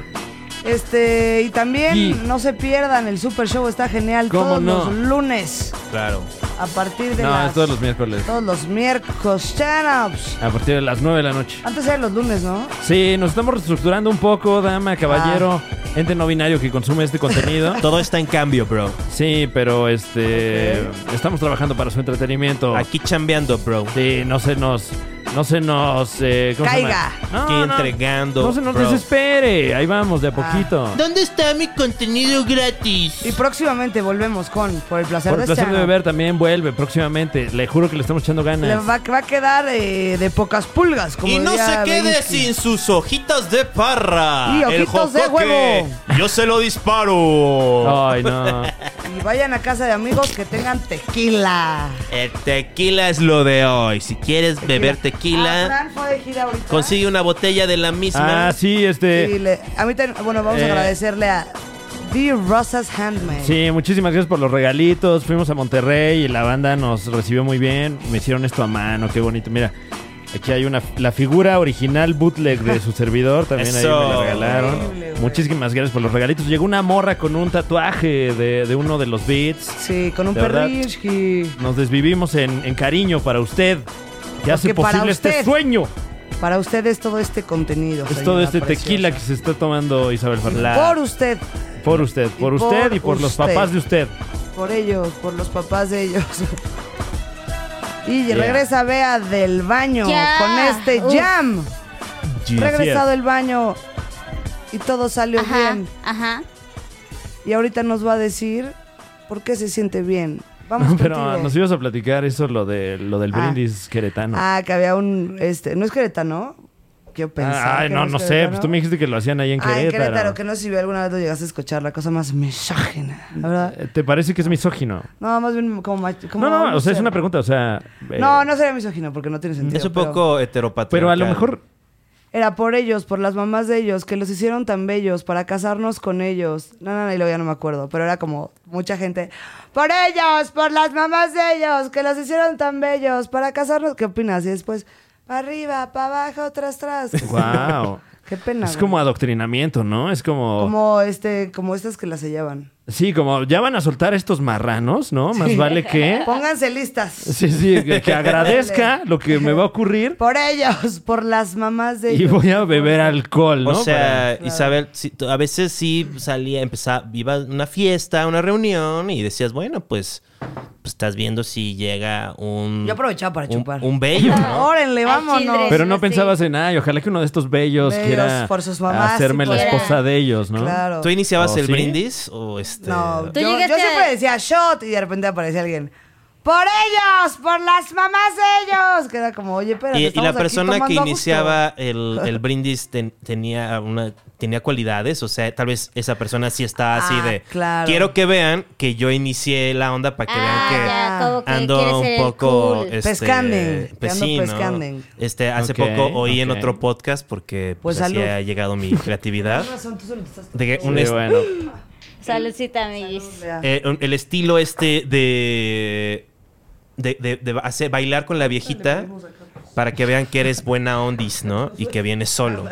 S2: Este, y también
S3: Y-
S2: no se pierdan, el Super Show está genial
S3: ¿Cómo
S2: todos
S3: no?
S2: los lunes
S4: claro.
S2: a partir de
S3: no,
S2: las-
S3: es todos los miércoles.
S2: todos los miércoles stand-ups.
S3: A partir de las 9 de la noche.
S2: Antes eran los lunes, ¿no?
S3: Sí, nos estamos reestructurando un poco, dama, caballero,
S4: Ah.
S3: ente no binario que consume este contenido.
S4: Todo está en cambio, bro.
S3: Sí, pero este estamos trabajando para su entretenimiento.
S4: Aquí chambeando, bro.
S3: Sí, no se nos no se nos eh, ¿cómo se llama?
S2: Caiga.
S3: No,
S4: Aquí
S3: no,
S4: entregando.
S3: No se nos
S4: bro. Ah.
S3: desespere, ahí vamos de a poquito.
S4: ¿Dónde está mi contenido gratis?
S2: Y próximamente volvemos con Por el placer,
S3: Por el
S2: de,
S3: placer de
S2: Stand-Up.
S3: beber también vuelve próximamente. Le juro que le estamos echando
S2: Le
S3: ganas.
S2: va, va a quedar eh, de pocas pulgas. Como
S4: Y no se
S2: diría
S4: quede
S2: Belinsky.
S4: sin sus hojitas de parra.
S2: Y
S4: El
S2: ojitos de
S4: jocoque.
S2: huevo.
S4: Yo se lo disparo.
S3: Ay, no.
S2: Y vayan a casa de amigos que tengan tequila.
S4: El tequila es lo de hoy. Si quieres beber
S2: Ah,
S4: tequila,
S2: Fran fue de gira ahorita.
S4: consigue una botella de la misma.
S3: Ah, sí,
S2: Sí,
S3: este
S2: le- a mí también- bueno, vamos
S3: Eh.
S2: a agradecerle a The Rosas Handmade.
S3: Sí, muchísimas gracias por los regalitos. Fuimos a Monterrey y la banda nos recibió muy bien. Me hicieron esto a mano, qué bonito. Mira, Aquí hay una la figura original bootleg de su servidor. También ahí me la
S4: Eso.
S3: regalaron.
S2: Increíble, güey.
S3: Muchísimas gracias por los regalitos. Llegó una morra con un tatuaje de, de uno de los beats.
S2: Sí, con un
S3: De verdad.
S2: perrisqui.
S3: Nos desvivimos en, en cariño para usted. Que hace
S2: Porque para
S3: posible este
S2: usted.
S3: sueño.
S2: Para ustedes todo este contenido.
S3: Es todo
S2: señora
S3: este
S2: preciosa.
S3: tequila que se está tomando Isabel Fernández.
S2: Por usted,
S3: Por usted, por
S2: y
S3: usted
S2: por
S3: y por los
S2: usted.
S3: papás de usted.
S2: por ellos, por los papás de ellos. Y
S3: Yeah.
S2: regresa Bea del baño
S1: Ya.
S2: con este
S1: Uf.
S2: jam.
S3: Yes,
S2: Regresado
S3: yes.
S2: del baño y todo salió
S1: Ajá,
S2: bien.
S1: ajá.
S2: Y ahorita nos va a decir por qué se siente bien. Vamos
S3: No, pero
S2: contigo.
S3: nos ibas a platicar eso, lo, de, lo del
S2: Ah.
S3: brindis queretano.
S2: Ah, que había un este, no es queretano. Yo pensaba.
S3: Ah, Ay,
S2: que
S3: no,
S2: es
S3: no sé.
S2: queretano.
S3: Pues tú me dijiste que lo hacían ahí en
S2: Ah,
S3: Querétaro.
S2: en Querétaro, que no sé si alguna vez lo llegaste a escuchar, la cosa más misógina, la verdad.
S3: Eh, ¿Te parece que es misógino?
S2: No, más bien como macho.
S3: No, no, o sea, es una pregunta, o sea... eh,
S2: No, no sería misógino porque no tiene sentido.
S4: Es un
S2: pero
S4: poco heteropatriarcal.
S3: Pero a lo mejor...
S2: Era por ellos, por las mamás de ellos, que los hicieron tan bellos para casarnos con ellos. No, no, no, y luego ya no me acuerdo, pero era como mucha gente. Por ellos, por las mamás de ellos, que los hicieron tan bellos para casarnos. ¿Qué opinas? Y después, para arriba, para abajo, tras, tras.
S3: ¡Wow!
S2: Qué pena.
S3: es
S2: güey.
S3: como adoctrinamiento, ¿no? Es como...
S2: Como, este, como estas que las sellaban.
S3: Sí, como ya van a soltar estos marranos, ¿no? Más vale que...
S2: Pónganse listas.
S3: Sí, sí, que, que agradezca lo que me va a ocurrir
S2: Por ellos, por las mamás de
S3: y
S2: ellos.
S3: voy a beber alcohol, ¿no?
S4: O sea, Isabel, sí, tú- a veces sí salía, empezaba, iba a una fiesta, una reunión y decías, bueno, pues, pues estás viendo si llega un...
S2: Yo aprovechaba para
S4: un-
S2: chupar.
S4: Un bello, ¿no?
S2: Órenle,
S1: Ay,
S2: vámonos.
S1: children.
S3: Pero no
S1: Sí.
S3: pensabas en, ay, ojalá que uno de estos bellos
S2: Pues, Bellos
S3: quiera
S2: por sus mamás,
S3: hacerme
S2: si
S3: la
S1: pudiera.
S3: esposa de ellos, ¿no?
S2: Claro.
S4: ¿Tú iniciabas
S3: ¿O
S4: el
S3: Oh, sí?
S4: brindis o este...?
S2: No,
S1: Tú
S2: yo, yo
S1: llegaste a-
S2: siempre decía shot y de repente aparecía alguien. ¡Por ellos! ¡Por las mamás de ellos! Que era como, oye, pero.
S4: Y, y la persona que iniciaba el, el brindis ten- tenía una tenía cualidades, o sea, tal vez esa persona sí está así
S2: Ah,
S4: de
S2: claro.
S4: quiero que vean que yo inicié la onda para que
S1: Ah,
S4: vean que
S1: ya, como que quieres
S4: ando
S1: ser
S4: un
S1: el
S4: poco
S1: cool.
S4: este,
S2: Pescanden, te
S4: pues
S2: ando
S4: sí, ¿no?
S2: pescanden.
S4: Este hace
S3: Ok,
S4: poco oí en
S3: ok.
S4: otro podcast porque pues,
S2: Pues,
S4: así
S2: salud.
S4: ha llegado mi creatividad de que un
S3: Sí,
S4: est-
S3: bueno.
S1: Saludcita, amiguis.
S4: eh, un- el estilo este de de, de- de hacer- bailar con la viejita para que vean que eres buena ondis, ¿no? Y que vienes solo.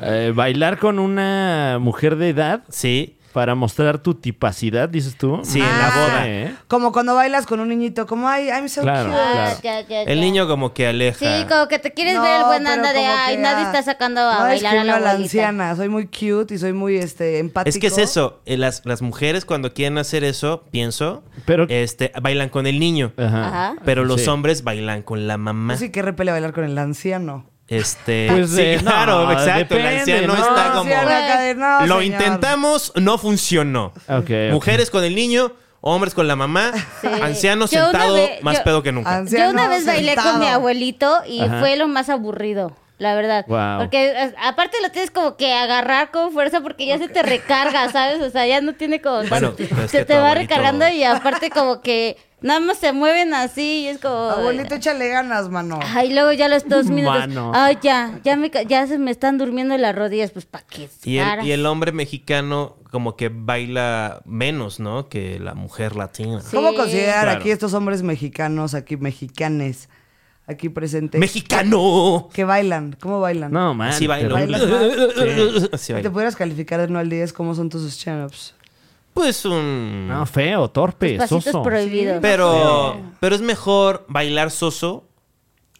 S3: Eh, bailar con una mujer de edad
S4: Sí.
S3: para mostrar tu tipacidad, dices tú.
S4: Sí, en la
S3: Ah,
S4: boda.
S3: ¿eh?
S2: Como cuando bailas con un niñito, como, ay, I'm so
S3: Claro.
S2: cute.
S1: Ah,
S3: Claro.
S1: ya, ya,
S4: El
S1: ya.
S4: niño como que aleja.
S1: Sí, como que te quieres
S2: No,
S1: ver el buen
S2: pero
S1: anda de,
S2: como que
S1: ay,
S2: ya-
S1: nadie está sacando a
S2: No,
S1: bailar a
S2: discrimino
S1: la,
S2: la
S1: abuelita".
S2: anciana. Soy muy cute y soy muy este, empático.
S4: es que es eso. eh, Las, las mujeres cuando quieren hacer eso, pienso,
S3: Pero-
S4: este, bailan con el niño.
S3: Ajá.
S1: Ajá.
S4: Pero los
S3: Sí.
S4: hombres bailan con la mamá.
S2: Sí, que repele bailar con el anciano.
S4: Este,
S3: Pues,
S4: sí,
S3: eh,
S4: claro,
S3: no,
S4: exacto. el
S3: depende,
S4: anciano
S3: ¿no?
S4: está
S2: No,
S4: como.
S2: sí, a
S1: Ah,
S2: la cadera, no,
S4: lo
S2: señor.
S4: intentamos, no funcionó.
S3: Ok, Eh, ok.
S4: Mujeres con el niño, hombres con la mamá,
S1: Sí.
S4: anciano
S1: Yo una
S4: sentado,
S1: vez-
S4: más
S1: yo-
S4: pedo que nunca.
S2: Anciano
S1: Yo una vez bailé con mi
S2: sentado.
S1: abuelito y
S3: Ajá.
S1: fue lo más aburrido, la verdad.
S3: Guau.
S1: Porque eh, aparte lo tienes como que agarrar con fuerza porque ya se te recarga, ¿sabes? O sea, ya no tiene como...
S4: Bueno, pero es
S1: se
S4: que
S1: te
S4: tu
S1: va
S4: abuelito-
S1: recargando y aparte como que nada más se mueven así y es como...
S2: Abuelito, échale ganas, mano.
S1: Ay, luego ya los dos minutos.
S3: Mano.
S1: Ay, ya, ya me, ca- ya se me están durmiendo las rodillas, pues para qué.
S4: Y el,
S1: caras?
S4: y el hombre mexicano como que baila menos, ¿no? Que la mujer latina.
S1: Sí.
S2: ¿Cómo considerar
S3: Claro.
S2: aquí estos hombres mexicanos, aquí mexicanes, aquí presentes,
S4: ¡Mexicano!
S2: que bailan? ¿Cómo bailan?
S3: No, man.
S4: Así
S3: pero-
S4: bailo.
S2: Bailas más.
S4: Sí, así
S2: Si te
S4: bailo.
S2: pudieras calificar de 1 al 10, ¿cómo son tus stand-ups?
S4: Pues un...
S3: No, feo, torpe,
S1: Pues Pasitos
S3: soso.
S1: prohibidos.
S4: pero, pero es mejor bailar soso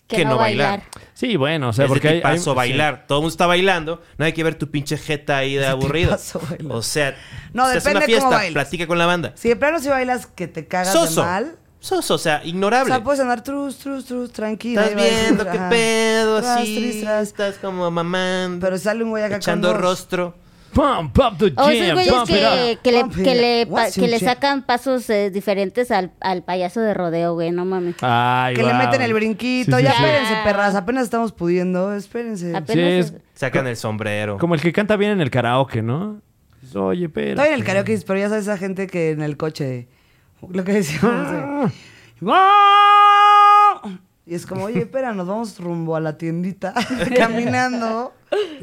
S4: que, no bailar.
S3: Sí, bueno, o
S4: O sea,
S3: sea, porque hay... hay-
S4: paso bailar. Todo el mundo está bailando. No hay que ver tu pinche jeta ahí de aburrido.
S2: tipazo bailar.
S4: O sea,
S2: No,
S4: estás en
S2: depende
S4: una
S2: cómo
S4: fiesta,
S2: bailes.
S4: platica con la banda.
S2: Si de plano si bailas que te cagas
S4: Soso.
S2: de mal,
S4: Soso, o sea,
S2: o
S4: ignorable.
S2: sea, pues, puedes andar trus, trus, trus, tranquila.
S4: estás
S2: y bailas,
S4: viendo qué
S2: ajá.
S4: pedo,
S2: Tras,
S4: así.
S2: tris, tras.
S4: Estás como mamando.
S2: Pero sale un güey acá con
S4: echando
S2: dos.
S4: rostro.
S3: Pump up the
S1: O esos
S3: jam,
S1: güeyes
S3: pump it up.
S1: que, que le,
S2: Pump it
S1: que
S2: up.
S1: le, pa-
S2: What's
S1: que le
S2: your-
S1: sacan pasos eh, diferentes al, al payaso de rodeo, güey, no mames.
S3: Ah, Ay,
S2: Que le
S3: wow.
S2: meten el brinquito.
S3: Sí, sí,
S2: ya,
S3: sí.
S2: espérense, perras. Apenas estamos pudiendo. Espérense.
S1: Apenas es-
S3: Sí, es
S4: Sacan el sombrero.
S3: como el que canta bien en el karaoke, ¿no? Oye, pero...
S2: Estoy en el karaoke, pero ya sabes esa gente que en el coche. Lo que decíamos.
S3: Ah.
S2: de- Y es como, oye, espera, nos vamos rumbo a la tiendita caminando.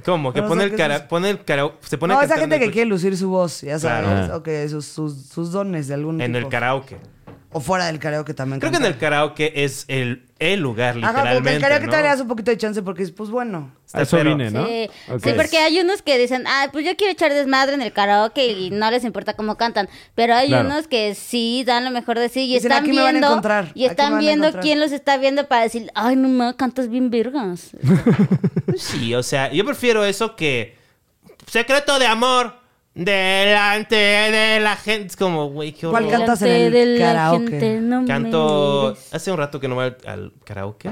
S4: Como que
S2: No
S4: pone
S2: sé
S4: el,
S2: qué
S4: cara,
S2: es.
S4: pone el cara, se pone a
S2: No, esa
S4: cantar en
S2: gente
S4: el
S2: que
S4: coche-
S2: quiere lucir su voz, ya sabes.
S3: Claro.
S2: O que sus, sus, sus dones de algún
S4: en
S2: tipo.
S4: el karaoke.
S2: O fuera del karaoke también.
S4: Creo que en el
S2: cantar.
S4: karaoke es el, el lugar,
S2: Ajá, como que el
S4: literalmente.
S2: karaoke
S4: ¿no?
S2: te das un poquito de chance porque es, pues bueno.
S4: Está
S3: A eso
S4: perro.
S3: vine, ¿no?
S1: Sí.
S3: Ok.
S1: Sí, porque hay unos que dicen, ah, pues yo quiero echar desmadre en el karaoke y no les importa cómo cantan. Pero hay
S3: Claro.
S1: unos que sí dan lo mejor de sí y
S2: Dicen,
S1: están
S2: "Aquí me van a
S1: viendo.
S2: encontrar, aquí
S1: Y
S2: me van
S1: están
S2: a
S1: viendo
S2: encontrar".
S1: quién los está viendo para decir, ay, no mames, cantas bien vergas.
S4: Pues Sí, o sea, yo prefiero eso que secreto de amor delante de la gente. Es como, güey, qué
S2: ¿Cuál canta?
S4: horror.
S2: cantas en
S1: Delante
S2: el
S1: de la
S2: karaoke?
S1: gente, no me
S4: Canto.
S1: mires.
S4: Hace un rato que no voy al, al karaoke.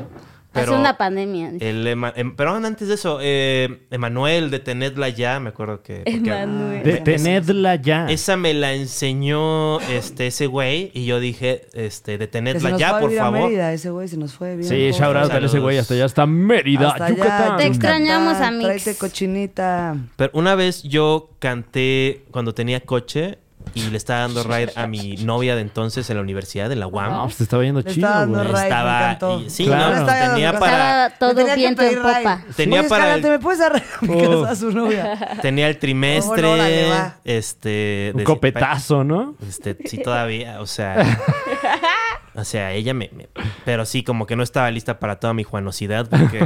S1: Hace
S4: Pero
S1: una pandemia. dice.
S4: el Ema- em- pero antes de eso, eh, Emanuel de Tenedla ya, me acuerdo que.
S2: Eh,
S4: porque Ah.
S1: Emanuel.
S3: De- tenedla ya.
S4: Esa me la enseñó este, ese güey y yo dije, este,
S2: Que se
S4: detenedla
S2: nos fue
S4: ya,
S2: a
S4: por
S2: vivir a
S4: favor.
S2: Mérida, ese güey se nos fue. bien
S3: Sí,
S2: pobre.
S3: shout out a
S4: Saludos.
S3: ese güey hasta allá está Mérida,
S2: Hasta allá,
S3: Yucatán.
S1: Te extrañamos,
S2: Yucatán,
S1: amigos.
S2: Tráete cochinita.
S4: Pero una vez yo canté cuando tenía coche y le estaba dando ride a mi novia de entonces en la universidad, en la UAM.
S3: No, pues te estaba yendo
S2: Le
S3: chido,
S2: estaba dando
S3: güey.
S2: ride,
S4: Estaba-
S2: me encantó.
S4: y- sí,
S3: Claro. no,
S2: Estaba
S4: tenía
S2: dando-
S4: para-
S1: Estaba
S2: Me tenía
S1: todo
S2: que
S1: viento en
S2: pedir ride.
S1: popa.
S4: Tenía
S2: Oye,
S4: para el-
S2: Escalante, ¿me puedes dar a mi
S3: Oh.
S2: casa a su novia?
S4: Tenía el trimestre,
S2: Oh, bueno, órale, va.
S4: este...
S3: Un
S4: de-
S3: copetazo, ¿no?
S4: Este, sí, todavía, o sea... O sea, ella me, me- Pero sí, como que no estaba lista para toda mi juanosidad porque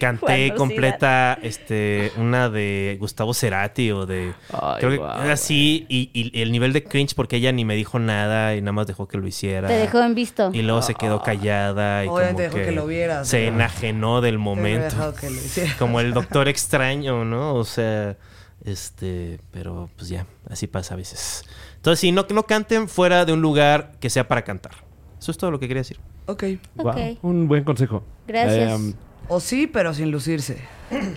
S4: canté
S1: Juanosidad.
S4: completa este, una de Gustavo Cerati o de...
S3: Ay,
S4: creo que
S3: guau,
S4: era así y, y el nivel de cringe porque ella ni me dijo nada y nada más dejó que lo hiciera.
S1: Te dejó en visto.
S4: Y luego se quedó callada y
S2: Ah. Obviamente
S4: como
S2: dejó que lo vieras,
S4: Se
S2: ¿no?
S4: enajenó del
S2: Te hubiera
S4: momento.
S2: dejado que lo hiciera.
S4: Como el doctor extraño, ¿no? O sea, este, pero pues ya, así pasa a veces. Entonces, sí, no, no canten fuera de un lugar que sea para cantar. Eso es todo lo que quería decir.
S2: Ok.
S1: Ok.
S3: Guau, un buen consejo.
S1: Gracias.
S3: Eh,
S2: O sí, pero sin lucirse.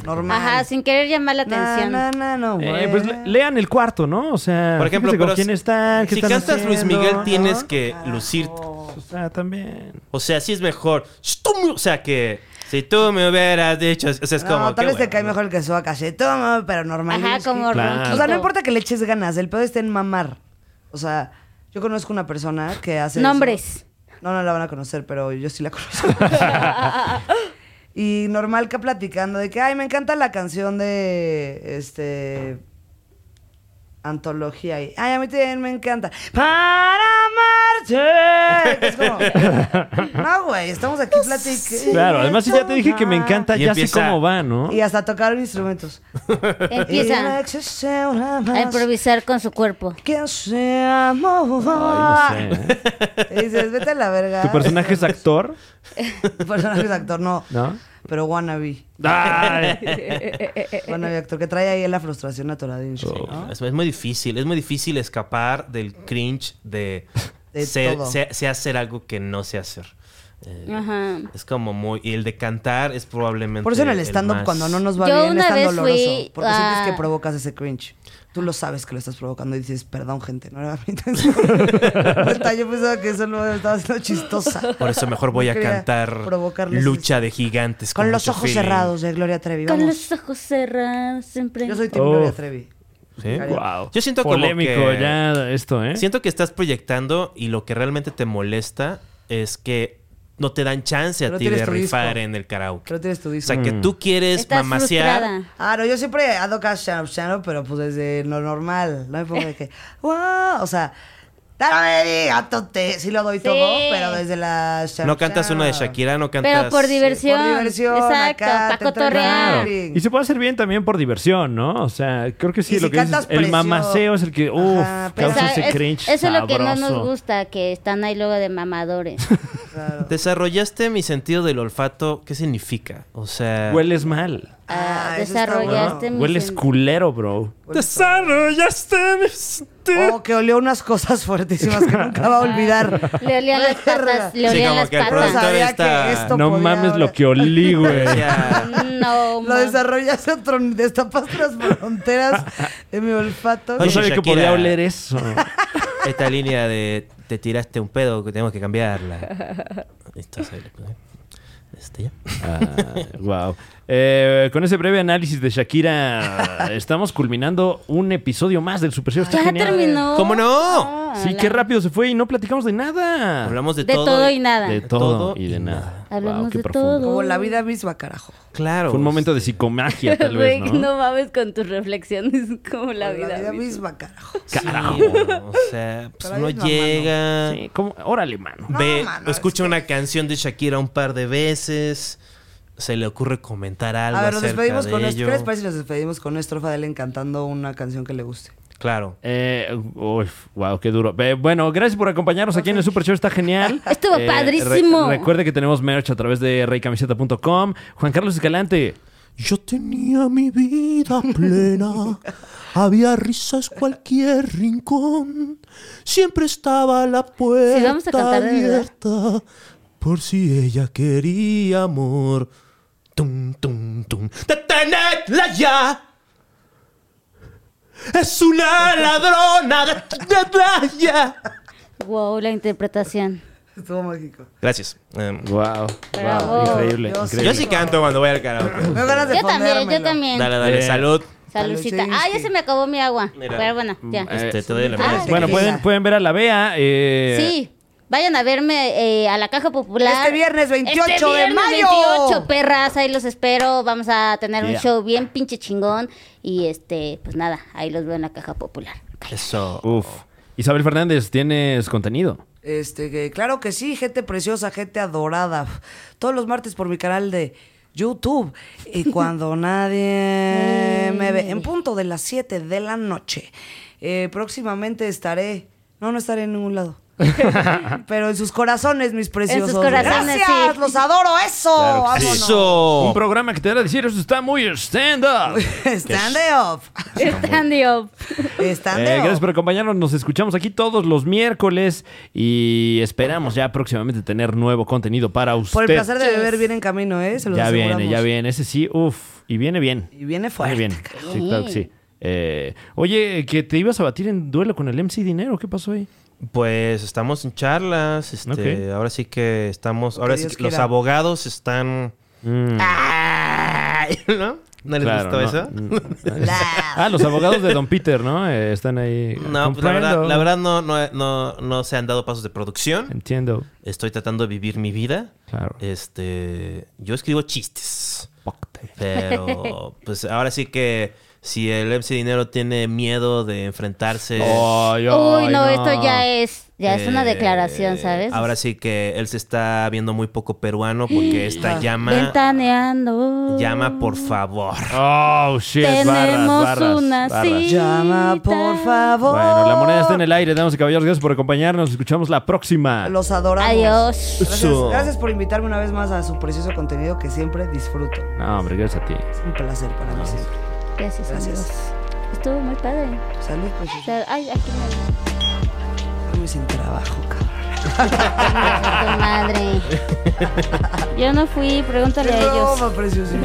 S2: Normal.
S1: Ajá, sin querer llamar la atención.
S2: No, no, no,
S3: eh,
S2: güey.
S3: pues le- lean el cuarto, ¿no? O sea,
S4: Por ejemplo,
S3: fíjense con
S4: pero
S3: quién
S4: si-
S2: Ah,
S3: están, qué
S4: si
S3: están
S4: cantas Luis
S3: haciendo,
S4: Miguel,
S3: ¿no? Pues,
S4: tienes que lucir.
S3: O sea, también.
S4: O sea, sí es mejor. Si tú me- O sea, que si tú me hubieras dicho. O sea, es como.
S2: No, tal
S4: qué
S2: vez te
S4: bueno,
S2: cae
S4: ¿no?
S2: mejor el que suba casetón, pero normal.
S1: Ajá,
S2: Es que-
S1: como
S3: Claro.
S1: ronquito.
S2: O sea, no importa que le eches ganas, el pedo está en mamar. O sea, yo conozco una persona que hace. eso.
S1: Nombres.
S2: No, no la van a conocer, pero yo sí la conozco. y normal que platicando de que, ay, me encanta la canción de. Este. Antología. Y, ay, a mí también me encanta. ¡Para amarte! Es como. No, güey, estamos aquí platicando.
S3: Claro, además si ya te dije que me encanta,
S4: Y
S3: ya sé
S4: empieza-
S3: cómo va, ¿no?
S2: Y hasta tocar instrumentos.
S1: Empieza a improvisar con su cuerpo.
S2: Que se amó.
S3: Ay, no sé. ¿eh?
S2: Y dices, vete a la verga.
S3: ¿Tu personaje es actor?
S2: Tu personaje es actor, no.
S3: ¿No?
S2: Pero wannabe.
S3: Ay,
S2: Wannabe actor, que trae ahí la frustración atoradín.
S4: Es, es muy difícil, es muy difícil escapar del cringe de,
S2: De
S4: ser-
S2: todo.
S4: sé- sé hacer algo que no sé hacer. Eh,
S1: Ajá.
S4: Es como muy... Y el de cantar es probablemente...
S2: Por eso en el stand-up,
S4: más-
S2: cuando no nos va
S1: Yo
S2: bien,
S1: una
S2: es tan
S1: vez
S2: doloroso.
S1: fui
S2: porque
S1: a-
S2: sientes que provocas ese cringe. Tú lo sabes que lo estás provocando y dices, perdón, gente, no era mi intención. Neta, Yo pensaba que eso lo estaba haciendo chistosa.
S4: Por eso mejor voy
S2: No
S4: a
S2: quería
S4: cantar
S2: provocarles
S4: Lucha de Gigantes.
S2: Con los
S4: mucho
S2: ojos
S4: feeling.
S2: cerrados de Gloria Trevi.
S1: Con
S2: Vamos.
S1: los ojos cerrados, siempre.
S2: Yo soy Tim
S3: Oh.
S2: Gloria Trevi.
S4: Sí.
S3: wow.
S4: Yo siento como
S3: Polémico
S4: que-
S3: ya esto, ¿eh?
S4: Siento que estás proyectando y lo que realmente te molesta es que no te dan chance a
S2: Pero
S4: ti
S2: tienes
S4: de
S2: tu
S4: rifar
S2: disco.
S4: en el karaoke.
S2: Pero tienes tu
S4: O
S2: disco.
S4: sea, que tú quieres
S1: Estás
S4: mamasear...
S1: frustrada.
S2: Ah, no, yo siempre hago cash channel, channel, pero pues desde lo normal. No me pongo de que, wow, o sea, dame gatote. Sí lo doy
S1: Sí.
S2: todo, pero desde la
S4: No cantas una
S2: una
S4: de Shakira, no cantas...
S1: Pero por diversión.
S2: Por diversión,
S1: Exacto,
S2: acá,
S1: para
S2: te entra el
S1: cotorrear.
S3: Claro.
S2: Claro.
S3: Y se puede hacer bien también por diversión, ¿no? O sea, creo que sí,
S2: Y si
S3: lo que dices,
S2: cantas
S3: el
S2: precio-
S3: mamaceo es el que, uff,
S2: Ajá, pero-
S1: pues, O
S3: causa
S1: sea,
S3: ese
S1: es-
S3: cringe
S1: eso es lo que no nos
S3: sabroso.
S1: gusta, que están ahí luego de mamadores.
S4: Desarrollaste mi sentido del olfato. ¿Qué significa? O sea...
S3: Hueles mal.
S1: Ah,
S2: Ah, eso está
S1: desarrollaste mi
S3: Hueles
S1: sen-
S3: culero, bro.
S4: Desarrollaste mi sentido...
S2: O Oh, que olió unas cosas fuertísimas que nunca va a olvidar.
S1: Le olían las patas, le
S4: Sí,
S1: olían
S4: como
S1: las
S4: que el
S2: No
S1: patas.
S4: productor-
S2: sabía
S4: está-
S2: que esto
S3: no
S2: podía
S3: mames
S2: oler.
S3: lo que olí, güey.
S4: O sea,
S1: No,
S2: Lo
S1: ma-
S2: desarrollaste otro, destapaste las fronteras de mi olfato.
S3: No
S4: Oye,
S3: sabía que
S4: Shakira.
S3: podía oler eso.
S4: esta línea de te tiraste un pedo que tenemos que cambiarla. Esto es el- este, ya.
S3: wow. Ah, Eh, con ese breve análisis de Shakira, estamos culminando un episodio más del Super Show. Está
S1: Ya
S3: genial.
S2: Oh.
S1: terminó.
S4: ¿Cómo no?
S1: Ah,
S3: Sí,
S1: la-
S2: Ah.
S3: qué rápido se fue y no platicamos de nada.
S4: Hablamos de,
S1: De todo y nada.
S3: De todo, y de nada.
S1: Hablamos
S3: Guau, qué
S1: de
S3: profundo.
S1: todo.
S2: Como la vida misma, carajo.
S4: Claro.
S3: Fue un momento de psicomagia, tal vez,
S1: Güey,
S3: ¿no?
S1: ¿no? mames con tus reflexiones como la
S2: Como
S1: vida. misma.
S2: misma, carajo.
S4: Sí, o sea, pues
S2: Pero
S4: uno
S2: ahí no, mano.
S4: llega,
S3: Sí, ¿cómo? Órale, mano.
S4: ve,
S2: No, mano,
S4: escucha
S2: es que-
S4: una canción de Shakira un par de veces, se le ocurre comentar algo
S2: A ver, nos
S4: acerca
S2: despedimos
S4: de
S2: con esto.
S4: ello.
S2: ¿Qué les parece si nos despedimos con una estrofa de él encantando una canción que le guste?
S4: Claro.
S3: Eh, wow, qué duro. Eh, bueno, gracias por acompañarnos aquí en el Super Show, está genial.
S1: Estuvo
S3: Eh,
S1: padrísimo.
S3: re- recuerde que tenemos merch a través de reycamiseta.com. Juan Carlos Escalante.
S7: Yo tenía mi vida plena, había risas cualquier rincón, siempre estaba la puerta
S1: Sí, vamos a cantar de verdad.
S7: abierta por si ella quería amor. Tum, tum, tum. ¡Detenedla ya! ¡Es una ladrona! ¡Detenedla ya!
S1: Wow, la interpretación.
S2: Estuvo mágico.
S4: Gracias. Em,
S3: Wow,
S1: Bravo.
S3: increíble.
S2: Yo
S3: increíble.
S4: yo sí canto cuando voy al karaoke.
S2: Me dan ganas de
S1: Yo también, yo
S2: fondérmelo.
S1: también.
S4: Dale, dale,
S3: Eh,
S4: salud.
S1: Saludcita.
S2: Dale, sí,
S1: Ah,
S2: es
S1: ya
S2: que-
S1: se me acabó mi agua.
S4: Mira.
S1: Pero bueno, ya.
S7: Eh,
S4: Este, te doy la
S1: Ah,
S4: mano.
S1: sí.
S3: Eh, Bueno, pueden, pueden ver a la Bea. eh,
S1: Sí. Vayan a verme eh, a la Caja Popular.
S2: Este viernes 28
S1: Este
S2: de
S1: viernes
S2: mayo.
S1: 28, perras. Ahí los espero. Vamos a tener
S3: Yeah.
S1: un show bien pinche chingón. Y este, pues nada, ahí los veo en la Caja Popular.
S4: Eso.
S3: Uf. Isabel Fernández, tienes contenido.
S2: Este, que claro que sí, gente preciosa, gente adorada. Todos los martes por mi canal de YouTube. Y cuando nadie me ve, en punto de las 7 de la noche. Eh, próximamente estaré. No, no estaré en ningún lado. Pero en sus corazones, mis preciosos.
S1: corazones,
S2: Gracias,
S1: sí.
S2: los adoro, eso.
S3: Claro que sí.
S2: Vámonos.
S3: Un
S4: Eso.
S3: programa que te hará decir, eso está muy stand-up.
S2: Stand up.
S1: Stand up.
S2: Stand
S3: Eh,
S2: up.
S3: gracias por acompañarnos. Nos escuchamos aquí todos los miércoles y esperamos ya próximamente tener nuevo contenido para usted.
S2: Por el placer de beber bien en camino, ¿eh? Se los
S3: ya
S2: aseguramos.
S3: viene, ya viene. Ese sí, uff. Y viene bien.
S2: Y viene fuerte.
S3: Viene bien. Sí, claro que sí. Eh, oye, que te ibas a batir en duelo con el MC Dinero. ¿Qué pasó ahí?
S4: Pues estamos en charlas. Este,
S3: Ok.
S4: Ahora sí que estamos. Ahora sí
S2: Dios
S4: que los
S2: quiera.
S4: abogados están.
S2: Ah.
S4: Ay, ¿No? Mm, ¿No les
S3: Claro,
S4: gustó
S3: no. Mm,
S4: eso?
S3: ah, los abogados de Don Peter, ¿no? Eh, están ahí.
S4: No, pues la verdad,
S3: Comprendo.
S4: la verdad no, no, no, no se han dado pasos de producción.
S3: Entiendo.
S4: Estoy tratando de vivir mi vida.
S3: Claro.
S4: Este, yo escribo chistes. Pero, pues ahora sí que si el MC Dinero tiene miedo de enfrentarse.
S3: Ay,
S1: Uy,
S3: ay,
S1: no, esto ya es, ya es una
S4: eh,
S1: declaración, ¿sabes?
S4: Ahora sí que él se está viendo muy poco peruano porque esta llama.
S1: Ventaneando.
S4: Llama, por favor.
S3: Oh, shit.
S1: Tenemos
S3: barras, barras,
S1: una
S3: barras.
S1: cita.
S2: Llama, por favor.
S3: Bueno, la moneda está en el aire, damas y caballeros. Gracias por acompañarnos. Escuchamos la próxima.
S2: Los adoramos.
S1: Adiós.
S2: Gracias, gracias por invitarme una vez más a su precioso contenido que siempre disfruto.
S3: No, hombre, gracias a ti.
S2: Es un placer para mí siempre.
S1: Gracias,
S2: Gracias.
S1: amigos. Estuvo muy padre.
S2: Salud,
S1: O
S2: precioso.
S1: sea, ay, aquí me
S2: Estoy sin trabajo, cabrón.
S1: tu madre. Yo no fui, pregúntale a ellos.
S2: No, precioso.